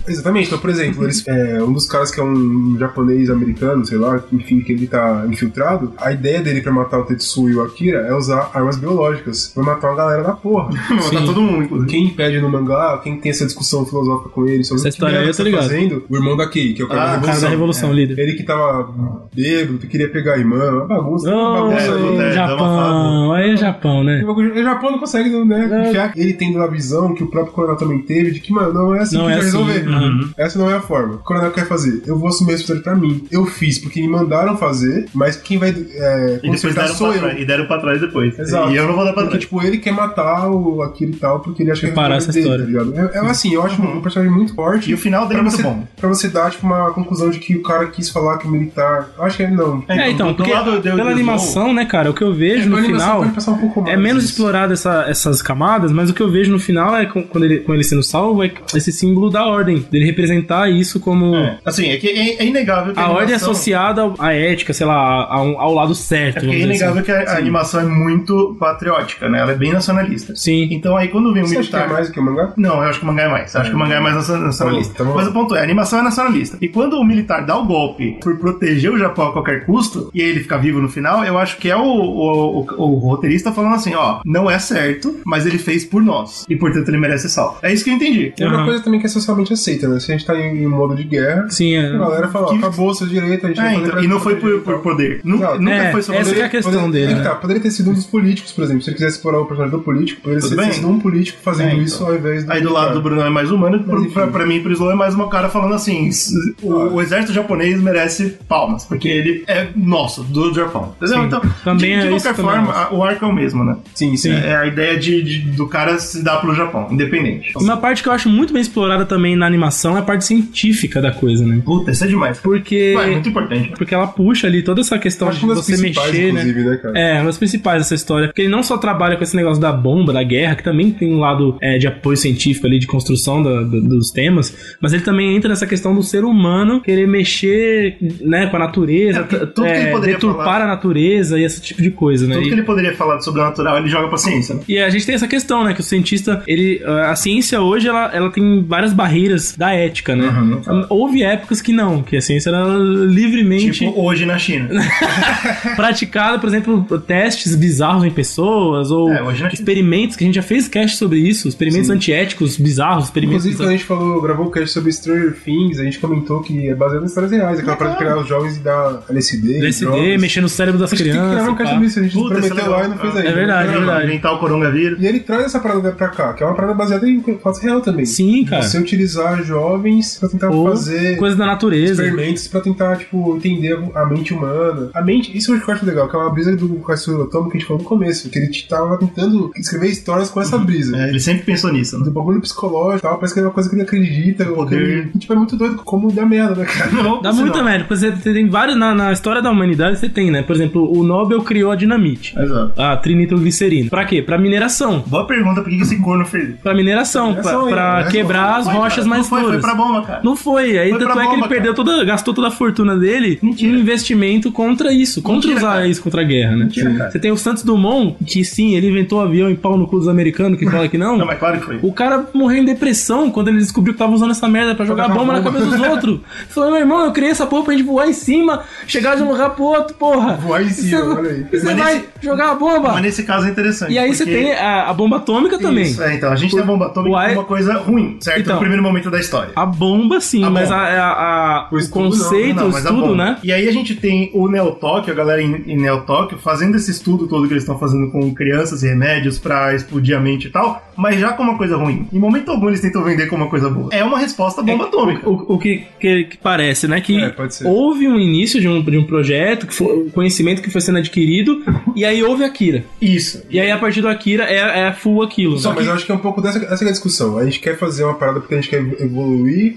[SPEAKER 1] Exatamente. Então, por exemplo, eles, é, um dos caras que é um japonês americano, sei lá, enfim, que ele tá infiltrado, a ideia dele pra matar o Tetsuo e o Akira é usar armas biológicas. Vai matar uma galera da porra.
[SPEAKER 2] Vai matar tá todo mundo, inclusive.
[SPEAKER 1] Quem impede no mangá, quem tem essa discussão filosófica com ele sobre
[SPEAKER 3] Essa
[SPEAKER 1] o que
[SPEAKER 3] história
[SPEAKER 1] merda
[SPEAKER 3] aí eu
[SPEAKER 1] você
[SPEAKER 3] tô
[SPEAKER 1] tá
[SPEAKER 3] ligado.
[SPEAKER 1] fazendo, o irmão da Kei, que é o cara
[SPEAKER 2] Ah,
[SPEAKER 1] da
[SPEAKER 2] o
[SPEAKER 3] Cara da
[SPEAKER 1] revolução.
[SPEAKER 3] revolução, líder.
[SPEAKER 1] Ele que tava bêbado, que queria pegar a irmã, é uma bagunça, uma
[SPEAKER 3] Oh,
[SPEAKER 1] bagunça
[SPEAKER 2] é,
[SPEAKER 1] aí.
[SPEAKER 2] é, dá uma
[SPEAKER 3] Japão,
[SPEAKER 2] fala.
[SPEAKER 3] aí é Japão, né?
[SPEAKER 1] O Japão não consegue, né? enfiar. Ele tendo a visão que o próprio coronel também teve de que, mano, não é assim
[SPEAKER 3] Não
[SPEAKER 1] que
[SPEAKER 3] é
[SPEAKER 1] vai
[SPEAKER 3] assim,
[SPEAKER 1] resolver.
[SPEAKER 3] uhum.
[SPEAKER 1] Essa não é a forma. O coronel quer fazer. Eu vou assumir a responsabilidade pra mim. Eu fiz porque me mandaram fazer, mas quem vai é,
[SPEAKER 2] E depois
[SPEAKER 1] consertar
[SPEAKER 2] deram
[SPEAKER 1] sou
[SPEAKER 2] pra
[SPEAKER 1] eu.
[SPEAKER 2] trás. E deram pra trás depois.
[SPEAKER 1] Exato.
[SPEAKER 2] E eu não vou dar pra
[SPEAKER 1] Porque,
[SPEAKER 2] trás.
[SPEAKER 1] tipo, ele quer matar o aquilo e tal, porque ele acha que
[SPEAKER 3] Parar
[SPEAKER 1] é
[SPEAKER 3] essa
[SPEAKER 1] dele, tá ligado? É, é assim, eu acho um personagem muito forte.
[SPEAKER 2] Uhum. E o final dele
[SPEAKER 1] pra
[SPEAKER 2] é muito
[SPEAKER 1] você-
[SPEAKER 2] bom.
[SPEAKER 1] Pra você dar, tipo, uma conclusão de que o cara quis falar que o militar. eu Acho que ele não.
[SPEAKER 3] É, então,
[SPEAKER 2] do- do
[SPEAKER 3] porque
[SPEAKER 2] lado do- do
[SPEAKER 3] pela
[SPEAKER 2] Slow,
[SPEAKER 3] animação, né, cara, o que eu
[SPEAKER 1] É,
[SPEAKER 3] vejo
[SPEAKER 1] a
[SPEAKER 3] no
[SPEAKER 1] animação
[SPEAKER 3] final
[SPEAKER 1] pode passar um pouco mais
[SPEAKER 3] é menos
[SPEAKER 1] disso.
[SPEAKER 3] explorada essa- essas camadas, mas o que eu vejo no final é com, quando ele, com ele sendo salvo é esse símbolo da ordem, dele representar isso como
[SPEAKER 2] É. Assim, é que é, é inegável que a,
[SPEAKER 3] a ordem
[SPEAKER 2] animação-
[SPEAKER 3] associada à ética, sei lá, a um- ao lado certo.
[SPEAKER 2] É porque
[SPEAKER 3] vamos
[SPEAKER 2] é
[SPEAKER 3] dizer
[SPEAKER 2] inegável
[SPEAKER 3] assim.
[SPEAKER 2] que a, a animação é muito patriótica, né? Ela é bem nacionalista.
[SPEAKER 3] Sim.
[SPEAKER 2] Então aí quando vem um
[SPEAKER 1] Você acha que é
[SPEAKER 2] militar.
[SPEAKER 1] mais do que o mangá?
[SPEAKER 2] Não, eu acho que o mangá é mais. Eu acho que o mangá é mais nacio- nacionalista.
[SPEAKER 1] Tá bom, tá bom.
[SPEAKER 2] Mas o ponto é, a animação é nacionalista. E quando o militar dá o golpe por proteger o Japão a qualquer custo, e ele fica vivo no final, eu acho que é o, o, o- o roteirista falando assim, ó, não é certo, mas ele fez por nós. E portanto ele merece ser salvo. É isso que eu entendi.
[SPEAKER 1] É
[SPEAKER 3] Aham.
[SPEAKER 1] uma coisa também que é socialmente aceita, né? Se a gente tá em, em modo de guerra,
[SPEAKER 3] Sim, é.
[SPEAKER 1] a galera fala, ó,
[SPEAKER 2] Que-
[SPEAKER 1] acabou o seu direito, a gente
[SPEAKER 2] É,
[SPEAKER 1] vai fazer
[SPEAKER 2] então,
[SPEAKER 1] pra-
[SPEAKER 2] e não foi por, por poder. Nu-
[SPEAKER 1] Exato.
[SPEAKER 2] Nunca
[SPEAKER 3] É,
[SPEAKER 2] foi só
[SPEAKER 3] essa
[SPEAKER 2] poder.
[SPEAKER 3] que é a questão
[SPEAKER 1] Poderia-
[SPEAKER 3] dele,
[SPEAKER 1] é que
[SPEAKER 3] né?
[SPEAKER 1] tá, poderia ter sido um dos políticos, por exemplo. Se ele quisesse explorar o personagem do político, poderia
[SPEAKER 2] Tudo
[SPEAKER 1] ter
[SPEAKER 2] bem.
[SPEAKER 1] sido um político fazendo
[SPEAKER 2] É, então.
[SPEAKER 1] isso ao invés do.
[SPEAKER 2] Aí do lado do Bruno é mais humano, pro-
[SPEAKER 1] enfim.
[SPEAKER 2] pra, pra mim, pro Slow é mais um cara falando assim: s- o, o exército japonês merece palmas, porque ele é nosso, do Japão. Entendeu? Então,
[SPEAKER 3] Também
[SPEAKER 2] de, de
[SPEAKER 3] é isso
[SPEAKER 2] qualquer
[SPEAKER 3] também,
[SPEAKER 2] forma,
[SPEAKER 3] nossa.
[SPEAKER 2] a- o arco é o mesmo, né?
[SPEAKER 1] Sim, sim.
[SPEAKER 2] É a ideia de, de- do cara se dar pro Japão, independente.
[SPEAKER 3] Uma parte que eu acho muito bem explorada também na animação é a parte científica da coisa, né?
[SPEAKER 2] Puta, isso é demais.
[SPEAKER 3] Porque
[SPEAKER 2] Ué, é muito importante.
[SPEAKER 3] porque ela puxa ali toda essa questão
[SPEAKER 1] Então, Acho
[SPEAKER 3] de
[SPEAKER 1] uma das
[SPEAKER 3] você
[SPEAKER 1] principais,
[SPEAKER 3] mexer, né?
[SPEAKER 1] inclusive, né, cara?
[SPEAKER 3] É, uma das principais dessa história. Porque ele não só trabalha com esse negócio da bomba, da guerra, que também tem um lado é, de apoio científico ali, de construção da- da- dos temas, mas ele também entra nessa questão do ser humano querer mexer né, com a natureza,
[SPEAKER 2] É, porque tudo que ele poderia
[SPEAKER 3] deturpar
[SPEAKER 2] falar-
[SPEAKER 3] a natureza e esse tipo de coisa, né?
[SPEAKER 2] Tudo
[SPEAKER 3] E-
[SPEAKER 2] que ele poderia falar do sobrenatural, ele joga pra ciência. né?
[SPEAKER 3] e a gente tem essa questão, né? Que o cientista, ele. A ciência hoje, ela, ela tem várias barreiras da ética, né?
[SPEAKER 2] tá.
[SPEAKER 3] Houve épocas que não, que a ciência era livremente
[SPEAKER 2] Tipo, hoje na China.
[SPEAKER 3] É praticada, por exemplo, testes bizarros em pessoas, ou
[SPEAKER 2] É, hoje na China.
[SPEAKER 3] experimentos, que a gente já fez cast sobre isso, experimentos antiéticos bizarros,
[SPEAKER 2] É,
[SPEAKER 3] experimentos.
[SPEAKER 1] Inclusive, quando a gente falou, gravou o cast sobre Stranger Things, a gente comentou que é baseado em histórias reais, aquela parada de pegar os jovens e dar LSD.
[SPEAKER 3] LSD,
[SPEAKER 1] drogas.
[SPEAKER 3] mexer no cérebro das
[SPEAKER 1] Acho que tem que gravar
[SPEAKER 3] crianças.
[SPEAKER 1] um
[SPEAKER 3] e
[SPEAKER 1] cast
[SPEAKER 3] pá.
[SPEAKER 1] sobre isso, a gente
[SPEAKER 2] Puta, isso é
[SPEAKER 1] prometeu lá e
[SPEAKER 2] legal.
[SPEAKER 1] não fez ainda.
[SPEAKER 3] É verdade,
[SPEAKER 1] Não,
[SPEAKER 3] é
[SPEAKER 1] não.
[SPEAKER 3] verdade.
[SPEAKER 2] Inventar o coronavírus.
[SPEAKER 1] E ele traz essa parada pra cá, que é uma parada baseada em fato real também.
[SPEAKER 3] Sim, cara.
[SPEAKER 1] Você utilizar jovens pra tentar
[SPEAKER 3] É. Ou
[SPEAKER 1] fazer
[SPEAKER 3] coisas da natureza.
[SPEAKER 1] experimentos pra tentar, tipo, entender a mente humana. A mente, isso eu acho legal, que é uma brisa do Katsuro Otomo que a gente falou no começo, que ele tava tentando escrever histórias com essa brisa.
[SPEAKER 2] É, ele sempre pensou nisso, né?
[SPEAKER 1] Do bagulho psicológico e tal, parece que é uma coisa que ele acredita. ou que ele- Tipo, é muito doido como dá merda, né, cara?
[SPEAKER 3] Dá muita merda, porque você você tem vários. Na, na história da humanidade você tem, né? Por exemplo, o Nobel criou a dinamite.
[SPEAKER 2] Exato.
[SPEAKER 1] É.
[SPEAKER 3] A trinitroglicerina. Pra quê? Pra mineração.
[SPEAKER 2] Boa pergunta, por que que esse corno fez?
[SPEAKER 3] Pra mineração, pra,
[SPEAKER 1] Mineração, é, hein?
[SPEAKER 3] pra
[SPEAKER 1] Mineração.
[SPEAKER 3] quebrar as
[SPEAKER 2] Foi,
[SPEAKER 3] rochas
[SPEAKER 2] cara.
[SPEAKER 3] mais
[SPEAKER 2] Não foi,
[SPEAKER 3] duras.
[SPEAKER 2] Foi pra bomba, cara.
[SPEAKER 3] Não foi, aí
[SPEAKER 2] Foi pra
[SPEAKER 3] tanto é que ele
[SPEAKER 2] bomba,
[SPEAKER 3] perdeu toda, gastou toda a fortuna dele
[SPEAKER 2] Mentira.
[SPEAKER 3] em investimento contra isso, contra
[SPEAKER 2] Mentira,
[SPEAKER 3] usar
[SPEAKER 2] cara.
[SPEAKER 3] isso contra a guerra, né?
[SPEAKER 2] Mentira, cara.
[SPEAKER 3] Você tem o Santos Dumont, que sim, ele inventou o avião em pau no cu dos americanos, que fala que não.
[SPEAKER 2] Não, mas claro que foi.
[SPEAKER 3] O cara morreu em depressão quando ele descobriu que tava usando essa merda pra jogar bomba, na cabeça dos outros. Ele Falou, meu irmão, eu criei essa porra pra gente voar em cima, chegar de um lugar pro outro, porra.
[SPEAKER 1] Voar em cima,
[SPEAKER 3] Você-
[SPEAKER 1] olha aí.
[SPEAKER 3] Você
[SPEAKER 2] Mas
[SPEAKER 3] vai
[SPEAKER 2] nesse-
[SPEAKER 3] jogar a bomba.
[SPEAKER 2] Mas nesse caso é interessante.
[SPEAKER 3] E aí você
[SPEAKER 2] porque
[SPEAKER 3] tem a, a bomba atômica também.
[SPEAKER 2] Isso, é, então, a gente tem a bomba atômica
[SPEAKER 3] Uai-
[SPEAKER 2] como uma coisa ruim, certo?
[SPEAKER 3] Então.
[SPEAKER 2] no primeiro momento da história.
[SPEAKER 3] A bomba, sim,
[SPEAKER 2] A
[SPEAKER 3] mas
[SPEAKER 2] bomba.
[SPEAKER 3] a- a- a-
[SPEAKER 1] O
[SPEAKER 3] o
[SPEAKER 1] estudo não,
[SPEAKER 3] conceito, o
[SPEAKER 2] né? mas a
[SPEAKER 3] estudo,
[SPEAKER 2] bomba.
[SPEAKER 3] né?
[SPEAKER 2] E aí a gente tem o Neo Tóquio, a galera em, em Neo Tóquio, fazendo esse estudo todo que eles estão fazendo com crianças e remédios pra explodir a mente e tal, mas já com uma coisa ruim. Em momento algum eles tentam vender como uma coisa boa. É uma resposta à bomba atômica.
[SPEAKER 3] O, o que, que- que parece, né? Que
[SPEAKER 1] É, pode ser.
[SPEAKER 3] houve um início de um, de um projeto, que foi, o conhecimento que foi sendo adquirido, e aí houve a Akira.
[SPEAKER 2] Isso.
[SPEAKER 3] E aí, a partir do Akira, é, é full aquilo.
[SPEAKER 1] Não,
[SPEAKER 3] Né?
[SPEAKER 1] mas eu acho que é um pouco dessa, essa que é a discussão. A gente quer fazer uma parada porque a gente quer evoluir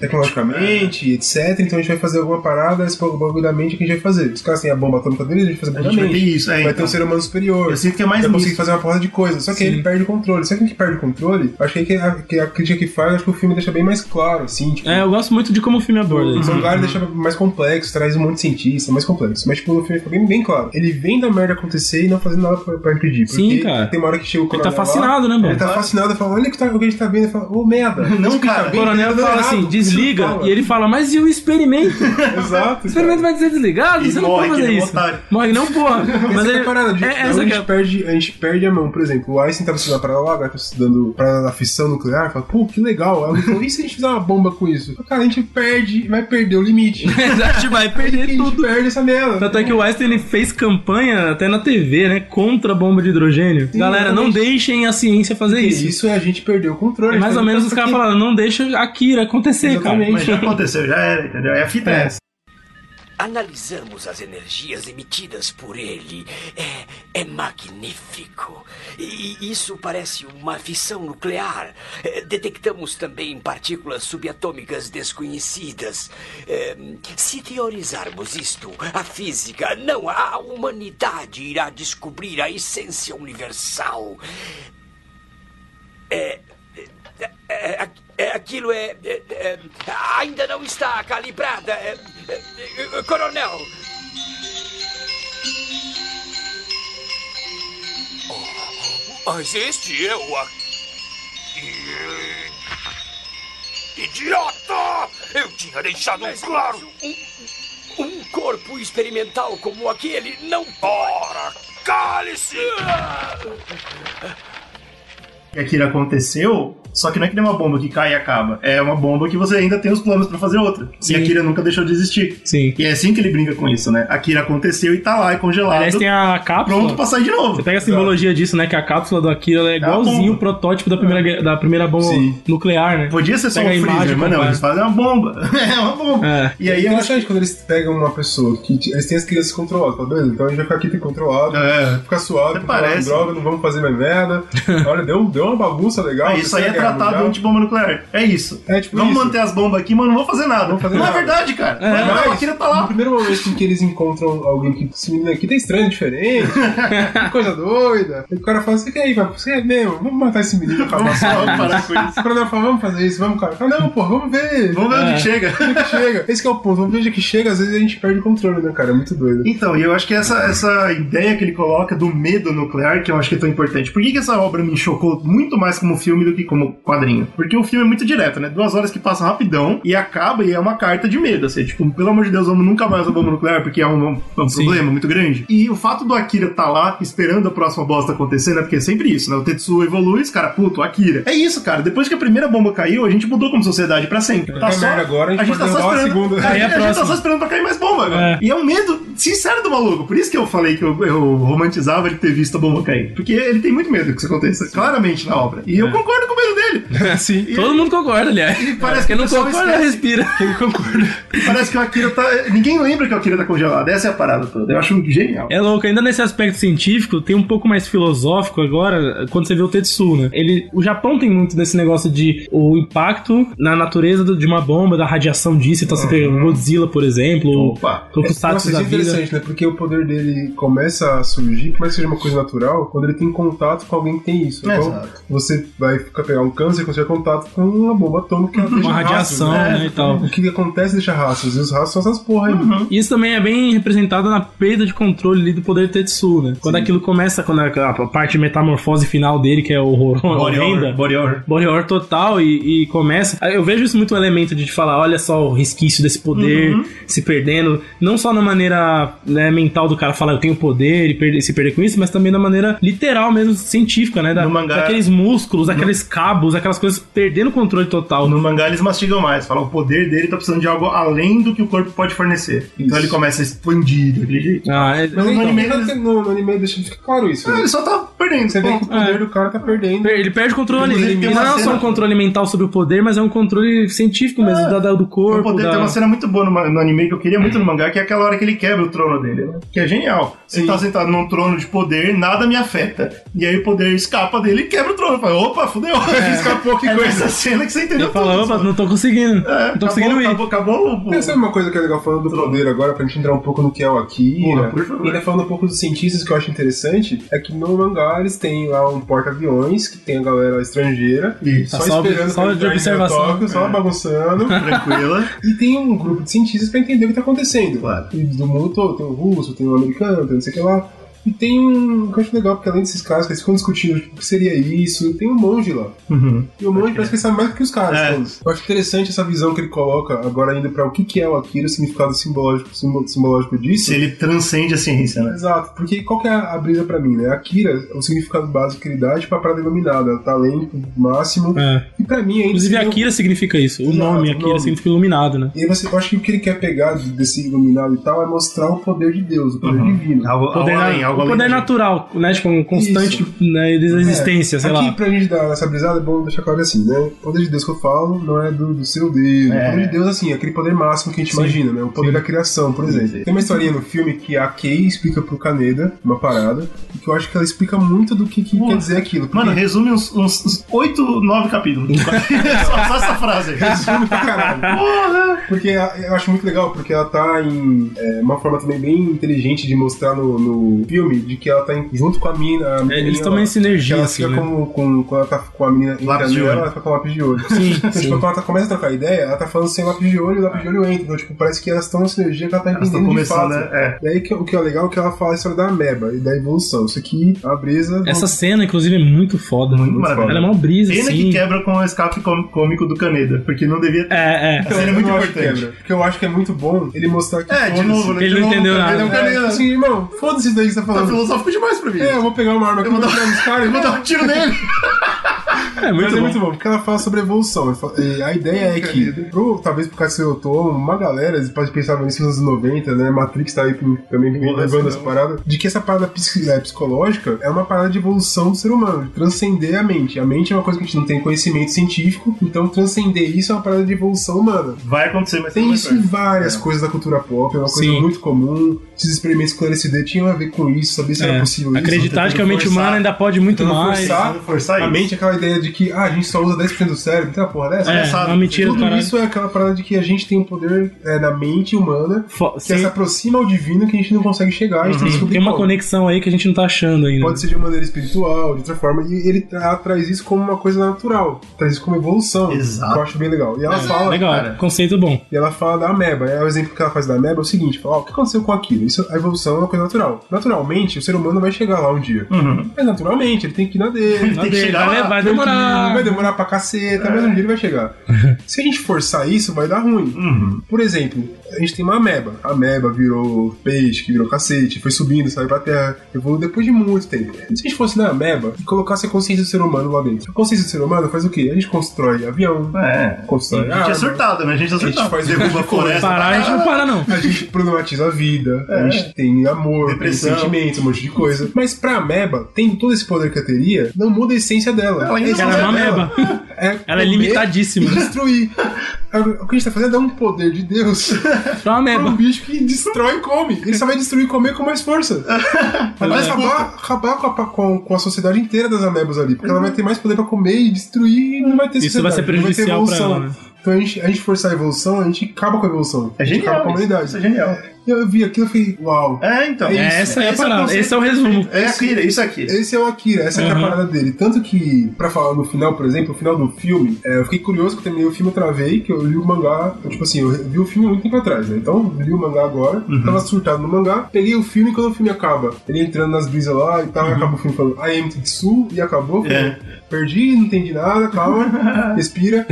[SPEAKER 1] tecnologicamente, etc. Então a gente vai fazer alguma parada, esse bagulho da mente que a gente vai fazer. Os caras têm a bomba atômica deles, a gente vai fazer
[SPEAKER 2] A
[SPEAKER 1] a
[SPEAKER 2] gente
[SPEAKER 1] bomba
[SPEAKER 2] vai
[SPEAKER 1] da
[SPEAKER 2] ter
[SPEAKER 1] mente.
[SPEAKER 2] isso, é,
[SPEAKER 1] Vai ter
[SPEAKER 2] então.
[SPEAKER 1] um ser humano superior.
[SPEAKER 2] Eu sinto que é mais
[SPEAKER 1] Vai conseguir
[SPEAKER 2] nisso.
[SPEAKER 1] fazer uma porrada de coisa. Só que
[SPEAKER 3] Sim.
[SPEAKER 1] ele perde o controle. Só que a gente perde o controle, acho que aí que a, que a crítica que faz, acho que o filme deixa bem mais claro, assim. Tipo,
[SPEAKER 3] É, uhum. eu gosto muito de como o filme aborda
[SPEAKER 1] o
[SPEAKER 3] isso.
[SPEAKER 1] lugar deixa mais complexo, traz um monte de cientista, mais complexo. Mas, tipo, no filme fica bem, bem claro. Ele vem da merda acontecer e não fazendo nada pra, pra impedir.
[SPEAKER 3] Sim,
[SPEAKER 1] porque
[SPEAKER 3] cara.
[SPEAKER 1] Tem uma hora que chega o
[SPEAKER 3] Ele tá
[SPEAKER 1] coronel lá,
[SPEAKER 3] fascinado, né, mano?
[SPEAKER 1] Ele tá fascinado, fala, olha o que, tá, o que a gente tá vendo. Ele fala, ô merda.
[SPEAKER 2] Não,
[SPEAKER 1] isso que
[SPEAKER 2] cara,
[SPEAKER 1] tá
[SPEAKER 3] O
[SPEAKER 1] vendo,
[SPEAKER 3] coronel
[SPEAKER 1] tá dando
[SPEAKER 3] fala
[SPEAKER 1] errado.
[SPEAKER 3] assim,
[SPEAKER 1] Isso
[SPEAKER 3] desliga.
[SPEAKER 1] fala.
[SPEAKER 3] E ele fala, mas e o experimento?
[SPEAKER 1] Exato.
[SPEAKER 3] O experimento vai ser desligado?
[SPEAKER 2] E
[SPEAKER 3] Você não
[SPEAKER 2] morre,
[SPEAKER 3] pode
[SPEAKER 2] que
[SPEAKER 1] é
[SPEAKER 2] nem
[SPEAKER 3] fazer
[SPEAKER 2] um
[SPEAKER 3] isso.
[SPEAKER 2] otário.
[SPEAKER 3] Morre não, porra. Mas
[SPEAKER 1] Mas
[SPEAKER 3] ele...
[SPEAKER 1] é a parada, de,
[SPEAKER 3] é essa
[SPEAKER 1] a,
[SPEAKER 3] que
[SPEAKER 1] gente
[SPEAKER 3] é...
[SPEAKER 1] perde, a gente perde a mão. Por exemplo, o Einstein tava estudando a parada lá, agora tá estudando parada da fissão nuclear. Fala, pô, que legal. Aí ele falou, e se a gente fizer uma bomba com isso? Cara, a gente perde, vai perder o limite.
[SPEAKER 3] a gente é vai
[SPEAKER 1] a
[SPEAKER 3] perder
[SPEAKER 1] gente
[SPEAKER 3] tudo.
[SPEAKER 1] perde essa merda.
[SPEAKER 3] Tanto é que o Einstein ele fez campanha até na TV, né? Contra a bomba de hidrogênio. Galera, não deixem a ciência fazer
[SPEAKER 1] Isso.
[SPEAKER 3] isso.
[SPEAKER 1] isso é a gente perder o controle. "Tá
[SPEAKER 3] É mais ou menos os
[SPEAKER 1] Porque-
[SPEAKER 3] caras falaram, não deixa a Kira acontecer,
[SPEAKER 2] Mas já
[SPEAKER 3] cara.
[SPEAKER 2] aconteceu, já era, entendeu? É a fita é essa.
[SPEAKER 9] Analisamos as energias emitidas por ele. É, é magnífico. E isso parece uma fissão nuclear. É, detectamos também partículas subatômicas desconhecidas. É, se teorizarmos isto, a física, não, a humanidade irá descobrir a essência universal. É, a- é, aquilo é, é, é, Ainda não está calibrada. É, é, é, coronel!
[SPEAKER 4] Mas este é o. a- Idiota! Eu tinha deixado claro!
[SPEAKER 9] Um, um corpo experimental como aquele não. Ah!
[SPEAKER 4] Ora, cale-se!
[SPEAKER 2] que aquilo aconteceu, só que não é que nem uma bomba que cai e acaba. É uma bomba que você ainda tem os planos pra fazer outra. E a Kira nunca deixou de existir.
[SPEAKER 3] Sim.
[SPEAKER 2] E é assim que ele brinca com isso, né? A Kira aconteceu e tá lá, é congelado.
[SPEAKER 3] Aliás, tem a cápsula.
[SPEAKER 2] Pronto pra sair de novo.
[SPEAKER 3] Você pega a simbologia disso, né? Que a cápsula do Akira ela é igualzinho
[SPEAKER 2] bomba. É.
[SPEAKER 3] o protótipo da primeira, gue- da primeira bomba
[SPEAKER 1] Sim.
[SPEAKER 3] nuclear, né?
[SPEAKER 2] Podia ser só um
[SPEAKER 3] Pega a
[SPEAKER 2] freezer,
[SPEAKER 3] imagem,
[SPEAKER 2] mas não,
[SPEAKER 3] compara.
[SPEAKER 2] eles fazem uma bomba. é uma bomba.
[SPEAKER 3] É.
[SPEAKER 2] E aí
[SPEAKER 1] É
[SPEAKER 2] eu acho.
[SPEAKER 1] interessante quando eles pegam uma pessoa que t- eles têm as crianças controladas, tá vendo? Então a gente vai ficar aqui controlado,
[SPEAKER 2] É.
[SPEAKER 1] ficar suave,
[SPEAKER 2] Até
[SPEAKER 1] controlado,
[SPEAKER 2] parece.
[SPEAKER 1] droga, não vamos fazer mais merda. Olha, deu, um, deu uma bagunça legal.
[SPEAKER 2] Isso aí é
[SPEAKER 1] terceira guerra
[SPEAKER 2] tratado
[SPEAKER 1] mundial.
[SPEAKER 2] anti-bomba nuclear. É isso.
[SPEAKER 1] É tipo
[SPEAKER 2] Vamos
[SPEAKER 1] isso.
[SPEAKER 2] manter as bombas aqui, mas não vou fazer nada.
[SPEAKER 1] Vamos fazer
[SPEAKER 2] não
[SPEAKER 1] nada.
[SPEAKER 2] é verdade, cara. Não
[SPEAKER 1] É,
[SPEAKER 2] É, verdade, a
[SPEAKER 1] mas
[SPEAKER 2] Kira tá
[SPEAKER 1] No
[SPEAKER 2] lá.
[SPEAKER 1] primeiro momento em que eles encontram alguém que esse menino aqui tá estranho, diferente, que coisa doida. E o cara fala: Você quer ir, cara? Você quer mesmo? Vamos matar esse menino pra
[SPEAKER 2] Vamos
[SPEAKER 1] passar.
[SPEAKER 2] vamos parar com isso.
[SPEAKER 1] O coronel fala: Vamos fazer isso, vamos, cara. Fala: Não, pô, vamos ver.
[SPEAKER 2] Vamos ver onde chega.
[SPEAKER 1] Onde que chega? Esse que é o ponto. Vamos ver onde que chega. Às vezes a gente perde o controle, né, cara? É muito doido.
[SPEAKER 2] Então, e eu acho que essa, essa ideia que ele coloca do medo nuclear, que eu acho que é tão importante. Por que, que essa obra me chocou muito mais como filme do que como quadrinho? Porque o filme é muito direto, né? Duas horas que passam rapidão e acaba e é uma carta de medo. Assim, tipo, pelo amor de Deus, vamos nunca mais usar bomba nuclear porque é um, é um problema muito grande. E o fato do Akira tá lá esperando a próxima bosta acontecer, né? Porque é sempre isso, né? O Tetsuo evolui, os cara, puto, Akira. É isso, cara. Depois que a primeira bomba caiu, a gente mudou como sociedade pra sempre. Tá
[SPEAKER 1] É
[SPEAKER 2] só,
[SPEAKER 1] merda agora, a gente
[SPEAKER 2] tá
[SPEAKER 1] pode
[SPEAKER 2] só
[SPEAKER 1] derrubar a
[SPEAKER 2] esperando.
[SPEAKER 1] segunda.
[SPEAKER 2] a
[SPEAKER 3] Aí é
[SPEAKER 2] gente tá
[SPEAKER 3] próxima.
[SPEAKER 2] só esperando pra cair mais bomba,
[SPEAKER 3] É.
[SPEAKER 2] velho. E é um medo sincero do maluco. Por isso que eu falei que eu, eu romantizava ele ter visto a bomba cair. Porque ele tem muito medo que isso aconteça, claramente, na obra. E eu concordo com o medo dele.
[SPEAKER 3] Sim. Todo mundo concorda, aliás.
[SPEAKER 2] parece
[SPEAKER 3] Quem
[SPEAKER 2] que o
[SPEAKER 3] não
[SPEAKER 2] pessoal
[SPEAKER 3] concorda,
[SPEAKER 2] esquece.
[SPEAKER 3] respira. Quem concorda.
[SPEAKER 2] Parece que o Akira tá. Ninguém lembra que o Akira tá congelado. Essa é a parada toda. Eu acho genial.
[SPEAKER 3] É louco, ainda nesse aspecto científico, tem um pouco mais filosófico agora, quando você vê o Tetsu, né? Ele, o Japão tem muito desse negócio de o impacto na natureza do- de uma bomba, da radiação disso, então você tem Godzilla, por exemplo, ou
[SPEAKER 2] Opa.
[SPEAKER 3] Tokusatsu
[SPEAKER 1] Nossa, isso
[SPEAKER 3] da
[SPEAKER 1] é
[SPEAKER 3] vida.
[SPEAKER 1] interessante, né? Porque o poder dele começa a surgir, por mais que seja uma coisa natural, quando ele tem contato com alguém que tem isso.
[SPEAKER 2] É,
[SPEAKER 1] Então,
[SPEAKER 2] exato.
[SPEAKER 1] você vai ficar pegar um pelo câncer quando tiver contato com uma bomba atômica.
[SPEAKER 3] Uma radiação, né, e tal.
[SPEAKER 1] Então, O que acontece deixa raças, e os raços são essas porra aí.
[SPEAKER 2] Uhum.
[SPEAKER 3] Isso também é bem representado na perda de controle ali do poder do Tetsu, né? Quando aquilo começa, quando a, a parte de metamorfose final dele, que é horror, horrenda,
[SPEAKER 2] Boreor, Boreor.
[SPEAKER 3] Boreor total e, e começa. Eu vejo isso muito um elemento de falar, olha só o resquício desse poder
[SPEAKER 2] Uhum.
[SPEAKER 3] se perdendo, não só na maneira né, mental do cara falar eu tenho poder e perder- se perder com isso, mas também na maneira literal mesmo, científica, né? Da,
[SPEAKER 2] No mangá-
[SPEAKER 3] daqueles músculos, daqueles cabos, aquelas coisas perdendo o controle total.
[SPEAKER 2] No mangá eles mastigam mais, falam o poder dele tá precisando de algo além do que o corpo pode fornecer. Então ele começa a expandir daquele jeito.
[SPEAKER 3] Ah, é-
[SPEAKER 1] Mas no,
[SPEAKER 2] No
[SPEAKER 1] anime,
[SPEAKER 2] anime
[SPEAKER 1] no, no anime deixa ficar claro isso.
[SPEAKER 2] Ah,
[SPEAKER 1] né?
[SPEAKER 2] ele só tá perdendo.
[SPEAKER 1] Você vê que
[SPEAKER 2] Bom,
[SPEAKER 1] o
[SPEAKER 3] É.
[SPEAKER 1] poder do cara tá perdendo.
[SPEAKER 3] Per- Ele perde o controle.
[SPEAKER 2] Inclusive,
[SPEAKER 3] Ele
[SPEAKER 2] tem
[SPEAKER 3] não
[SPEAKER 2] uma
[SPEAKER 3] é só
[SPEAKER 2] cena-
[SPEAKER 3] um controle mental sobre o poder, mas é um controle científico mesmo, da, da- do
[SPEAKER 2] O
[SPEAKER 3] corpo.
[SPEAKER 2] poder
[SPEAKER 3] da...
[SPEAKER 2] tem uma cena muito boa no, ma- no anime que eu queria muito no mangá, que é aquela hora que ele quebra o trono dele, né? Que é genial. Ele tá sentado num trono de poder, nada me afeta. E aí o poder escapa dele e quebra o trono. Fala, opa, fudeu,
[SPEAKER 3] É.
[SPEAKER 2] escapou, que coisa. Essa cena que você entendeu
[SPEAKER 3] Ele fala,
[SPEAKER 2] tudo,
[SPEAKER 3] opa,
[SPEAKER 2] sabe?
[SPEAKER 3] não tô conseguindo.
[SPEAKER 2] né?" É,
[SPEAKER 3] não tô
[SPEAKER 2] acabou,
[SPEAKER 3] conseguindo ir.
[SPEAKER 2] acabou, acabou, o-
[SPEAKER 1] Mas sabe uma coisa que é legal falando do poder agora, pra gente entrar um pouco no que é o Akira,
[SPEAKER 2] Porra, por favor.
[SPEAKER 1] e ainda falando um pouco dos cientistas que eu acho interessante, é que no mangá eles têm lá um porta-aviões, que tem a galera estrangeira,
[SPEAKER 2] Isso.
[SPEAKER 1] só,
[SPEAKER 3] Tá só-
[SPEAKER 1] esperando
[SPEAKER 3] só
[SPEAKER 1] pra
[SPEAKER 3] de
[SPEAKER 1] entrar em
[SPEAKER 3] observação. É.
[SPEAKER 1] Tóquio, só bagunçando,
[SPEAKER 2] Tranquila.
[SPEAKER 1] e tem um grupo de cientistas pra entender o que tá acontecendo.
[SPEAKER 2] Claro.
[SPEAKER 1] E do mundo todo, tem o russo, tem o americano, tem não sei o que lá. E tem um. que eu acho legal, porque além desses caras que eles ficam discutindo tipo, o que seria isso, tem um monge lá.
[SPEAKER 2] Uhum.
[SPEAKER 1] E o monge parece que ele sabe mais do que os caras
[SPEAKER 2] É.
[SPEAKER 1] todos. Eu acho interessante essa visão que ele coloca agora ainda pra o que que é o Akira, o significado simbológico, simbo- simbológico disso.
[SPEAKER 2] Se ele transcende a ciência, né?
[SPEAKER 1] Exato, porque qual que é a brisa pra mim, né? Akira, o significado básico que ele dá é tipo a parada iluminada, talento máximo.
[SPEAKER 3] É.
[SPEAKER 1] E pra mim ainda...
[SPEAKER 3] Inclusive,
[SPEAKER 1] seria um-
[SPEAKER 3] Akira significa isso. O
[SPEAKER 1] Exato,
[SPEAKER 3] nome
[SPEAKER 1] o
[SPEAKER 3] Akira
[SPEAKER 1] nome.
[SPEAKER 3] significa iluminado, né?
[SPEAKER 1] E aí você, eu acho que o que ele quer pegar de- desse iluminado e tal é mostrar o poder de Deus, o poder
[SPEAKER 3] Uhum.
[SPEAKER 1] divino.
[SPEAKER 2] Algo,
[SPEAKER 3] Poder,
[SPEAKER 2] algo
[SPEAKER 3] na-
[SPEAKER 2] além, algo
[SPEAKER 3] o
[SPEAKER 2] além.
[SPEAKER 3] poder
[SPEAKER 2] disso. É.
[SPEAKER 3] natural, né? Tipo, um constante né, da existência, sei
[SPEAKER 1] É. Aqui,
[SPEAKER 3] lá.
[SPEAKER 1] pra gente dar essa brisada, é bom deixar claro que assim, né? O poder de Deus que eu falo não é do, do seu Deus. O poder de Deus, assim, é aquele poder máximo que a gente imagina, né? O poder da criação, por exemplo. Tem uma historinha no filme que a Kay explica pro Kaneda uma parada, e que eu acho que ela explica muito do que, que
[SPEAKER 2] Porra.
[SPEAKER 1] quer dizer aquilo. porque-
[SPEAKER 2] Mano, resume uns, uns, uns 8, 9 capítulos. só, só essa frase.
[SPEAKER 1] Resume pra caralho.
[SPEAKER 2] Porra!
[SPEAKER 1] Porque a- eu acho muito legal, porque ela tá em é, uma forma também bem inteligente de mostrar no, no filme, de que ela tá em- junto com a mina. a
[SPEAKER 3] É, eles
[SPEAKER 1] menina
[SPEAKER 3] estão em
[SPEAKER 1] lá. Que
[SPEAKER 3] sinergia,
[SPEAKER 1] ela
[SPEAKER 3] assim,
[SPEAKER 1] fica
[SPEAKER 3] né?
[SPEAKER 1] com, com, quando ela tá com a menina
[SPEAKER 2] Lápis
[SPEAKER 1] entrando
[SPEAKER 2] de olho.
[SPEAKER 1] nela, ela fica com lápis de olho.
[SPEAKER 3] Sim,
[SPEAKER 1] Então,
[SPEAKER 3] sim.
[SPEAKER 1] tipo, quando ela tá- começa a trocar ideia, ela tá falando sem lápis de olho e o lápis de olho entra. Então, tipo, parece que elas estão em sinergia que ela tá
[SPEAKER 2] Elas
[SPEAKER 1] entendendo
[SPEAKER 2] estão
[SPEAKER 1] de
[SPEAKER 2] começando,
[SPEAKER 1] fato.
[SPEAKER 2] né? É.
[SPEAKER 1] Daí que- o que é legal é que ela fala a história da ameba e da evolução. Isso aqui, a brisa.
[SPEAKER 3] Essa cena, inclusive, é muito foda.
[SPEAKER 2] Muito
[SPEAKER 3] Ela
[SPEAKER 2] maravilhosa.
[SPEAKER 3] é mó brisa,
[SPEAKER 2] Pena
[SPEAKER 3] assim.
[SPEAKER 2] que quebra com o escape com- cômico do Caneda, porque não devia ter.
[SPEAKER 3] É, é.
[SPEAKER 2] A cena é muito
[SPEAKER 1] Eu não acho que
[SPEAKER 2] importante.
[SPEAKER 1] quebra, Porque eu acho que é muito bom ele mostrar que.
[SPEAKER 2] É, de
[SPEAKER 1] foda-se.
[SPEAKER 2] novo, né? De
[SPEAKER 3] Ele não
[SPEAKER 2] novo,
[SPEAKER 3] entendeu
[SPEAKER 2] Kaneda
[SPEAKER 3] nada.
[SPEAKER 2] é um
[SPEAKER 1] É,
[SPEAKER 2] Kaneda.
[SPEAKER 1] assim, irmão, foda-se isso daí que você tá
[SPEAKER 2] Tá
[SPEAKER 1] falando.
[SPEAKER 2] filosófico demais pra mim.
[SPEAKER 1] É, eu vou pegar uma arma aqui, eu vou dar uns caras e
[SPEAKER 2] Eu vou
[SPEAKER 1] vou
[SPEAKER 2] dar um tiro nele.
[SPEAKER 3] É
[SPEAKER 1] Mas
[SPEAKER 3] muito
[SPEAKER 1] é
[SPEAKER 3] bom.
[SPEAKER 1] muito bom, porque ela fala sobre evolução. Ela fala- e A ideia é que, pro- talvez por causa do seu outono, uma galera pode pensar nisso nos anos 90, né? Matrix tá aí pro- também levando essa parada. De que essa parada psi- é, psicológica é uma parada de evolução do ser humano, de transcender a mente. A mente é uma coisa que a gente não tem conhecimento científico, então transcender isso é uma parada de evolução humana.
[SPEAKER 2] Vai acontecer, mas
[SPEAKER 3] é
[SPEAKER 1] Tem
[SPEAKER 2] não
[SPEAKER 1] isso
[SPEAKER 2] vai
[SPEAKER 1] em
[SPEAKER 2] acontecer.
[SPEAKER 1] várias coisas da cultura pop, é uma coisa
[SPEAKER 3] Sim.
[SPEAKER 1] muito comum. Esses experimentos com LSD tinham a ver com isso, saber se
[SPEAKER 3] É.
[SPEAKER 1] era possível isso.
[SPEAKER 3] Acreditar que a mente
[SPEAKER 2] forçar.
[SPEAKER 3] humana ainda pode muito
[SPEAKER 1] Tentando
[SPEAKER 3] mais.
[SPEAKER 1] forçar.
[SPEAKER 2] Tentando forçar
[SPEAKER 1] A
[SPEAKER 2] isso.
[SPEAKER 1] mente é aquela ideia de que ah, a gente só usa 10% do cérebro, tem uma porra dessa?
[SPEAKER 3] É,
[SPEAKER 2] Engraçado.
[SPEAKER 3] uma mentira do
[SPEAKER 1] Tudo
[SPEAKER 3] caralho.
[SPEAKER 1] isso é aquela parada de que a gente tem um poder é, na mente humana
[SPEAKER 3] Fo-
[SPEAKER 1] que se
[SPEAKER 3] Sim, Uhum.
[SPEAKER 1] aproxima ao divino que a gente não consegue chegar, a gente tem que descobrir
[SPEAKER 3] tem uma
[SPEAKER 1] como.
[SPEAKER 3] conexão aí que a gente não tá achando ainda.
[SPEAKER 1] Pode ser de maneira espiritual, de outra forma, e ele tra- traz isso como uma coisa natural, traz isso como evolução.
[SPEAKER 2] Exato.
[SPEAKER 1] Que eu acho bem legal. E ela
[SPEAKER 3] É.
[SPEAKER 1] fala.
[SPEAKER 3] Legal,
[SPEAKER 2] cara.
[SPEAKER 3] conceito bom.
[SPEAKER 1] E ela fala da ameba. E aí o exemplo que ela faz da ameba é o seguinte: fala, ó, o que aconteceu com aquilo? Isso, a evolução é uma coisa natural. Naturalmente, o ser humano vai chegar lá um dia. Mas naturalmente, ele tem que ir na dele.
[SPEAKER 2] Uhum. Tem que
[SPEAKER 3] Dele,
[SPEAKER 2] chegar
[SPEAKER 3] vai,
[SPEAKER 2] lá.
[SPEAKER 3] vai
[SPEAKER 1] Vai
[SPEAKER 3] demorar.
[SPEAKER 1] demorar pra caceta, mas um dia ele vai chegar. Se a gente forçar isso, vai dar ruim.
[SPEAKER 2] Uhum.
[SPEAKER 1] Por exemplo, a gente tem uma ameba. A ameba virou peixe, que virou cacete, foi subindo, saiu pra terra, evoluiu depois de muito tempo. Se a gente fosse na ameba e colocasse a consciência do ser humano lá dentro. A consciência do ser humano faz o quê? A gente constrói avião,
[SPEAKER 2] É.
[SPEAKER 1] constrói
[SPEAKER 2] A gente é
[SPEAKER 1] arma,
[SPEAKER 2] surtado, né? A gente é surtado.
[SPEAKER 1] faz
[SPEAKER 2] derruba a
[SPEAKER 1] muita coisa.
[SPEAKER 2] floresta.
[SPEAKER 3] Parar, a gente não para, não.
[SPEAKER 1] A gente problematiza a vida,
[SPEAKER 3] É.
[SPEAKER 1] a gente tem amor,
[SPEAKER 2] Depressão.
[SPEAKER 1] tem sentimentos, um monte de coisa. Mas pra ameba, tendo todo esse poder que ela teria, não muda a essência dela.
[SPEAKER 2] Ela ainda
[SPEAKER 1] A essência
[SPEAKER 3] Ela é uma
[SPEAKER 1] dela
[SPEAKER 3] ameba.
[SPEAKER 1] É
[SPEAKER 3] Ela é
[SPEAKER 1] comer
[SPEAKER 3] limitadíssima.
[SPEAKER 1] E destruir. Agora, O que a gente tá fazendo é dar um poder de Deus
[SPEAKER 3] Pra é uma
[SPEAKER 1] pra um
[SPEAKER 3] meba.
[SPEAKER 1] bicho que destrói e come. Ele só vai destruir e comer com mais força.
[SPEAKER 3] é
[SPEAKER 1] Vai acabar, acabar com, a, com, com a sociedade inteira das amebas ali. Porque ela vai ter mais poder pra comer e destruir e não vai ter
[SPEAKER 3] Uhum. Isso vai
[SPEAKER 1] sociedade,
[SPEAKER 3] ser
[SPEAKER 1] não vai ter
[SPEAKER 3] prejudicial pra
[SPEAKER 1] evolução.
[SPEAKER 3] ela, né?
[SPEAKER 1] Então a gente, a gente forçar a evolução, a gente acaba com a evolução.
[SPEAKER 2] É
[SPEAKER 1] a gente acaba
[SPEAKER 2] genial.
[SPEAKER 1] com a humanidade.
[SPEAKER 2] Isso é genial.
[SPEAKER 1] Eu vi aquilo e falei, uau.
[SPEAKER 2] É, então.
[SPEAKER 1] É
[SPEAKER 3] É, essa é a parada. Esse é o resumo.
[SPEAKER 2] É Akira, isso aqui.
[SPEAKER 1] Esse é o Akira, essa que é a
[SPEAKER 3] Uhum.
[SPEAKER 1] parada dele. Tanto que, pra falar no final, por exemplo, o final do filme, é, eu fiquei curioso que eu terminei o filme, eu travei, que eu li o mangá, eu, tipo assim, eu vi o filme há muito tempo atrás, né? Então, li o mangá agora, tava surtado no mangá, peguei o filme e quando o filme acaba, ele entrando nas brisas lá e tal, acaba o filme falando I am Tetsu e acabou,
[SPEAKER 2] É.
[SPEAKER 1] perdi, não entendi nada, calma, respira.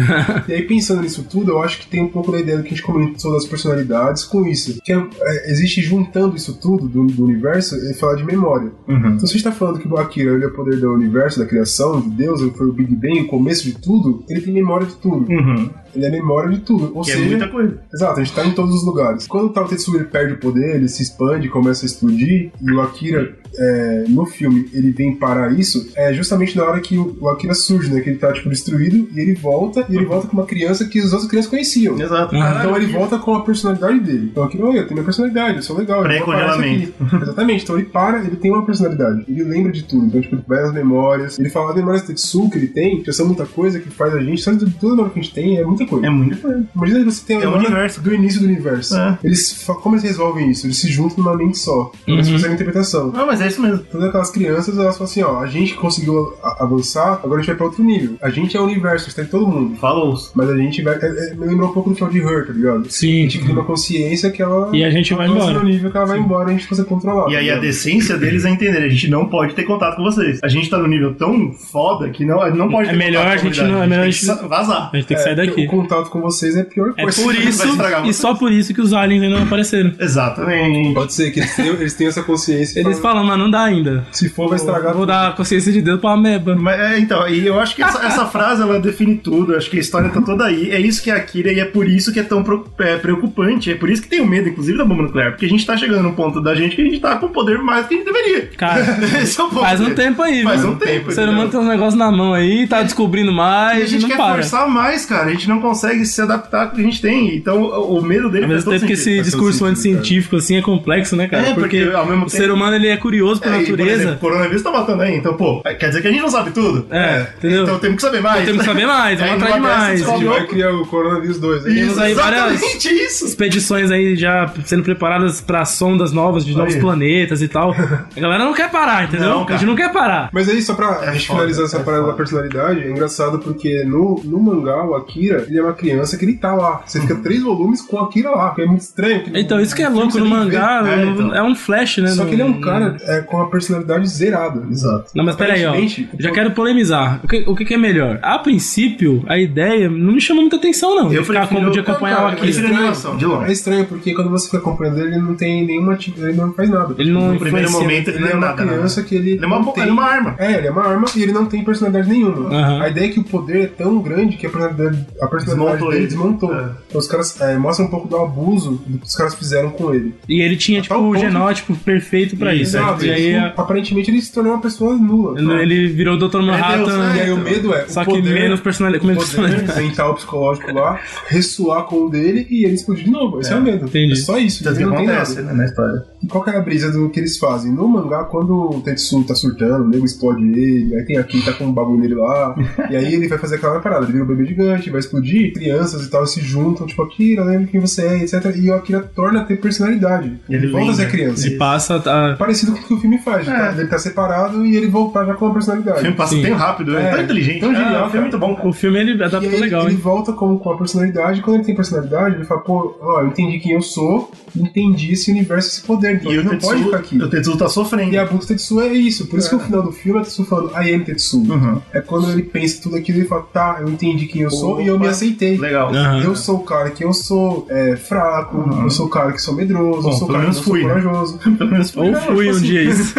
[SPEAKER 1] e aí, pensando nisso tudo, eu acho que tem um pouco da ideia do que a gente comentou das personalidades com isso. Que é, é, existe juntando isso tudo do, do universo e falar de memória.
[SPEAKER 2] Uhum.
[SPEAKER 1] Então, se a gente tá falando que o Akira ele é o poder do universo, da criação, de Deus, ele foi o Big Bang, o começo de tudo, ele tem memória de tudo.
[SPEAKER 2] Uhum.
[SPEAKER 1] Ele é memória de tudo. Ou
[SPEAKER 2] Que é
[SPEAKER 1] seja,
[SPEAKER 2] muita coisa.
[SPEAKER 1] Exato, a gente tá em todos os lugares. Quando o Tao Tetsu ele perde o poder, ele se expande, começa a explodir, e o Akira, é, no filme, ele vem parar isso, é justamente na hora que o, o Akira surge, né? Que ele tá, tipo, destruído, e ele volta, e ele volta com uma criança que as outras crianças conheciam.
[SPEAKER 2] Exato.
[SPEAKER 1] Então ele volta com a personalidade dele. Então aqui, olha, eu tenho minha personalidade, eu sou legal. eu vou parar isso aqui. Exatamente, então ele para, ele tem uma personalidade. Ele lembra de tudo. Então, tipo, ele vai nas memórias. Ele fala as memórias do Tetsu que ele tem, que são muita coisa que faz a gente. Sabe, toda memória que a gente tem é muita coisa.
[SPEAKER 2] É muita coisa.
[SPEAKER 1] Imagina você tem a
[SPEAKER 2] É o
[SPEAKER 1] memória
[SPEAKER 2] universo.
[SPEAKER 1] do início do universo.
[SPEAKER 2] É.
[SPEAKER 1] Eles, fa- como eles resolvem isso? Eles se juntam numa mente só. Eles
[SPEAKER 3] Uhum.
[SPEAKER 1] fazem a interpretação.
[SPEAKER 2] Não, mas é isso mesmo.
[SPEAKER 1] Todas aquelas crianças, elas falam assim, ó, a gente conseguiu a- avançar, agora a gente vai pra outro nível. A gente é o universo, está em todo mundo.
[SPEAKER 2] Falou.
[SPEAKER 1] Mas a gente vai. É, é, me lembrou um pouco do que é o de Her, tá ligado?
[SPEAKER 3] Sim.
[SPEAKER 1] A gente cria uma consciência que ela.
[SPEAKER 3] E a gente vai
[SPEAKER 1] avança
[SPEAKER 3] embora.
[SPEAKER 1] no nível que ela vai embora e a gente consegue controlar.
[SPEAKER 2] E aí
[SPEAKER 1] tá
[SPEAKER 2] a
[SPEAKER 1] ligado?
[SPEAKER 2] decência deles é entender, a gente não pode ter contato com vocês. A gente tá num nível tão foda que não, não pode
[SPEAKER 3] É
[SPEAKER 2] ter
[SPEAKER 3] melhor
[SPEAKER 2] contato com
[SPEAKER 3] a gente
[SPEAKER 2] humanidade.
[SPEAKER 3] não- é melhor
[SPEAKER 2] tem
[SPEAKER 3] a gente-
[SPEAKER 2] que sa- vazar.
[SPEAKER 3] A gente tem que sair
[SPEAKER 1] É, porque
[SPEAKER 3] daqui.
[SPEAKER 1] O contato com vocês é a pior
[SPEAKER 3] É
[SPEAKER 1] coisa.
[SPEAKER 3] por isso,
[SPEAKER 2] Vai estragar
[SPEAKER 3] e
[SPEAKER 2] muito.
[SPEAKER 3] só por isso que os aliens ainda não apareceram.
[SPEAKER 2] Exatamente.
[SPEAKER 1] Pode ser que eles tenham, eles tenham essa consciência. e
[SPEAKER 3] Eles
[SPEAKER 1] falam,
[SPEAKER 3] falam, mas não dá ainda.
[SPEAKER 1] Se for, vai estragar.
[SPEAKER 3] Vou dar a consciência de Deus pra uma meba.
[SPEAKER 2] Mas, é, então, aí eu acho que essa, essa frase ela define tudo. Eu acho que a história tá toda aí. É isso que é a Kira e é por isso que é tão pro- é, preocupante. É por isso que tem o medo, inclusive, da bomba nuclear. Porque a gente tá chegando num ponto da gente que a gente tá com poder mais do que a gente deveria.
[SPEAKER 3] Cara,
[SPEAKER 2] Esse é o ponto.
[SPEAKER 3] faz um
[SPEAKER 2] dele.
[SPEAKER 3] tempo aí,
[SPEAKER 2] Faz
[SPEAKER 3] mano.
[SPEAKER 2] um tempo,
[SPEAKER 3] O ser humano
[SPEAKER 2] entendeu? É.
[SPEAKER 3] tem uns negócios na mão aí, tá descobrindo
[SPEAKER 2] E
[SPEAKER 3] mais,
[SPEAKER 2] a gente
[SPEAKER 3] não
[SPEAKER 2] quer
[SPEAKER 3] para.
[SPEAKER 2] forçar mais, cara. A gente não consegue se adaptar com o que a gente tem. Então, o o medo dele faz
[SPEAKER 3] Ao mesmo
[SPEAKER 2] todo
[SPEAKER 3] tempo
[SPEAKER 2] sentido.
[SPEAKER 3] que esse
[SPEAKER 1] faz todo
[SPEAKER 3] discurso
[SPEAKER 1] sentido,
[SPEAKER 3] anticientífico, assim, é complexo, né, cara?
[SPEAKER 2] É, porque, ao mesmo
[SPEAKER 3] o
[SPEAKER 2] tempo-
[SPEAKER 3] ser humano, ele é curioso
[SPEAKER 2] É,
[SPEAKER 3] pela
[SPEAKER 2] e, por
[SPEAKER 3] natureza.
[SPEAKER 2] exemplo, o coronavírus tá matando aí, então, pô, quer dizer que a gente não sabe tudo?
[SPEAKER 3] É, entendeu?
[SPEAKER 2] Então temos que saber mais. É,
[SPEAKER 3] Temos que saber mais, vamos
[SPEAKER 2] Aí,
[SPEAKER 3] atrás de
[SPEAKER 2] numa dessas,
[SPEAKER 3] mais.
[SPEAKER 1] A gente
[SPEAKER 2] descobre
[SPEAKER 1] vai criar o Coronavírus 2. né?
[SPEAKER 2] Isso,
[SPEAKER 3] aí várias-
[SPEAKER 2] exatamente isso.
[SPEAKER 3] Expedições aí já sendo preparadas pra sondas novas, de novos
[SPEAKER 2] Aí.
[SPEAKER 3] planetas e tal. A galera não quer parar, entendeu?
[SPEAKER 2] Não,
[SPEAKER 3] a gente
[SPEAKER 2] cara.
[SPEAKER 3] não quer parar.
[SPEAKER 1] Mas aí, só pra
[SPEAKER 2] É
[SPEAKER 1] a gente
[SPEAKER 2] foda,
[SPEAKER 1] finalizar essa
[SPEAKER 2] é
[SPEAKER 1] parada
[SPEAKER 2] foda.
[SPEAKER 1] da personalidade, é engraçado porque no, no mangá, o Akira, ele é uma criança que ele tá lá. Você
[SPEAKER 2] Uhum.
[SPEAKER 1] fica três volumes com o Akira lá, que é muito estranho. que no-
[SPEAKER 3] Então, isso que é
[SPEAKER 1] no filme
[SPEAKER 3] louco
[SPEAKER 1] você
[SPEAKER 3] no
[SPEAKER 1] nem
[SPEAKER 3] mangá,
[SPEAKER 2] vê.
[SPEAKER 3] é,
[SPEAKER 2] É, então.
[SPEAKER 3] um flash, né?
[SPEAKER 1] vê. Só
[SPEAKER 3] no-
[SPEAKER 1] que ele é um cara é, com a personalidade zerada.
[SPEAKER 2] Exato.
[SPEAKER 3] Não, mas peraí, ó.
[SPEAKER 1] Aparentemente,
[SPEAKER 3] Já quero polemizar. O que, o que que é melhor? A princípio, a ideia não me chamou muita atenção, não. de
[SPEAKER 2] Eu
[SPEAKER 3] ficar
[SPEAKER 2] prefiro-
[SPEAKER 3] como de
[SPEAKER 2] Não,
[SPEAKER 3] acompanhar
[SPEAKER 1] cara,
[SPEAKER 3] o tá?
[SPEAKER 1] eu
[SPEAKER 3] Akira.
[SPEAKER 2] Aqui
[SPEAKER 1] prefiro-
[SPEAKER 2] na animação, de
[SPEAKER 1] É
[SPEAKER 2] longe.
[SPEAKER 1] estranho, porque quando você fica acompanhando ele, ele não tem nenhuma atividade, ele não faz nada.
[SPEAKER 3] Ele não
[SPEAKER 2] No primeiro
[SPEAKER 3] influencia,
[SPEAKER 2] momento ele
[SPEAKER 1] Ele
[SPEAKER 2] não
[SPEAKER 1] é
[SPEAKER 2] é
[SPEAKER 1] uma
[SPEAKER 2] nada. né?
[SPEAKER 1] criança que ele.
[SPEAKER 2] Ele é uma
[SPEAKER 1] não
[SPEAKER 2] bo-
[SPEAKER 1] tem-
[SPEAKER 2] ele é uma arma.
[SPEAKER 1] É, ele é uma arma e ele não tem personalidade nenhuma.
[SPEAKER 3] Aham.
[SPEAKER 1] A ideia é que o poder é tão grande que a personalidade, a personalidade
[SPEAKER 2] Desmontou
[SPEAKER 1] dele
[SPEAKER 2] ele.
[SPEAKER 1] desmontou.
[SPEAKER 2] É.
[SPEAKER 1] Então os caras é, mostram um pouco do abuso do que os caras fizeram com ele.
[SPEAKER 3] E ele tinha, tipo,
[SPEAKER 1] tal
[SPEAKER 3] o
[SPEAKER 1] ponto-
[SPEAKER 3] genótipo perfeito pra isso. né?
[SPEAKER 1] Exato,
[SPEAKER 3] E aí,
[SPEAKER 1] isso,
[SPEAKER 3] a-
[SPEAKER 1] aparentemente, ele se tornou uma pessoa nula.
[SPEAKER 3] ele- ele virou o Dr.
[SPEAKER 2] Deus,
[SPEAKER 3] Manhattan.
[SPEAKER 2] né?
[SPEAKER 1] E aí o medo é.
[SPEAKER 3] Só
[SPEAKER 1] o
[SPEAKER 3] que
[SPEAKER 1] poder,
[SPEAKER 3] menos personalidade. Com menos
[SPEAKER 1] o poder
[SPEAKER 3] personalidade.
[SPEAKER 1] mental psicológico lá, ressoar com o dele e ele explodir de novo. Esse é, o medo.
[SPEAKER 3] entendi.
[SPEAKER 1] É só isso.
[SPEAKER 2] Então, o
[SPEAKER 1] ele
[SPEAKER 2] que
[SPEAKER 1] não tem nada.
[SPEAKER 2] acontece né, na história?
[SPEAKER 1] E qual que é a brisa do que eles fazem? No mangá, quando o Tetsu tá surtando, o nego explode ele, aí tem aqui, tá com um bagulho nele lá, e aí ele vai fazer aquela parada, ele vira um bebê gigante, vai explodir, crianças e tal se juntam, tipo, Akira, lembra quem você é, etc. E o Akira torna a ter personalidade.
[SPEAKER 2] Ele
[SPEAKER 1] Ele volta a ser
[SPEAKER 2] lembra.
[SPEAKER 1] criança.
[SPEAKER 3] Se passa a...
[SPEAKER 1] É Parecido com o que o filme faz, tá? ele tá separado e ele voltar já com a
[SPEAKER 2] O
[SPEAKER 1] personalidade.
[SPEAKER 2] filme passa
[SPEAKER 3] Sim.
[SPEAKER 2] tão rápido, é,
[SPEAKER 1] É,
[SPEAKER 2] tão inteligente.
[SPEAKER 1] tão genial,
[SPEAKER 2] Ah, o filme é muito
[SPEAKER 1] cara.
[SPEAKER 2] bom, cara.
[SPEAKER 3] O filme ele
[SPEAKER 1] E
[SPEAKER 3] adaptou
[SPEAKER 1] aí
[SPEAKER 3] legal,
[SPEAKER 1] ele
[SPEAKER 3] hein?
[SPEAKER 1] volta com, com a personalidade, e quando ele tem personalidade, ele fala, pô, ó, eu entendi quem eu sou, entendi esse universo, esse poder, então
[SPEAKER 2] E
[SPEAKER 1] ele
[SPEAKER 2] o
[SPEAKER 1] não pode
[SPEAKER 2] Tetsu,
[SPEAKER 1] ficar aqui.
[SPEAKER 2] o Tetsu tá sofrendo.
[SPEAKER 1] E a busca Tetsu é isso. Por isso que o final do filme é Tetsu falando I am Tetsu.
[SPEAKER 2] Uhum.
[SPEAKER 1] É quando ele pensa tudo aquilo e fala, tá, eu entendi quem eu sou e eu me
[SPEAKER 2] Opa.
[SPEAKER 1] aceitei.
[SPEAKER 2] Legal.
[SPEAKER 3] Aham.
[SPEAKER 1] assim, Eu sou o cara que eu sou é, fraco, eu sou o cara que sou medroso,
[SPEAKER 2] Bom,
[SPEAKER 1] eu sou o cara
[SPEAKER 2] pelo
[SPEAKER 1] que
[SPEAKER 2] menos
[SPEAKER 1] não sou
[SPEAKER 2] fui, né?
[SPEAKER 1] corajoso.
[SPEAKER 2] Pelo menos foi,
[SPEAKER 3] Ou
[SPEAKER 2] né?
[SPEAKER 3] fui um dia isso.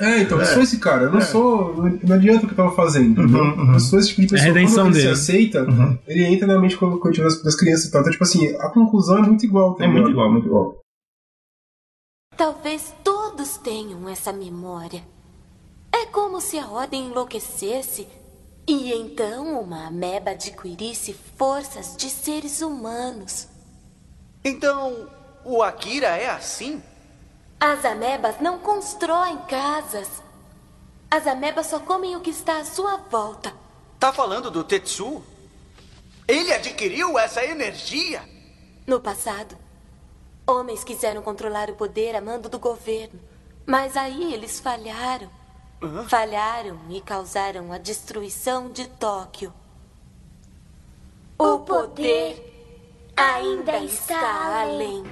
[SPEAKER 1] É, então, eu sou esse cara, eu não sou. Não adianta o que eu tava fazendo.
[SPEAKER 2] Uhum,
[SPEAKER 1] entendeu? Eu sou esse tipo de pessoa.
[SPEAKER 3] É a redenção
[SPEAKER 1] quando ele
[SPEAKER 3] dele.
[SPEAKER 1] se aceita, ele entra na mente co- coletiva das, das crianças e tal. Então, tipo assim, a conclusão é muito igual. tá
[SPEAKER 2] É muito
[SPEAKER 1] ligado?
[SPEAKER 2] igual, muito igual.
[SPEAKER 10] Talvez todos tenham essa memória. É como se a ordem enlouquecesse e então uma ameba adquirisse forças de seres humanos.
[SPEAKER 8] Então, o Akira é assim?
[SPEAKER 10] As amebas não constroem casas. As amebas só comem o que está à sua volta.
[SPEAKER 8] Tá falando do Tetsu? Ele adquiriu essa energia?
[SPEAKER 10] No passado, homens quiseram controlar o poder a mando do governo. Mas aí eles falharam. Falharam e causaram a destruição de Tóquio. O poder ainda está além.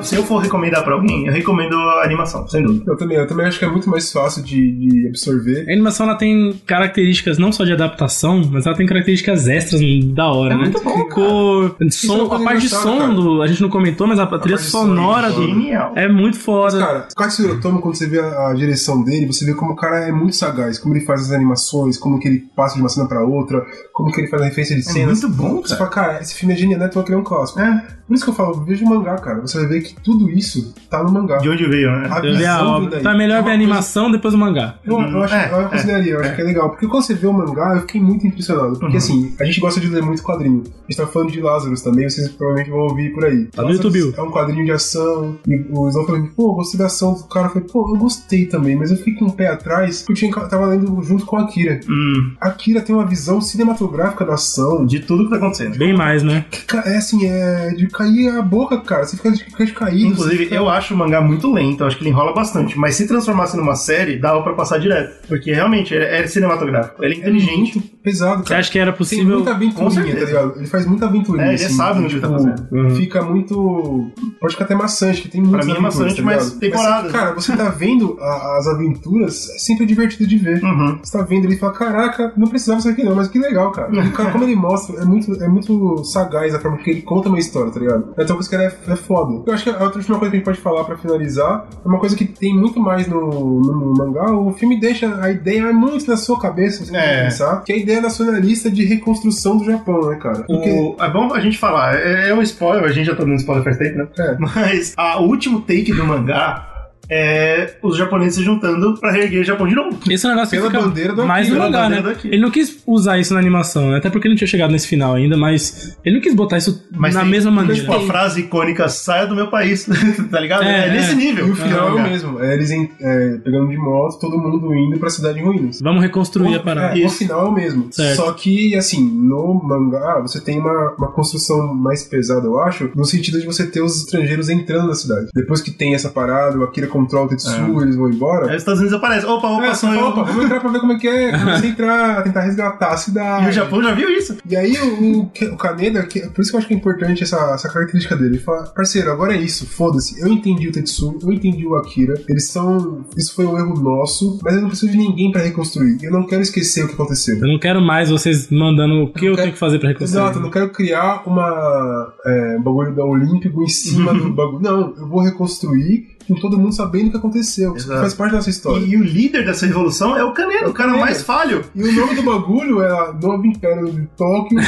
[SPEAKER 2] Se eu for recomendar pra alguém, eu recomendo a animação, sem dúvida.
[SPEAKER 1] Eu também, eu também acho que é muito mais fácil de, de absorver.
[SPEAKER 3] A animação ela tem características não só de adaptação, mas ela tem características extras da hora, né?
[SPEAKER 1] É muito bom,
[SPEAKER 3] Cor,
[SPEAKER 1] é uma
[SPEAKER 3] som, a
[SPEAKER 1] coisa
[SPEAKER 3] parte de
[SPEAKER 1] engraçada,
[SPEAKER 3] som
[SPEAKER 1] cara.
[SPEAKER 3] do, a gente não comentou, mas a, trilha
[SPEAKER 1] parte de som
[SPEAKER 3] sonora
[SPEAKER 1] é
[SPEAKER 3] do
[SPEAKER 2] Genial.
[SPEAKER 3] é muito foda.
[SPEAKER 1] Cara, Katsuhiro Otomo, quando você vê a, a direção dele, você vê como o cara é muito sagaz, como ele faz as animações, como que ele passa de uma cena pra outra, como que ele faz a referência de cenas.
[SPEAKER 2] É muito bom,
[SPEAKER 1] Você
[SPEAKER 2] cara.
[SPEAKER 1] fala, cara, esse filme é genial, né? Tô criando um clássico.
[SPEAKER 2] É,
[SPEAKER 1] Por isso que eu falo, veja o mangá, cara. Você vai ver que tudo isso tá no
[SPEAKER 3] É.
[SPEAKER 1] mangá.
[SPEAKER 2] de onde veio, né?
[SPEAKER 1] A
[SPEAKER 3] Eu vi a
[SPEAKER 1] visão
[SPEAKER 3] obra.
[SPEAKER 1] daí.
[SPEAKER 3] Então é melhor
[SPEAKER 1] Uma
[SPEAKER 3] ver a
[SPEAKER 1] coisa-
[SPEAKER 3] animação, depois o mangá.
[SPEAKER 1] Eu, eu acho,
[SPEAKER 2] É,
[SPEAKER 1] eu consideraria, eu acho que é legal. Porque quando você vê o mangá, eu fiquei muito impressionado. Porque
[SPEAKER 3] Uhum.
[SPEAKER 1] assim, a gente gosta de ler muito quadrinho. A gente tá falando de Lazarus também, vocês provavelmente vão ouvir por aí.
[SPEAKER 3] Tá no
[SPEAKER 1] Lazarus
[SPEAKER 3] YouTube.
[SPEAKER 1] É um quadrinho de ação. E o Slow falando, pô, eu gostei da ação do cara. Eu falei, pô, eu gostei também, mas eu fiquei com o pé atrás porque eu tinha, tava lendo junto com a Akira.
[SPEAKER 2] Hum,
[SPEAKER 1] A Akira tem uma visão cinematográfica da ação.
[SPEAKER 2] de tudo que tá acontecendo.
[SPEAKER 3] Bem mais, né?
[SPEAKER 1] Que ca- é assim, é de cair a boca, cara. Você fica de, fica de caído.
[SPEAKER 2] Inclusive, eu acho o mangá muito lento, eu acho que ele enrola bastante. Mas se transformasse numa série, dava pra passar direto. Porque realmente, ele é cinematográfico. Ele é
[SPEAKER 1] é
[SPEAKER 2] inteligente.
[SPEAKER 1] muito pesado,
[SPEAKER 3] Você
[SPEAKER 1] cara.
[SPEAKER 3] acha que era
[SPEAKER 1] Tem
[SPEAKER 3] possível
[SPEAKER 1] muita
[SPEAKER 2] Com
[SPEAKER 1] aventurinha,
[SPEAKER 2] certeza.
[SPEAKER 1] tá ligado? Ele faz muita aventurinha.
[SPEAKER 2] É, ele
[SPEAKER 1] assim,
[SPEAKER 2] sabe no que tá fazendo.
[SPEAKER 3] Uhum.
[SPEAKER 1] Fica muito. Pode ficar até maçante, que tem muitas
[SPEAKER 2] mim é
[SPEAKER 1] aventuras,
[SPEAKER 2] maçante,
[SPEAKER 1] tá
[SPEAKER 2] mas
[SPEAKER 1] ligado?
[SPEAKER 2] temporadas.
[SPEAKER 1] Cara, você tá vendo a- as aventuras, é sempre divertido de ver.
[SPEAKER 2] Uhum.
[SPEAKER 1] Você tá vendo ele e fala, caraca, não precisava isso aqui não, mas que legal, cara. E, cara, como ele mostra, é muito, é muito sagaz a forma que ele conta uma história, tá ligado? Então coisa que ele é, é foda. Eu acho que a outra última coisa que a gente pode falar pra finalizar é uma coisa que tem muito mais no, no mangá. O filme deixa a ideia muito na sua cabeça, se você
[SPEAKER 2] É.
[SPEAKER 1] pensar, que é a ideia nacionalista de reconstrução do Japão, né, cara? Porque...
[SPEAKER 2] O- é bom a gente falar, é, é um spoiler, a gente já tá dando spoiler faz tempo, né?
[SPEAKER 1] É.
[SPEAKER 2] Mas a- o último take do mangá é os japoneses se juntando pra reerguer o Japão de novo.
[SPEAKER 3] Esse negócio
[SPEAKER 1] Pela
[SPEAKER 3] fica
[SPEAKER 1] bandeira do
[SPEAKER 3] mais
[SPEAKER 1] Akira,
[SPEAKER 3] no
[SPEAKER 1] pela
[SPEAKER 3] mangá, né?
[SPEAKER 2] bandeira do Akira.
[SPEAKER 3] Ele não quis usar isso na animação, né? Até porque ele não tinha chegado nesse final ainda, mas ele não quis botar isso
[SPEAKER 2] Mas
[SPEAKER 3] na
[SPEAKER 2] tem-
[SPEAKER 3] mesma maneira.
[SPEAKER 2] Tipo, a frase icônica, saia do meu país, tá ligado?
[SPEAKER 3] É,
[SPEAKER 2] É,
[SPEAKER 3] é.
[SPEAKER 2] nesse nível.
[SPEAKER 1] E o final é o
[SPEAKER 2] mangá.
[SPEAKER 1] mesmo. É, eles em- é, pegando de moto, todo mundo indo pra cidade em ruínas.
[SPEAKER 3] Vamos reconstruir a parada.
[SPEAKER 1] É, o
[SPEAKER 2] Isso.
[SPEAKER 1] final é o mesmo.
[SPEAKER 3] Certo.
[SPEAKER 1] Só que, assim, no mangá, ah, você tem uma, uma construção mais pesada, eu acho, no sentido de você ter os estrangeiros entrando na cidade. Depois que tem essa parada, o Akira controla o Tetsu, eles vão embora.
[SPEAKER 2] Aí os Estados Unidos aparecem. Opa, É. opa,
[SPEAKER 1] É, você
[SPEAKER 2] sou
[SPEAKER 1] fala,
[SPEAKER 2] eu.
[SPEAKER 1] opa, vamos entrar pra ver como é que é. Começa a entrar, a tentar resgatar a cidade.
[SPEAKER 2] E o Japão já viu isso.
[SPEAKER 1] E aí o, o Kaneda, que- por isso que eu acho que é importante essa, essa característica dele. Ele fala, parceiro, agora é isso, foda-se. Eu entendi o Tetsu, eu entendi o Akira. Eles são. Isso foi um erro nosso, mas eu não preciso de ninguém pra reconstruir. Eu não quero esquecer o que aconteceu.
[SPEAKER 3] Eu não quero mais vocês mandando o que eu,
[SPEAKER 1] quero-
[SPEAKER 3] tenho que fazer pra reconstruir.
[SPEAKER 1] Exato, eu não quero criar uma é, um bagulho da Olímpico em cima do bagulho. Não, eu vou reconstruir com todo mundo sabendo o que aconteceu. Isso
[SPEAKER 2] Exato.
[SPEAKER 1] faz parte da nossa história.
[SPEAKER 2] E, e o líder dessa revolução é o Canelo, o cara
[SPEAKER 1] Kaneda.
[SPEAKER 2] mais falho.
[SPEAKER 1] E o nome do bagulho é Novo Império de Tóquio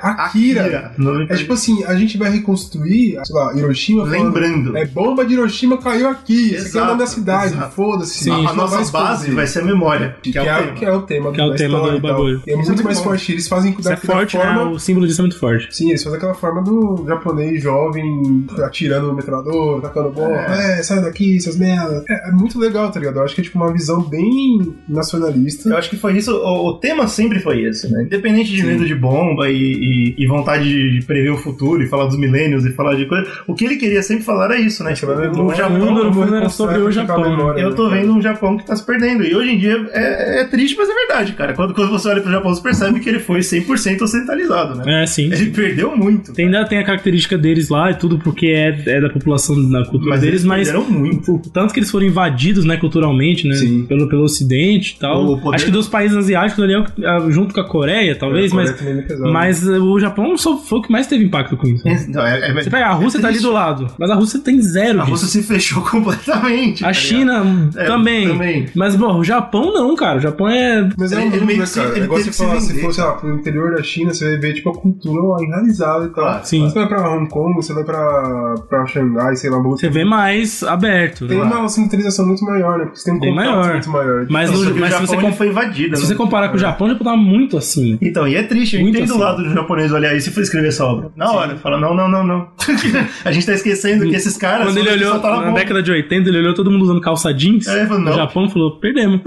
[SPEAKER 1] Akira.
[SPEAKER 2] No-
[SPEAKER 1] É tipo assim, a gente vai reconstruir, sei lá, Hiroshima. falando,
[SPEAKER 2] Lembrando.
[SPEAKER 1] é bomba de Hiroshima caiu aqui. Esse aqui é o nome da
[SPEAKER 2] Exato,
[SPEAKER 1] cidade.
[SPEAKER 2] exato.
[SPEAKER 1] Foda-se.
[SPEAKER 2] a,
[SPEAKER 1] gente
[SPEAKER 2] a
[SPEAKER 1] não vai
[SPEAKER 2] nossa
[SPEAKER 1] esconder.
[SPEAKER 2] base vai ser a memória. Que,
[SPEAKER 1] Que
[SPEAKER 2] é o
[SPEAKER 1] é,
[SPEAKER 2] tema.
[SPEAKER 1] que é o tema,
[SPEAKER 3] Que é o
[SPEAKER 1] da
[SPEAKER 3] tema
[SPEAKER 1] história
[SPEAKER 3] do
[SPEAKER 1] e tal.
[SPEAKER 3] bagulho.
[SPEAKER 1] E é muito
[SPEAKER 2] muito
[SPEAKER 1] mais
[SPEAKER 2] bom.
[SPEAKER 1] forte. Eles fazem
[SPEAKER 3] Isso é
[SPEAKER 1] daquela
[SPEAKER 3] forte, né?
[SPEAKER 1] forma.
[SPEAKER 3] O símbolo disso é muito forte.
[SPEAKER 1] Sim, eles fazem aquela forma do japonês jovem atirando no metralhador, tacando bola. É, sai daqui, seus merda. É, é muito legal, tá ligado? Eu acho que é tipo uma visão bem nacionalista.
[SPEAKER 2] Eu acho que foi isso, o, o tema sempre foi esse, né? Independente de medo de bomba e, e- e vontade de, de prever o futuro e falar dos milênios e falar de coisa, o que ele queria sempre falar era isso, né? Tipo,
[SPEAKER 1] é
[SPEAKER 2] o
[SPEAKER 3] mundo,
[SPEAKER 2] Japão.
[SPEAKER 3] no fundo, era
[SPEAKER 1] reconstrói
[SPEAKER 3] sobre o
[SPEAKER 1] aquela
[SPEAKER 3] Japão.
[SPEAKER 1] memória,
[SPEAKER 2] Eu
[SPEAKER 1] um né,
[SPEAKER 2] tô
[SPEAKER 1] cara?
[SPEAKER 2] vendo um Japão que tá se perdendo. E hoje em dia é, é triste, mas é verdade, cara. Quando, quando você olha pro Japão, você percebe que ele foi 100% ocidentalizado, né?
[SPEAKER 3] É, sim.
[SPEAKER 2] Ele perdeu muito.
[SPEAKER 3] Tem, ainda tem a característica deles lá e tudo, porque é, é da população, da cultura
[SPEAKER 2] mas
[SPEAKER 3] deles,
[SPEAKER 2] eles
[SPEAKER 3] mas
[SPEAKER 2] perderam muito.
[SPEAKER 3] o tanto que eles foram invadidos, né, culturalmente, né,
[SPEAKER 1] Sim.
[SPEAKER 3] pelo, pelo ocidente e tal.
[SPEAKER 2] O poder-
[SPEAKER 3] Acho que dos países asiáticos ali, é o que- ah, junto com a Coreia, talvez,
[SPEAKER 1] A Coreia
[SPEAKER 3] mas,
[SPEAKER 1] também é muito pesada.
[SPEAKER 3] mas ah, o Japão só foi o que mais teve impacto com isso.
[SPEAKER 2] Então, é- é-
[SPEAKER 3] Você pega a Rússia,
[SPEAKER 2] é
[SPEAKER 3] tá ali
[SPEAKER 2] triste.
[SPEAKER 3] do lado, mas a Rússia tem zero
[SPEAKER 2] A
[SPEAKER 3] disso.
[SPEAKER 2] Rússia se fechou completamente. tá
[SPEAKER 3] A China
[SPEAKER 2] É,
[SPEAKER 3] também.
[SPEAKER 2] também.
[SPEAKER 3] Mas, bom, o Japão não, cara. O Japão é.
[SPEAKER 1] Mas é
[SPEAKER 2] Ele-
[SPEAKER 1] um
[SPEAKER 2] ele
[SPEAKER 1] mundo,
[SPEAKER 2] meio
[SPEAKER 1] né,
[SPEAKER 2] que se-
[SPEAKER 1] cara?
[SPEAKER 2] ele
[SPEAKER 1] É igual
[SPEAKER 2] teve
[SPEAKER 1] você
[SPEAKER 2] que se
[SPEAKER 1] falar, se
[SPEAKER 2] vender,
[SPEAKER 1] for, sei lá, pro interior da China, você vai ver, tipo, a cultura lá enraizada e tal.
[SPEAKER 2] Claro,
[SPEAKER 3] sim.
[SPEAKER 1] Você vai pra Hong Kong, você vai pra, pra Xangai, sei lá, um
[SPEAKER 3] Você vê mais aberto.
[SPEAKER 1] Tem
[SPEAKER 3] né?
[SPEAKER 1] uma centralização muito maior, né? Porque você tem um
[SPEAKER 3] Bem
[SPEAKER 1] contato
[SPEAKER 3] maior.
[SPEAKER 1] muito maior.
[SPEAKER 3] Mas,
[SPEAKER 2] Então, Só
[SPEAKER 3] no-
[SPEAKER 2] que o
[SPEAKER 3] mas se,
[SPEAKER 2] Japão
[SPEAKER 3] você
[SPEAKER 2] ele
[SPEAKER 3] com-
[SPEAKER 2] foi invadido.
[SPEAKER 3] se
[SPEAKER 2] né?
[SPEAKER 3] você comparar com o Japão, o Japão tá muito assim. né?
[SPEAKER 2] Então, e é triste, eu
[SPEAKER 3] Muito
[SPEAKER 2] entendo o
[SPEAKER 3] assim.
[SPEAKER 2] lado do japonês olhar isso e foi escrever essa obra. Na hora, fala, não, não, não, não. a gente tá esquecendo que esses caras.
[SPEAKER 3] Quando
[SPEAKER 2] são
[SPEAKER 3] ele
[SPEAKER 2] os que tá
[SPEAKER 3] olhou
[SPEAKER 2] soltaram a
[SPEAKER 3] na
[SPEAKER 2] bomba.
[SPEAKER 3] década de 80, ele olhou todo mundo usando calça jeans.
[SPEAKER 2] É, ele falou,
[SPEAKER 3] no
[SPEAKER 2] não.
[SPEAKER 3] Japão falou: perdemos.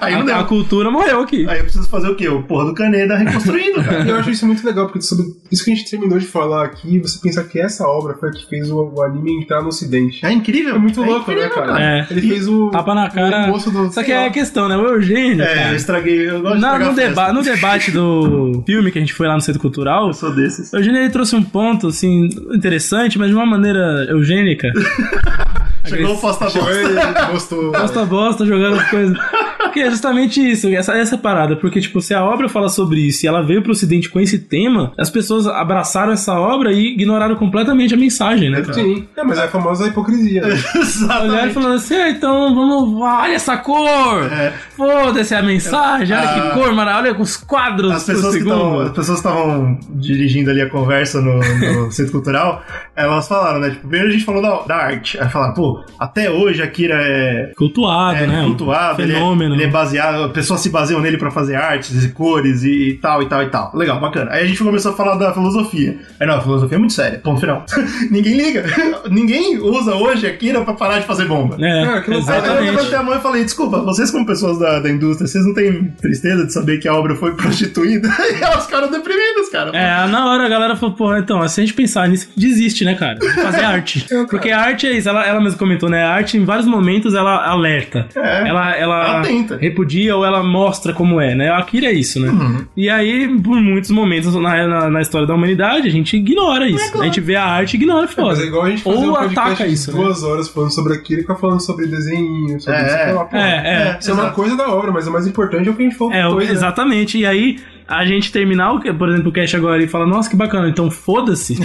[SPEAKER 2] Aí não
[SPEAKER 3] a, a
[SPEAKER 2] deu.
[SPEAKER 3] cultura morreu aqui.
[SPEAKER 2] Aí eu preciso fazer o quê? O porra do Caneda reconstruindo, cara.
[SPEAKER 1] E eu acho isso muito legal, porque sobre isso que a gente terminou de falar aqui, você pensar que essa obra foi a que fez o, o anime entrar no ocidente.
[SPEAKER 2] É incrível.
[SPEAKER 1] É muito louco,
[SPEAKER 2] incrível,
[SPEAKER 1] né, cara?
[SPEAKER 3] É.
[SPEAKER 1] Ele fez o.
[SPEAKER 3] Tapa na cara.
[SPEAKER 1] o moço do-
[SPEAKER 3] Só
[SPEAKER 1] sei
[SPEAKER 3] que é
[SPEAKER 1] lá.
[SPEAKER 3] a questão, né? O Eugênio.
[SPEAKER 2] É,
[SPEAKER 3] cara,
[SPEAKER 2] eu estraguei. Eu gosto
[SPEAKER 3] na-
[SPEAKER 2] de
[SPEAKER 3] no,
[SPEAKER 2] estragar
[SPEAKER 3] deba-
[SPEAKER 2] festa.
[SPEAKER 3] no debate do filme que a gente foi lá no Centro Cultural,
[SPEAKER 2] Eu sou desses.
[SPEAKER 3] o Eugênio ele trouxe um ponto, assim, interessante, mas de uma maneira eugênica.
[SPEAKER 2] Chegou o posta
[SPEAKER 1] Chegou
[SPEAKER 2] bosta.
[SPEAKER 1] ele gostou.
[SPEAKER 3] Bosta bosta jogando as coisas. Porque é justamente isso, essa, essa parada. Porque, tipo, se a obra fala sobre isso e ela veio pro ocidente com esse tema, as pessoas abraçaram essa obra e ignoraram completamente a mensagem, né? cara? É.
[SPEAKER 1] Sim. É, mas é a famosa hipocrisia. Né?
[SPEAKER 3] Olharam e
[SPEAKER 2] Exatamente.
[SPEAKER 3] falaram assim: "Ah, então vamos. Olha essa cor! Foda-se a mensagem, olha
[SPEAKER 2] É. Ah.
[SPEAKER 3] que cor, mano, olha os quadros
[SPEAKER 2] As
[SPEAKER 3] por
[SPEAKER 2] pessoas, que tavam, as
[SPEAKER 3] segundo.
[SPEAKER 2] pessoas que estavam dirigindo ali a conversa no, no Centro Cultural, elas falaram, né? Tipo, primeiro a gente falou da, da arte. Aí falaram, pô, até hoje Akira é,
[SPEAKER 3] Cultuado,
[SPEAKER 2] é
[SPEAKER 3] né?
[SPEAKER 2] cultuado, ele é-
[SPEAKER 3] Fenômeno.
[SPEAKER 2] ele é baseado, pessoas se baseiam nele pra fazer artes e cores e, e tal e tal e tal. Legal, bacana. Aí a gente começou a falar da filosofia. Aí não, a filosofia é muito séria, ponto final. Ninguém liga. Ninguém usa hoje Akira pra parar de fazer bomba.
[SPEAKER 3] É,
[SPEAKER 1] Cara, que loucura.
[SPEAKER 2] Aí eu
[SPEAKER 3] exatamente.
[SPEAKER 2] levantei a mão e falei, desculpa, vocês como pessoas da, da indústria, vocês não têm tristeza de saber que a obra foi prostituída? E elas ficaram deprimidas, cara.
[SPEAKER 3] É, na hora a galera falou, porra, então, se a gente pensar nisso, desiste, né, cara? Fazer arte. Porque a arte é isso, ela, ela mesma comentou, né? A arte, em vários momentos, ela alerta.
[SPEAKER 2] É.
[SPEAKER 3] Ela, ela,
[SPEAKER 2] Ela tenta.
[SPEAKER 3] repudia ou ela mostra como é, né? A Akira é isso, né? E aí, por muitos momentos na, na, na história da humanidade, a gente ignora isso. A gente vê a arte e ignora,
[SPEAKER 1] Mas
[SPEAKER 3] foda.
[SPEAKER 1] é igual a gente fazer
[SPEAKER 3] ou
[SPEAKER 1] um
[SPEAKER 3] ataca
[SPEAKER 1] podcast de
[SPEAKER 3] isso, né?
[SPEAKER 1] duas horas falando sobre aquilo e ficar falando sobre desenho, sobre
[SPEAKER 2] É,
[SPEAKER 1] isso,
[SPEAKER 2] é.
[SPEAKER 1] sei lá, pô.
[SPEAKER 3] É, é.
[SPEAKER 1] Isso é uma coisa da obra, mas o mais importante é o que a gente falou
[SPEAKER 3] É,
[SPEAKER 1] depois, né?
[SPEAKER 3] exatamente. E aí, a gente terminar, o, que- por exemplo, o cast agora e falar, nossa, que bacana, então foda-se.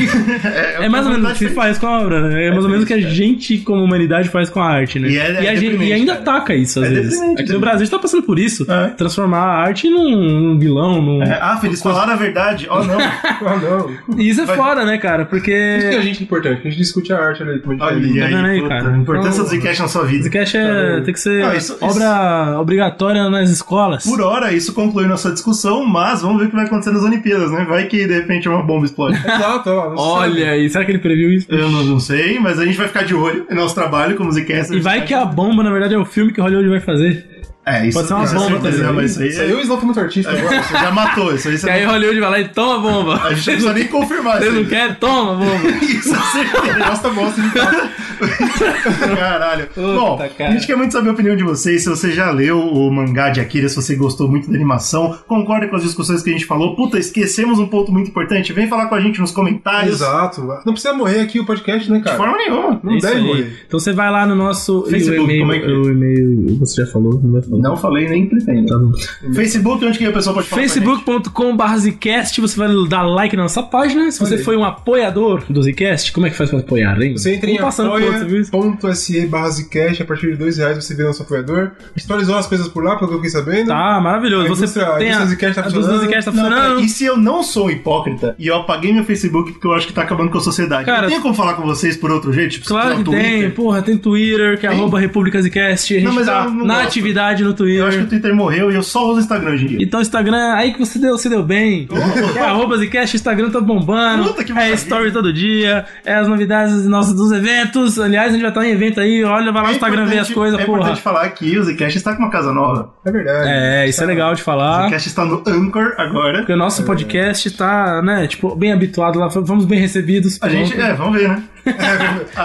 [SPEAKER 3] é, mais ou menos o que se faz com a obra, né? É, mais ou menos o que a gente, como humanidade, faz com a arte, né?
[SPEAKER 2] E é- é
[SPEAKER 3] a gente,
[SPEAKER 2] deprimente,
[SPEAKER 3] e ainda
[SPEAKER 2] cara.
[SPEAKER 3] ataca isso, às
[SPEAKER 2] É
[SPEAKER 3] vezes.
[SPEAKER 2] deprimente,
[SPEAKER 3] Aqui no
[SPEAKER 2] né?
[SPEAKER 3] Brasil a gente tá passando por isso.
[SPEAKER 2] É.
[SPEAKER 3] Transformar a arte num, num vilão, num...
[SPEAKER 2] É, Ah, Feliz, falaram a verdade. Oh, não.
[SPEAKER 1] Ah, não. Isso
[SPEAKER 3] E isso é
[SPEAKER 2] Vai-
[SPEAKER 3] foda, né, cara?
[SPEAKER 1] que é a
[SPEAKER 3] Porque...
[SPEAKER 1] gente importante, que a gente discute a arte ali, como a gente faz. né?
[SPEAKER 2] Olha aí,
[SPEAKER 3] vendo aí,
[SPEAKER 2] puta,
[SPEAKER 3] cara?
[SPEAKER 2] a importância
[SPEAKER 3] Então-
[SPEAKER 2] do Zcash na sua
[SPEAKER 3] Esse
[SPEAKER 2] vida.
[SPEAKER 3] cast é, tem que ser
[SPEAKER 2] tá Não, isso- isso-
[SPEAKER 3] obra obrigatória nas escolas.
[SPEAKER 2] Por hora, isso conclui nossa discussão, mas vamos ver o que vai acontecer nas Olimpíadas, né? Vai que de repente uma bomba explode.
[SPEAKER 1] Exato, ó. não
[SPEAKER 3] Olha aí, será que ele previu isso?
[SPEAKER 2] Eu não, não sei, mas a gente vai ficar de olho. É nosso trabalho como Zcash.
[SPEAKER 3] E vai que a bomba, na verdade, é o filme que Hollywood vai fazer.
[SPEAKER 2] É, isso
[SPEAKER 3] pode ser uma
[SPEAKER 2] isso
[SPEAKER 3] bomba
[SPEAKER 2] certeza,
[SPEAKER 3] também.
[SPEAKER 2] mas
[SPEAKER 1] sei.
[SPEAKER 2] isso
[SPEAKER 1] Isso
[SPEAKER 2] aí
[SPEAKER 1] aí o Slow foi muito artista agora.
[SPEAKER 2] você já matou. Isso aí você
[SPEAKER 3] E aí
[SPEAKER 2] não-
[SPEAKER 3] Hollywood vai lá e toma a bomba.
[SPEAKER 2] A gente não precisa nem confirmar
[SPEAKER 3] Vocês
[SPEAKER 2] isso.
[SPEAKER 3] não
[SPEAKER 2] aí.
[SPEAKER 3] querem? Toma, bomba.
[SPEAKER 2] Isso, certeza.
[SPEAKER 1] Gosta, gosta de falar.
[SPEAKER 2] então. Caralho.
[SPEAKER 3] Puta,
[SPEAKER 2] Bom,
[SPEAKER 3] cara.
[SPEAKER 2] a gente quer muito saber a opinião de vocês. Se você já leu o mangá de Akira, se você gostou muito da animação, concorda com as discussões que a gente falou. Puta, esquecemos um ponto muito importante. Vem falar com a gente nos comentários.
[SPEAKER 1] Exato. Não precisa morrer aqui o podcast, né,
[SPEAKER 2] De
[SPEAKER 1] cara?
[SPEAKER 2] forma nenhuma.
[SPEAKER 1] Não
[SPEAKER 3] É isso
[SPEAKER 1] deve
[SPEAKER 3] aí.
[SPEAKER 1] morrer.
[SPEAKER 3] Então você vai lá no nosso e
[SPEAKER 2] Facebook,
[SPEAKER 3] o e-mail,
[SPEAKER 2] como é que é?
[SPEAKER 3] o e-mail você já falou, não vai falar.
[SPEAKER 2] Não falei nem pretendo.
[SPEAKER 3] Tá bom.
[SPEAKER 2] Facebook, onde que a pessoa pode falar? com a
[SPEAKER 3] Facebook.com.br Zcast, você vai dar like na nossa página. Se você
[SPEAKER 1] aí.
[SPEAKER 3] foi um apoiador do Zcast, como é que faz pra apoiar, hein?
[SPEAKER 1] Você entra em
[SPEAKER 3] Vamos passando por outro, viu?
[SPEAKER 1] apoia.se barra Zcash, a partir de dois reais você um vê nosso apoiador. Historizou as coisas por lá, pelo que eu fiquei sabendo.
[SPEAKER 3] Tá, maravilhoso.
[SPEAKER 1] A
[SPEAKER 3] Você
[SPEAKER 1] indústria- a
[SPEAKER 3] tem
[SPEAKER 1] indústria Zcast tá
[SPEAKER 3] a indústria
[SPEAKER 1] funcionando.
[SPEAKER 3] Zcast tá
[SPEAKER 2] Não,
[SPEAKER 3] funcionando.
[SPEAKER 2] cara, e se eu não sou um hipócrita e eu apaguei meu Facebook porque eu acho que tá acabando com a sociedade?
[SPEAKER 3] Cara,
[SPEAKER 2] não tem como falar com vocês por outro jeito? Tipo,
[SPEAKER 3] Claro
[SPEAKER 2] pelo
[SPEAKER 3] que tem,
[SPEAKER 2] Twitter?
[SPEAKER 3] porra, tem Twitter, que é arroba República Zcast, a gente
[SPEAKER 2] Não, mas
[SPEAKER 3] tá
[SPEAKER 2] eu não
[SPEAKER 3] na
[SPEAKER 2] gosto.
[SPEAKER 3] atividade no
[SPEAKER 2] Eu acho que
[SPEAKER 3] Twitter.
[SPEAKER 2] o Twitter morreu e eu só uso o Instagram hoje em dia.
[SPEAKER 3] Então Instagram, aí que você deu, você deu bem. É arroba Zcast, Instagram tá bombando.
[SPEAKER 2] Puta que
[SPEAKER 3] é
[SPEAKER 2] maravilha.
[SPEAKER 3] story todo dia, é as novidades nossos dos eventos. Aliás, a gente vai estar em evento aí, olha, vai lá no Instagram ver as
[SPEAKER 2] É importante-
[SPEAKER 3] coisas,
[SPEAKER 2] é
[SPEAKER 3] porra.
[SPEAKER 2] importante falar que o Zcast está com uma casa nova.
[SPEAKER 1] É verdade.
[SPEAKER 3] É, isso é legal de
[SPEAKER 2] O
[SPEAKER 3] falar.
[SPEAKER 2] Zcast está no Anchor agora.
[SPEAKER 3] Porque o nosso podcast tá, né, tipo, bem habituado lá, fomos bem recebidos.
[SPEAKER 2] A gente, é, vamos ver, né?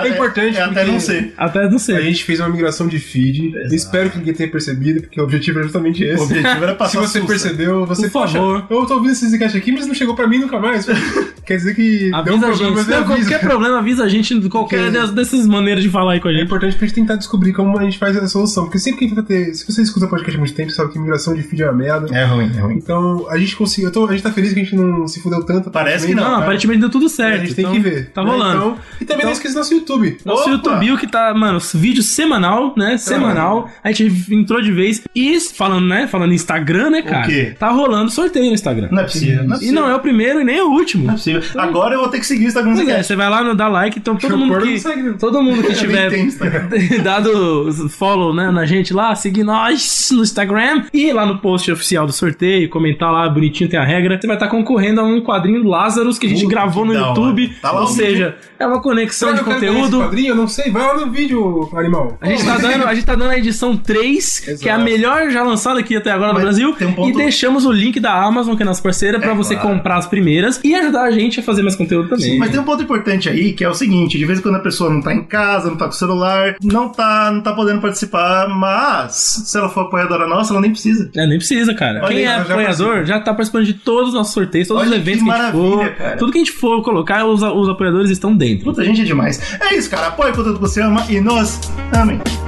[SPEAKER 1] É importante
[SPEAKER 2] É, é até
[SPEAKER 1] porque
[SPEAKER 2] não ser.
[SPEAKER 3] Até não
[SPEAKER 1] A
[SPEAKER 3] sei.
[SPEAKER 1] gente fez uma migração de feed. Espero que ninguém tenha percebido, porque o objetivo é justamente esse.
[SPEAKER 2] O objetivo era
[SPEAKER 1] Se
[SPEAKER 2] passar
[SPEAKER 1] você
[SPEAKER 2] susto. né?
[SPEAKER 1] percebeu, você
[SPEAKER 3] Por favor.
[SPEAKER 1] Poxa, eu tô ouvindo esse Zcash aqui, mas não chegou pra mim nunca mais. Quer dizer que deu um
[SPEAKER 3] Avisa a
[SPEAKER 1] problema,
[SPEAKER 3] gente.
[SPEAKER 1] mas
[SPEAKER 3] Se der
[SPEAKER 1] eu aviso.
[SPEAKER 3] qualquer problema, avisa a gente de qualquer
[SPEAKER 1] Porque-
[SPEAKER 3] dessas- dessas maneiras de falar aí com a
[SPEAKER 1] É
[SPEAKER 3] gente.
[SPEAKER 1] importante pra gente tentar descobrir como a gente faz a solução. Porque sempre que a gente vai ter. Se você escuta podcast há muito tempo, sabe que migração de feed é uma merda.
[SPEAKER 2] É ruim, é ruim.
[SPEAKER 1] Então, a gente conseguiu. eu tô- a gente tá feliz que a gente não se fudeu tanto.
[SPEAKER 2] Parece que
[SPEAKER 3] Não,
[SPEAKER 2] Não, cara.
[SPEAKER 3] aparentemente deu tudo
[SPEAKER 1] É, A
[SPEAKER 3] certo.
[SPEAKER 1] gente tem
[SPEAKER 3] então
[SPEAKER 1] que ver.
[SPEAKER 3] Tá
[SPEAKER 1] né?
[SPEAKER 3] rolando.
[SPEAKER 1] Então, e também não esqueça nosso YouTube.
[SPEAKER 3] Nosso
[SPEAKER 2] Opa! Tá.
[SPEAKER 3] YouTube que tá, mano, vídeo semanal, né? Semanal. A gente entrou de vez. E falando, né? Falando em Instagram, né, cara?
[SPEAKER 2] quê?
[SPEAKER 3] Tá rolando sorteio no Instagram.
[SPEAKER 2] Não é possível. Não é
[SPEAKER 3] E
[SPEAKER 2] possível.
[SPEAKER 3] não é o primeiro e nem o último.
[SPEAKER 2] Não é possível. Agora eu vou ter que seguir o Instagram.
[SPEAKER 3] Pois é, você vai lá no dar like, então todo mundo
[SPEAKER 1] Porra,
[SPEAKER 3] que.
[SPEAKER 1] não segue, não.
[SPEAKER 3] Todo mundo que tiver
[SPEAKER 2] tem Instagram.
[SPEAKER 3] dado follow né, na gente lá, seguir nós no Instagram e lá no post oficial do sorteio, comentar lá, bonitinho, tem a regra. Você vai estar concorrendo a um quadrinho do Lazarus que a gente
[SPEAKER 2] Puta,
[SPEAKER 3] gravou
[SPEAKER 2] que
[SPEAKER 3] no
[SPEAKER 2] da hora.
[SPEAKER 3] YouTube.
[SPEAKER 2] Tá lá
[SPEAKER 3] ou
[SPEAKER 2] o vídeo.
[SPEAKER 3] seja, é uma conexão
[SPEAKER 1] Será
[SPEAKER 3] de
[SPEAKER 1] que eu quero ganhar esse
[SPEAKER 3] conteúdo.
[SPEAKER 1] Quadrinho, eu não sei. Vai lá no vídeo, animal.
[SPEAKER 3] A gente, tá dando, a gente tá dando a edição 3, que é a
[SPEAKER 1] Exato.
[SPEAKER 3] melhor já lançada aqui até agora no
[SPEAKER 2] Mas
[SPEAKER 3] Brasil.
[SPEAKER 2] tem um ponto-
[SPEAKER 3] E deixamos o link da Amazon, que é nossa parceira, pra você
[SPEAKER 2] claro.
[SPEAKER 3] comprar as primeiras e ajudar a gente a fazer mais conteúdo também.
[SPEAKER 2] Mas tem um ponto importante aí, que é o seguinte, de vez em quando a pessoa não tá em casa, não tá com o celular, não tá, não tá podendo participar, mas se ela for apoiadora nossa, ela nem precisa.
[SPEAKER 3] É, nem precisa, cara.
[SPEAKER 2] Olha
[SPEAKER 3] Quem
[SPEAKER 2] aí,
[SPEAKER 3] é
[SPEAKER 2] ela já
[SPEAKER 3] apoiador já tá participando de todos os nossos sorteios, todos os
[SPEAKER 2] Olha que
[SPEAKER 3] eventos que, a gente
[SPEAKER 2] maravilha,
[SPEAKER 3] for.
[SPEAKER 2] cara.
[SPEAKER 3] Tudo que a gente for colocar, os, os apoiadores estão dentro.
[SPEAKER 2] Puta gente é demais. É isso, cara. Apoie o conteúdo que você ama e nós amem.